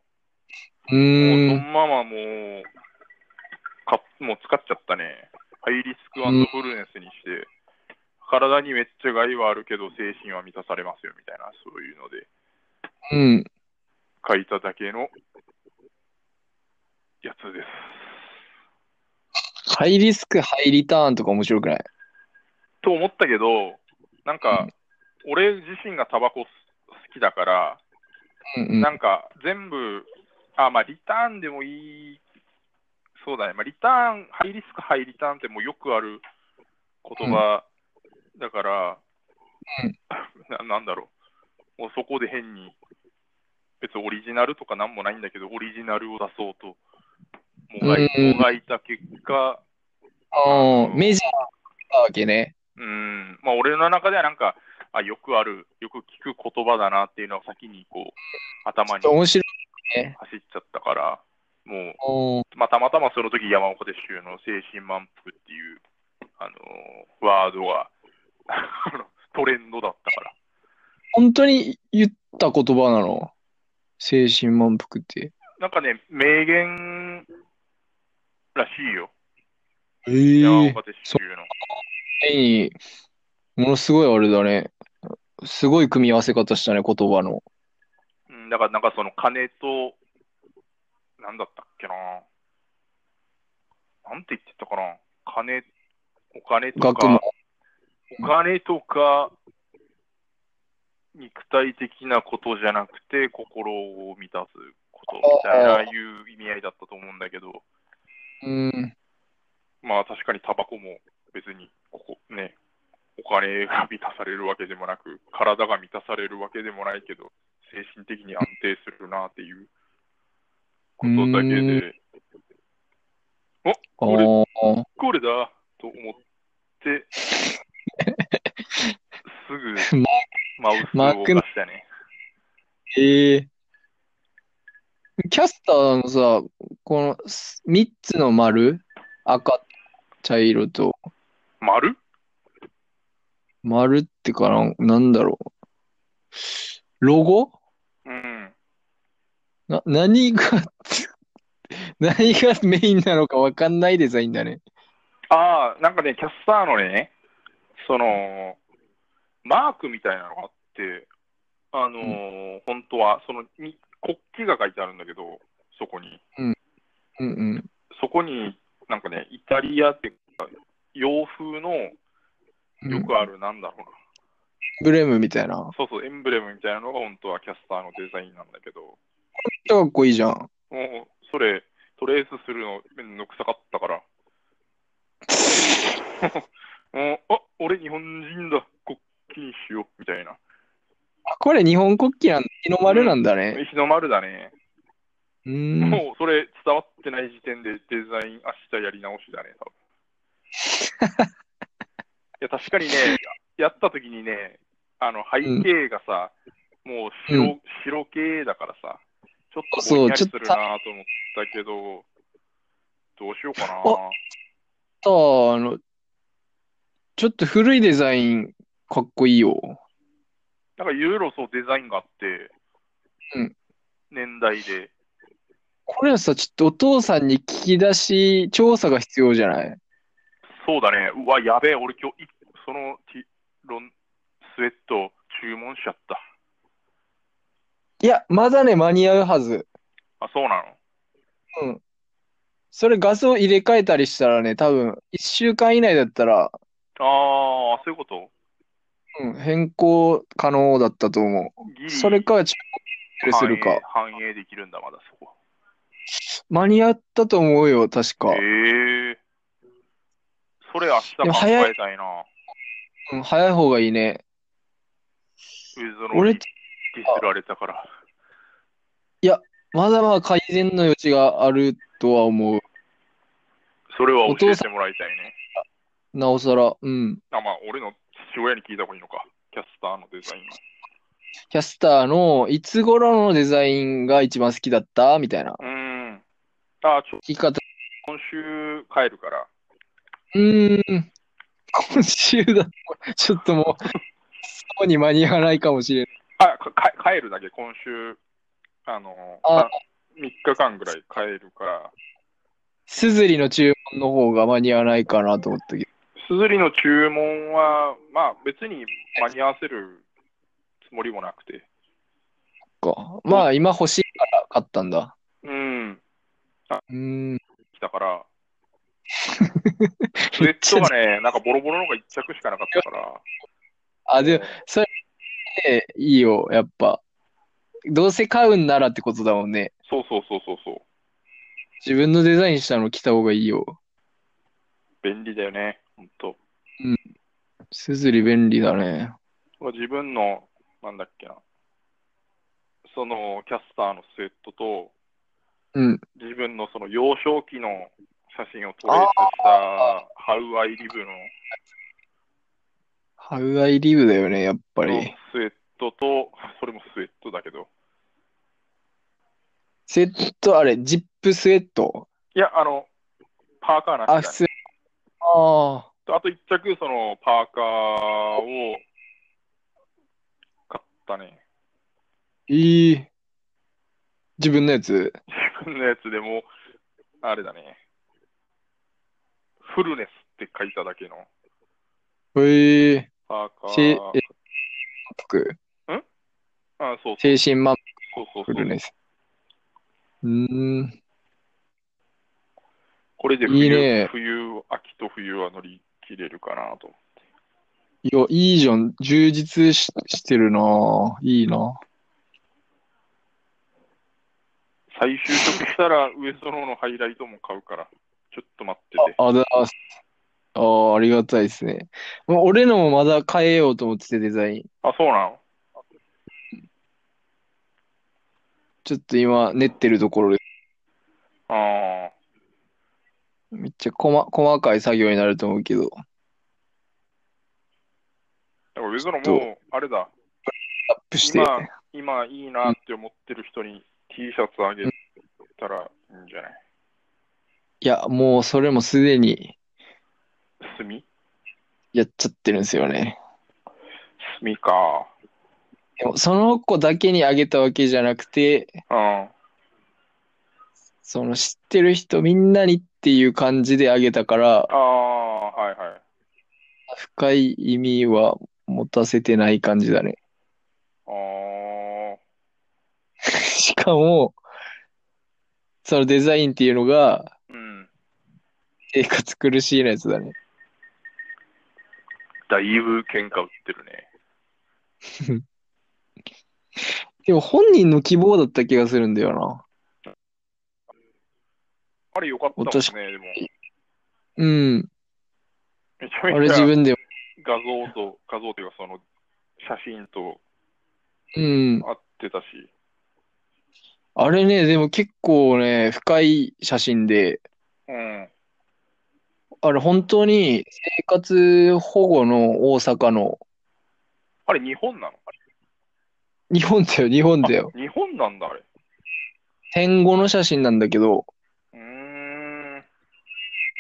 C: ー。
B: うんそのままもう、かもう使っちゃったね。ハイリスクフルネスにして、体にめっちゃ害はあるけど、精神は満たされますよみたいな、そういうので
C: うん。
B: 書いただけのやつです。
C: ハイリスク、ハイリターンとか面白くない
B: と思ったけど、なんか、俺自身がタバコ好きだから、
C: うん
B: なんか全部、あ、まあ、リターンでもいい、そうだね、まあ、リターン、ハイリスク、ハイリターンってもうよくある言葉だから、
C: うん
B: な なんだろう、もうそこで変に、別にオリジナルとかなんもないんだけど、オリジナルを出そうと、もがい,、
C: うん
B: もがいた結果、
C: うん。ああ、メジャーなわけね。
B: うん、まあ、俺の中ではなんか、あよくある、よく聞く言葉だなっていうのを先にこう頭に走っ
C: 面白い。
B: ちゃったから、もう
C: うん
B: まあ、たまたまその時山岡で州の精神満腹っていう、あのーワードが あのトレンドだったから。
C: 本当に言った言葉なの精神満腹って。
B: なんかね、名言らしいよ、
C: え
B: 山岡で州の。
C: 手に、ものすごいあれだね。すごい組み合わせ方したね、言葉の。
B: うん、だからなんかその金と、なんだったっけな。なんて言ってたかな。金、お金と
C: 学問
B: か、。お金とか、肉体的なことじゃなくて、心を満たすことみたいな、
C: あー
B: ああいう意味合いだったと思うんだけど、
C: うん。
B: まあ確かにタバコも別に、ここね、お金が満たされるわけでもなく、体が満たされるわけでもないけど、精神的に安定するなっていうことだけ
C: う
B: で、
C: あ
B: 俺
C: あ。
B: これだと思って、すぐマウス
C: マ
B: を
C: ー
B: 動
C: ク
B: かしたね。
C: ええキャスターのさ、この3つの丸、赤、茶色と、
B: 丸
C: 丸ってかな、なんだろう。ロゴ
B: うん。
C: な、何が、 何がメインなのかわかんないデザインだね。
B: ああ、なんかね、キャスターのね、その、マークみたいなのがあって、あのー本当は、その、に国旗が書いてあるんだけど、そこに。
C: うんうん。
B: そこに、なんかね、イタリアっていうか、洋風の、
C: うん
B: よくある、なんだろうな、
C: ブレムみたいな。
B: そうそう、エンブレムみたいなのが本当はキャスターのデザインなんだけど、
C: かっこいいじゃん。
B: もう、それ、トレースするのめんどくさかったから。 もう、あ、俺日本人だ、国旗にしよう、みたいな。
C: あこれ日本国旗なんだ。日の丸なんだね。
B: 日の丸だね。
C: うーん。
B: もう、それ伝わってない時点でデザイン、明日やり直しだね、多分。い や、確かにね、やった時にね、あの、背景がさ、もう白、
C: う
B: 白系だからさ、ちょっとぼんやりするなと思ったけど、どうしようかな。
C: あと、あの、ちょっと古いデザイン、かっこいいよ。
B: なんかいろいろそうデザインがあって、
C: うん
B: 年代で。
C: これはさ、ちょっとお父さんに聞き出し、調査が必要じゃない
B: そうだね、うわ、やべえ、俺今日い、そのティロンスウェット注文しちゃった。
C: いや、まだね、間に合うはず。
B: あ、そうなの
C: それ画像入れ替えたりしたらね、多分、1週間以内だったら、
B: あー、そういうこと
C: うん、変更可能だったと思
B: ギ
C: う。
B: リ
C: それか、注文するか。
B: 反映。反映できるんだ、まだそこ。
C: 間に合ったと思うよ、確か
B: へ。えー。それ明日
C: でも
B: 考
C: 早い
B: えたいな。
C: うん、早い方がいいね。
B: ウィズの
C: 俺
B: ディスられたから。
C: まだまだ改善の余地があるとは思う。
B: それは
C: お
B: 教え
C: 父
B: てもらいたいね。
C: なおさら、うん。
B: あ、まあ、俺の父親に聞いた方がいいのか。キャスターのデザインの。
C: キャスターのいつ頃のデザインが一番好きだったみたいな。
B: うん。あ、ちょ、
C: 聞き方。
B: 今週帰るから。
C: うーん。今週だ。ちょっともう、そうに間に合わないかもしれない。
B: あ、かか帰るだけ、今週、あの、
C: あ
B: あ3日間ぐらい帰るから。
C: すずりの注文の方が間に合わないかなと思ったけど。
B: すずりの注文は、まあ別に間に合わせるつもりもなくて。
C: か。まあ、今欲しいから買ったんだ。
B: うん。
C: うー ん。
B: 来たから。スウェットがね、なんかボロボロのが1着しかなかったから。
C: あ、でも、えいいよ、やっぱ。どうせ買うんならってことだもんね。
B: そうそうそうそうそう。
C: 自分のデザインしたの着た方がいいよ。
B: 便利だよね、ほんと。
C: すずり便利だね。
B: 自分の、なんだっけな、そのキャスターのスウェットと、
C: うん
B: 自分のその幼少期の写真をトレースしたハウアイリブの
C: ハウアイリブだよね、やっぱり。
B: スウェットと、それもスウェットだけど、
C: スウェット、あれ、ジップスウェット。
B: いや、あの、パーカーなしだ
C: あ、
B: ね
C: 普通。ああ、
B: あと一着、そのパーカーを買ったね。
C: いい。自分のやつ。
B: 自分のやつでも、あれだね。フルネスって書いただけの
C: へえ、
B: パーカ
C: しえ
B: ー。
C: 僕、
B: あそうそう
C: 精神満
B: そうそう
C: 腹
B: そう
C: ルネス。うーん、
B: これで冬
C: いいね
B: 冬、秋と冬は乗り切れるかなと。
C: いや、いいじゃん。充実し、してるなぁ。いいな
B: 再就職したら、ウエストローのハイライトも買うから、ちょっと待ってて。
C: あ、だ、ああ、ありがたいですね。もう俺のもまだ変えようと思ってて、デザイン。
B: あ、そうなの
C: ちょっと今、練ってるところで、
B: あ
C: めっちゃ細、細かい作業になると思うけど。
B: あ。だからウエストローもう、あれだ、
C: アップして。
B: 今、今いいなって思ってる人に T シャツあげたらいいんじゃない
C: いや、もうそれもすでに
B: 墨
C: やっちゃってるんですよね。
B: 墨か。
C: でもその子だけにあげたわけじゃなくて、
B: うん。
C: その知ってる人みんなにっていう感じであげたから、
B: ああ、はいはい。
C: 深い意味は持たせてない感じだね。
B: あ
C: しかも、そのデザインっていうのが
B: あ、うん。
C: 生活苦しいなやつだね。
B: だいぶ喧嘩売ってるね。
C: でも本人の希望だった気がするんだよな。
B: あれよかったもん
C: 私
B: ね、でも。
C: うん。
B: めちゃ
C: あれ
B: めち
C: 自
B: ゃ
C: 分でも、
B: 画像と、画像というかその、写真と
C: うん。
B: 合ってたし。
C: あれね、でも結構ね、深い写真で、
B: うん。
C: あれ本当に生活保護の大阪の、
B: あれ日本なの
C: 日本だよ、日本だよ。
B: あ日本なんだ、あれ。
C: 戦後の写真なんだけど、
B: うーん。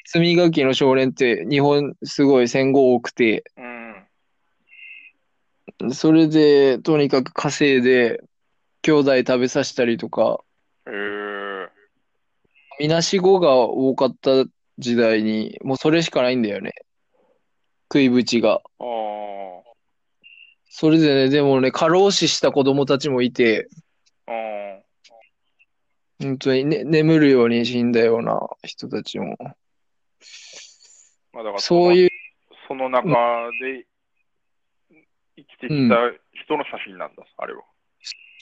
C: 罪書きの少年って日本すごい戦後多くて、
B: うん。
C: それでとにかく稼いで、兄弟食べさせたりとか、
B: えー、
C: みなしごが多かった時代に、もうそれしかないんだよね。食いぶちが。
B: あー
C: それでね、でもね、過労死した子供たちもいて、
B: あー。
C: 本当に、ね、眠るように死んだような人たちも。
B: まあだから
C: そういう、
B: その中で生きてきた人の写真なんだ、あれは。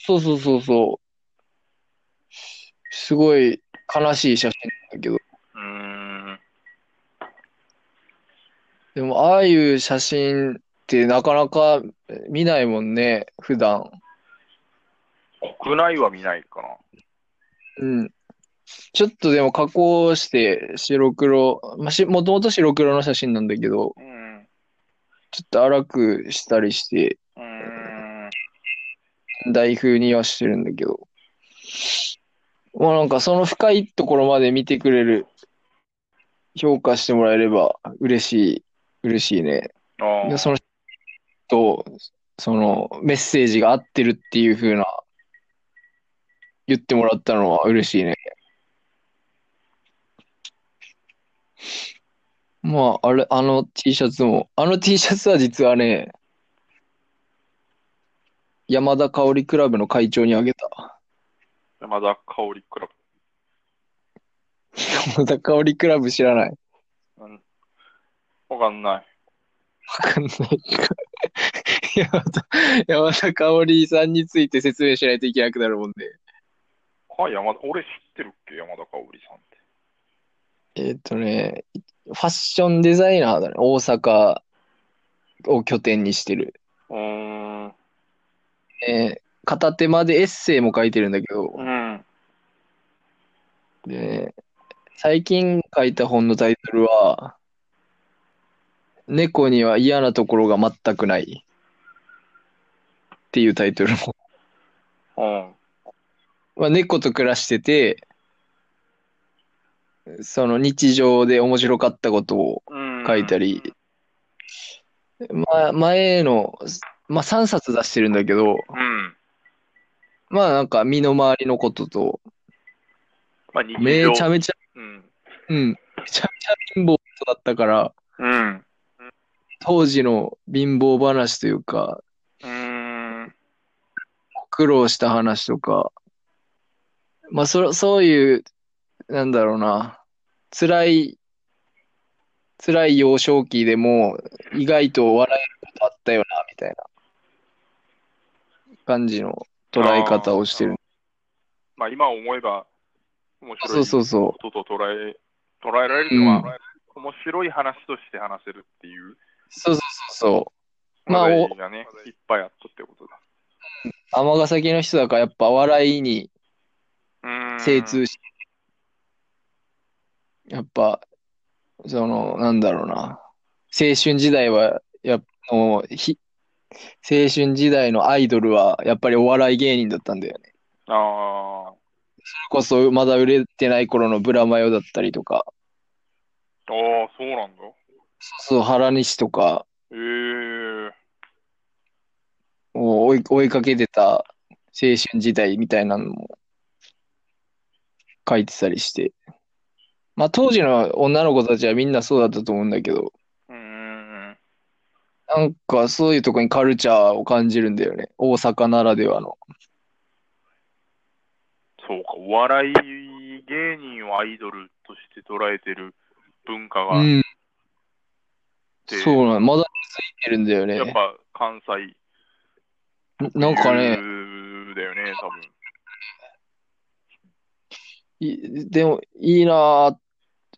C: そうそうそうそう。すごい悲しい写真だけど。
B: うーん。
C: でも、ああいう写真ってなかなか見ないもんね、普段。
B: 国内は見ないかな。
C: うん。ちょっとでも加工して白黒、まあ、し、もともと白黒の写真なんだけど、
B: うん。う
C: ちょっと荒くしたりして、
B: ーん。
C: 代風にはしてるんだけど、まあなんかその深いところまで見てくれる、評価してもらえれば嬉しい、嬉しいね。
B: あ
C: で
B: あ、
C: そのと、そのメッセージが合ってるっていう風な、言ってもらったのは嬉しいね。まあ、あれ、あの T シャツも、あの T シャツは実はね、山田香織クラブの会長にあげた。
B: 山田香織クラ
C: 山田香織クラブ知らない。
B: ブ。うんわかんない。
C: わかんないか。山田、山田香織さんについて説明しないといけなくなるもんね。
B: はい、山田、俺知ってるっけ、山田香織さんって。
C: えっとね、ファッションデザイナーだね。大阪を拠点にしてる。
B: うーん。
C: えー片手間でエッセイも書いてるんだけど、
B: うん。
C: で、最近書いた本のタイトルは、猫には嫌なところが全くないっていうタイトル
B: う
C: の。
B: ん。
C: まあ、猫と暮らしてて、その日常で面白かったことを
B: うん
C: 書いたり、まあ、前の、まあ、3冊出してるんだけ
B: う
C: ど、
B: ん。
C: まあなんか身の回りのことと、
B: まあ、日常。
C: めちゃめちゃ、
B: うん。
C: うん、めちゃめちゃ貧乏だったから、
B: うん。
C: 当時の貧乏話というか、
B: うーん。
C: 苦労した話とか、まあそ、そういう、なんだろうな、辛い、辛い幼少期でも、意外と笑えることあったよな、みたいな感じの捉え方をしてる。
B: まあ、今思えば、面白い。
C: そうそうそ
B: ことと捉え、捉えられるのは、
C: うん
B: 面白い話として話せるっていう、
C: う。そうそうそうそう。まあ、お
B: 話題がね、いっぱいあったってことだ。
C: 尼崎の人だからやっぱ笑いに
B: うーん
C: 精通し、やっぱ、その、なんだろうな。青春時代は、やっぱ、もうひ、青春時代のアイドルは、やっぱりお笑い芸人だったんだよね。
B: あ
C: それこそ、まだ売れてない頃のブラマヨだったりとか、
B: あ、ああ、そうなんだ。
C: そう、原西とか
B: ええ
C: を追い、追いかけてた青春時代みたいなのも書いてたりして。まあ、当時の女の子たちはみんなそうだったと思うんだけど、
B: うーん。
C: なんかそういうとこにカルチャーを感じるんだよね。大阪ならではの。
B: そうか、お笑い芸人をアイドルとして捉えてる文化があっ
C: うん、
B: て、
C: そうなの。まだついてるんだよ
B: やっ
C: ね。
B: ぱ関西
C: なんか
B: だ
C: ね、
B: よね、多分。
C: いでもいいなぁ。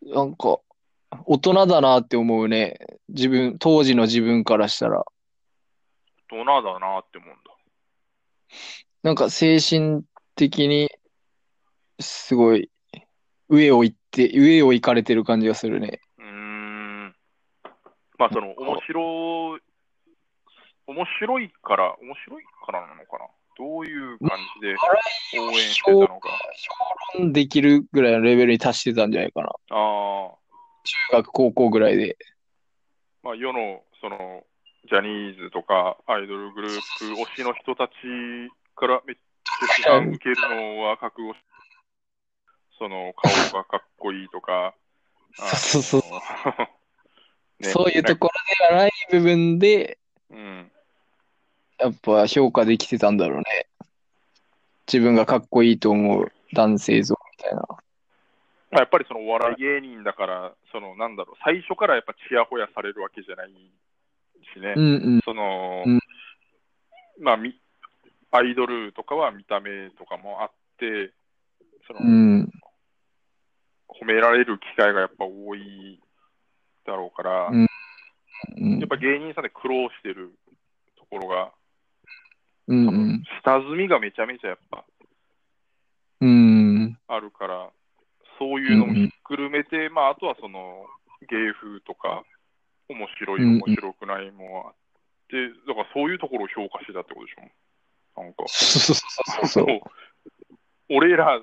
C: なんか、大人だなって思うね。自分、当時の自分からしたら。
B: 大人だなって思うんだ。
C: なんか精神的に、すごい、上を行って、上を行かれてる感じがするね。
B: うーん。まあ、その、面白い、面白いから、面白いからなのかな。どういう感じで応援してたのか。
C: 評論できるぐらいのレベルに達してたんじゃないかな。
B: ああ、
C: 中学、高校ぐらいで。
B: まあ、世の、その、ジャニーズとかアイドルグループ推しの人たちからめっちゃ批判受けるのは覚悟しその、顔がかっこいいとか、あの
C: そうそう
B: ね
C: そういうところではない部分で、
B: うん。
C: やっぱ評価できてたんだろうね。自分がかっこいいと思う男性像みたいな。
B: まあやっぱりそのお笑い芸人だから、そのなんだろう、最初からやっぱちやほやされるわけじゃないしね、
C: うんうん。
B: その、
C: うん
B: まあみ、アイドルとかは見た目とかもあって、その
C: うん。
B: 褒められる機会がやっぱ多いだろうから、
C: うんうん
B: やっぱ芸人さんで苦労してるところが、
C: うん
B: その下積みがめちゃめちゃやっぱ
C: うん。うん。
B: あるから、そういうのもひっくるめて、まあ、あとはその芸風とか、面白い、
C: うんうん
B: 面白くないもあって、だからそういうところを評価してたってことでしょ。なんか。
C: そうそうそうそう。
B: もう俺らが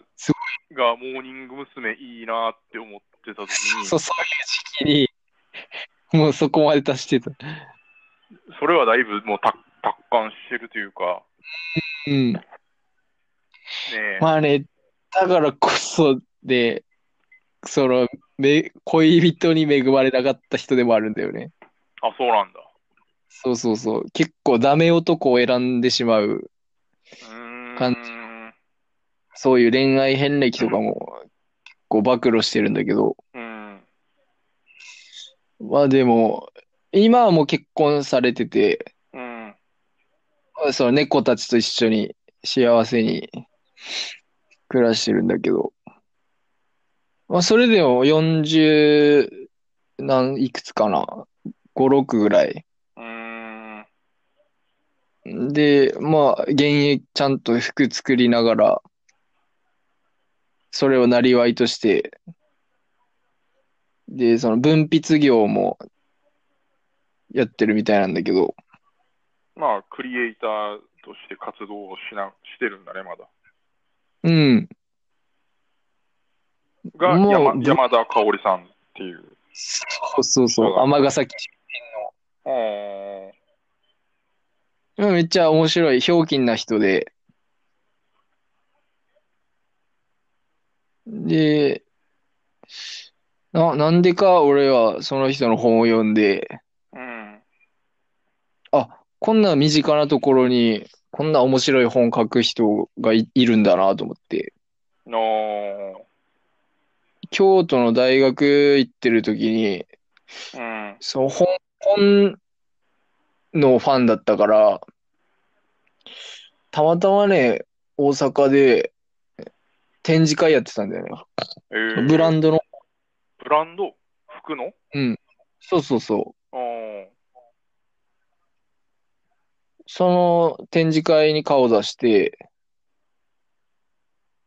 B: モーニング娘。いいなって思ってた時に、
C: そう、そういう時期に、もうそこまで達してた。
B: それはだいぶもう達達観してるというか、
C: うん。
B: ねえ、
C: まあね、だからこそで、その、め、恋人に恵まれなかった人でもあるんだよね。
B: あ、そうなんだ。
C: そうそうそう。結構ダメ男を選んでしまう、
B: うーん。
C: 感じそういう恋愛遍歴とかも、結構暴露してるんだけど、
B: うん。
C: まあでも、今はもう結婚されてて、
B: うん。
C: その猫たちと一緒に幸せに暮らしてるんだけど、まあそれでも40何いくつかな ?5、6ぐらい。
B: うん。
C: で、まあ、現役ちゃんと服作りながら、それをなりわいとして、で、その文筆業もやってるみたいなんだけど、
B: まあ、クリエイターとして活動をしなしてるんだね、まだ。
C: うん、
B: が、
C: もう
B: 山
C: ぶ
B: 山田香織さんっていう。
C: そうそうそう、尼崎市
B: あー
C: うんめっちゃ面白い、ひょうきんな人で、で、な、なんでか俺はその人の本を読んで、
B: うん。
C: こんな身近なところに、こんな面白い本書く人がい、いるんだなと思って。
B: の
C: 京都の大学行ってる時に、
B: うん。
C: その本、本のファンだったから、たまたまね、大阪で展示会やってたんだよね。
B: えー
C: ブランドの、
B: ブランド服の
C: そうそうそう。
B: あー
C: その展示会に顔出して、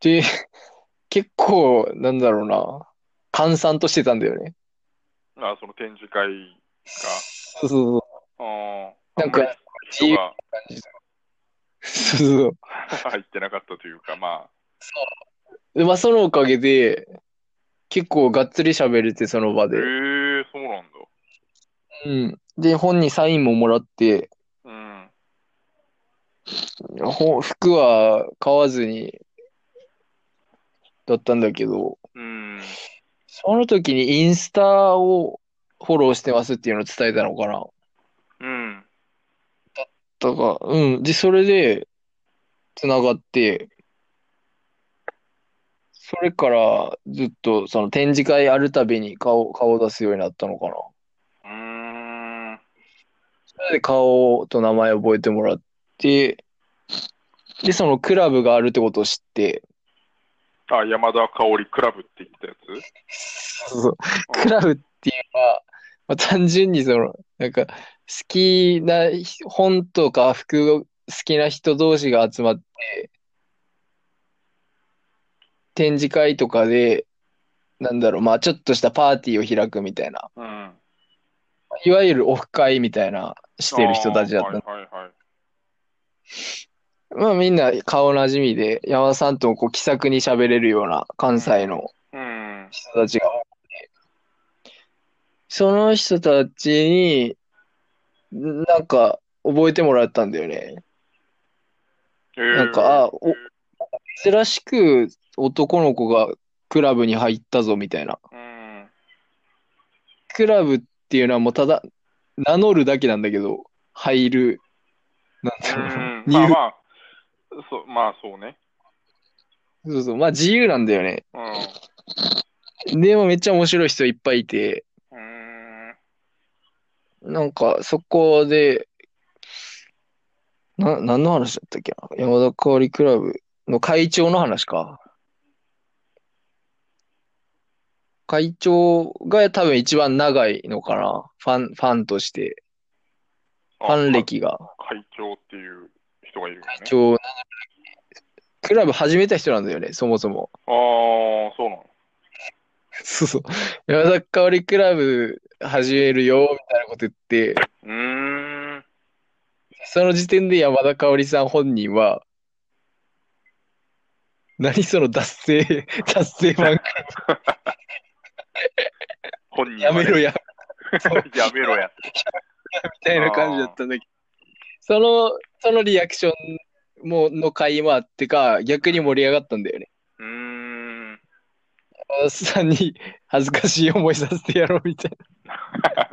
C: で、結構、なんだろうな、閑散としてたんだよね。
B: あ、その展示会
C: そうそうそう。
B: が。あー
C: なんか
B: あまり人が
C: そうそうそう。
B: 入ってなかったというか、ま
C: で、まあ、そのおかげで、結構がっつり喋れて、その場
B: あ。へえ
C: で。
B: ー、そうなんだ。
C: うん。で、本にサインももらって、
B: うん。
C: ほ服は買わずに、だったんだけど、
B: うん。
C: その時にインスタをフォローしてますっていうのを伝えたのかな。
B: うん。
C: だから、うん。で、それで、つながって、それからずっとその展示会あるたびに顔、顔を出すようになったのかな。
B: うーん。
C: で、顔と名前覚えてもらって、で、そのクラブがあるってことを知って、
B: あ、山田香織クラブって言ったやつ
C: クラブっていうのは、まあ、単純にその、なんか、好きな本とか服が好きな人同士が集まって、展示会とかで、なんだろう、まあちょっとしたパーティーを開くみたいな、
B: うん。
C: いわゆるオフ会みたいなしてる人たちだったんだけど
B: あーはいはいはい。
C: まあみんな顔なじみで、山田さんともこう気さくに喋れるような関西の
B: うん。
C: 人たちが多くて、その人たちに、なんか覚えてもらったんだよね。
B: えー
C: なんか、あ、お、珍しく男の子がクラブに入ったぞみたいな。
B: うん。
C: クラブっていうのはもうただ、名乗るだけなんだけど、入る、なんだろう
B: うん。
C: 理由
B: まあまあ、そう、まあそうね。
C: そうそう、まあ自由なんだよね。
B: う
C: でもめっちゃ面白い人いっぱいいて、
B: ん。う
C: なんか、そこで、な、何の話だったっけな。山田香織クラブの会長の話か。会長が多分一番長いのかな。ファン、ファンとして。
B: ーん。
C: ファン
B: あ
C: 歴が。
B: 会長っていう人がいるよね。
C: 会長、クラブ始めた人なんだよね、そもそも。
B: ああ、そうなの。
C: そうそう。山田香織クラブ始めるよ、みたいなこと言って、
B: うーん。
C: その時点で山田香織さん本人は、何その脱税、脱税番組
B: 本人
C: や
B: はね
C: めろや、
B: やめろや。
C: みたいな感じだったんだけど、その、そのリアクションも、の回もあってか、逆に盛り上がったんだよね。
B: うーん。
C: 山田さんに恥ずかしい思いさせてやろうみたいな。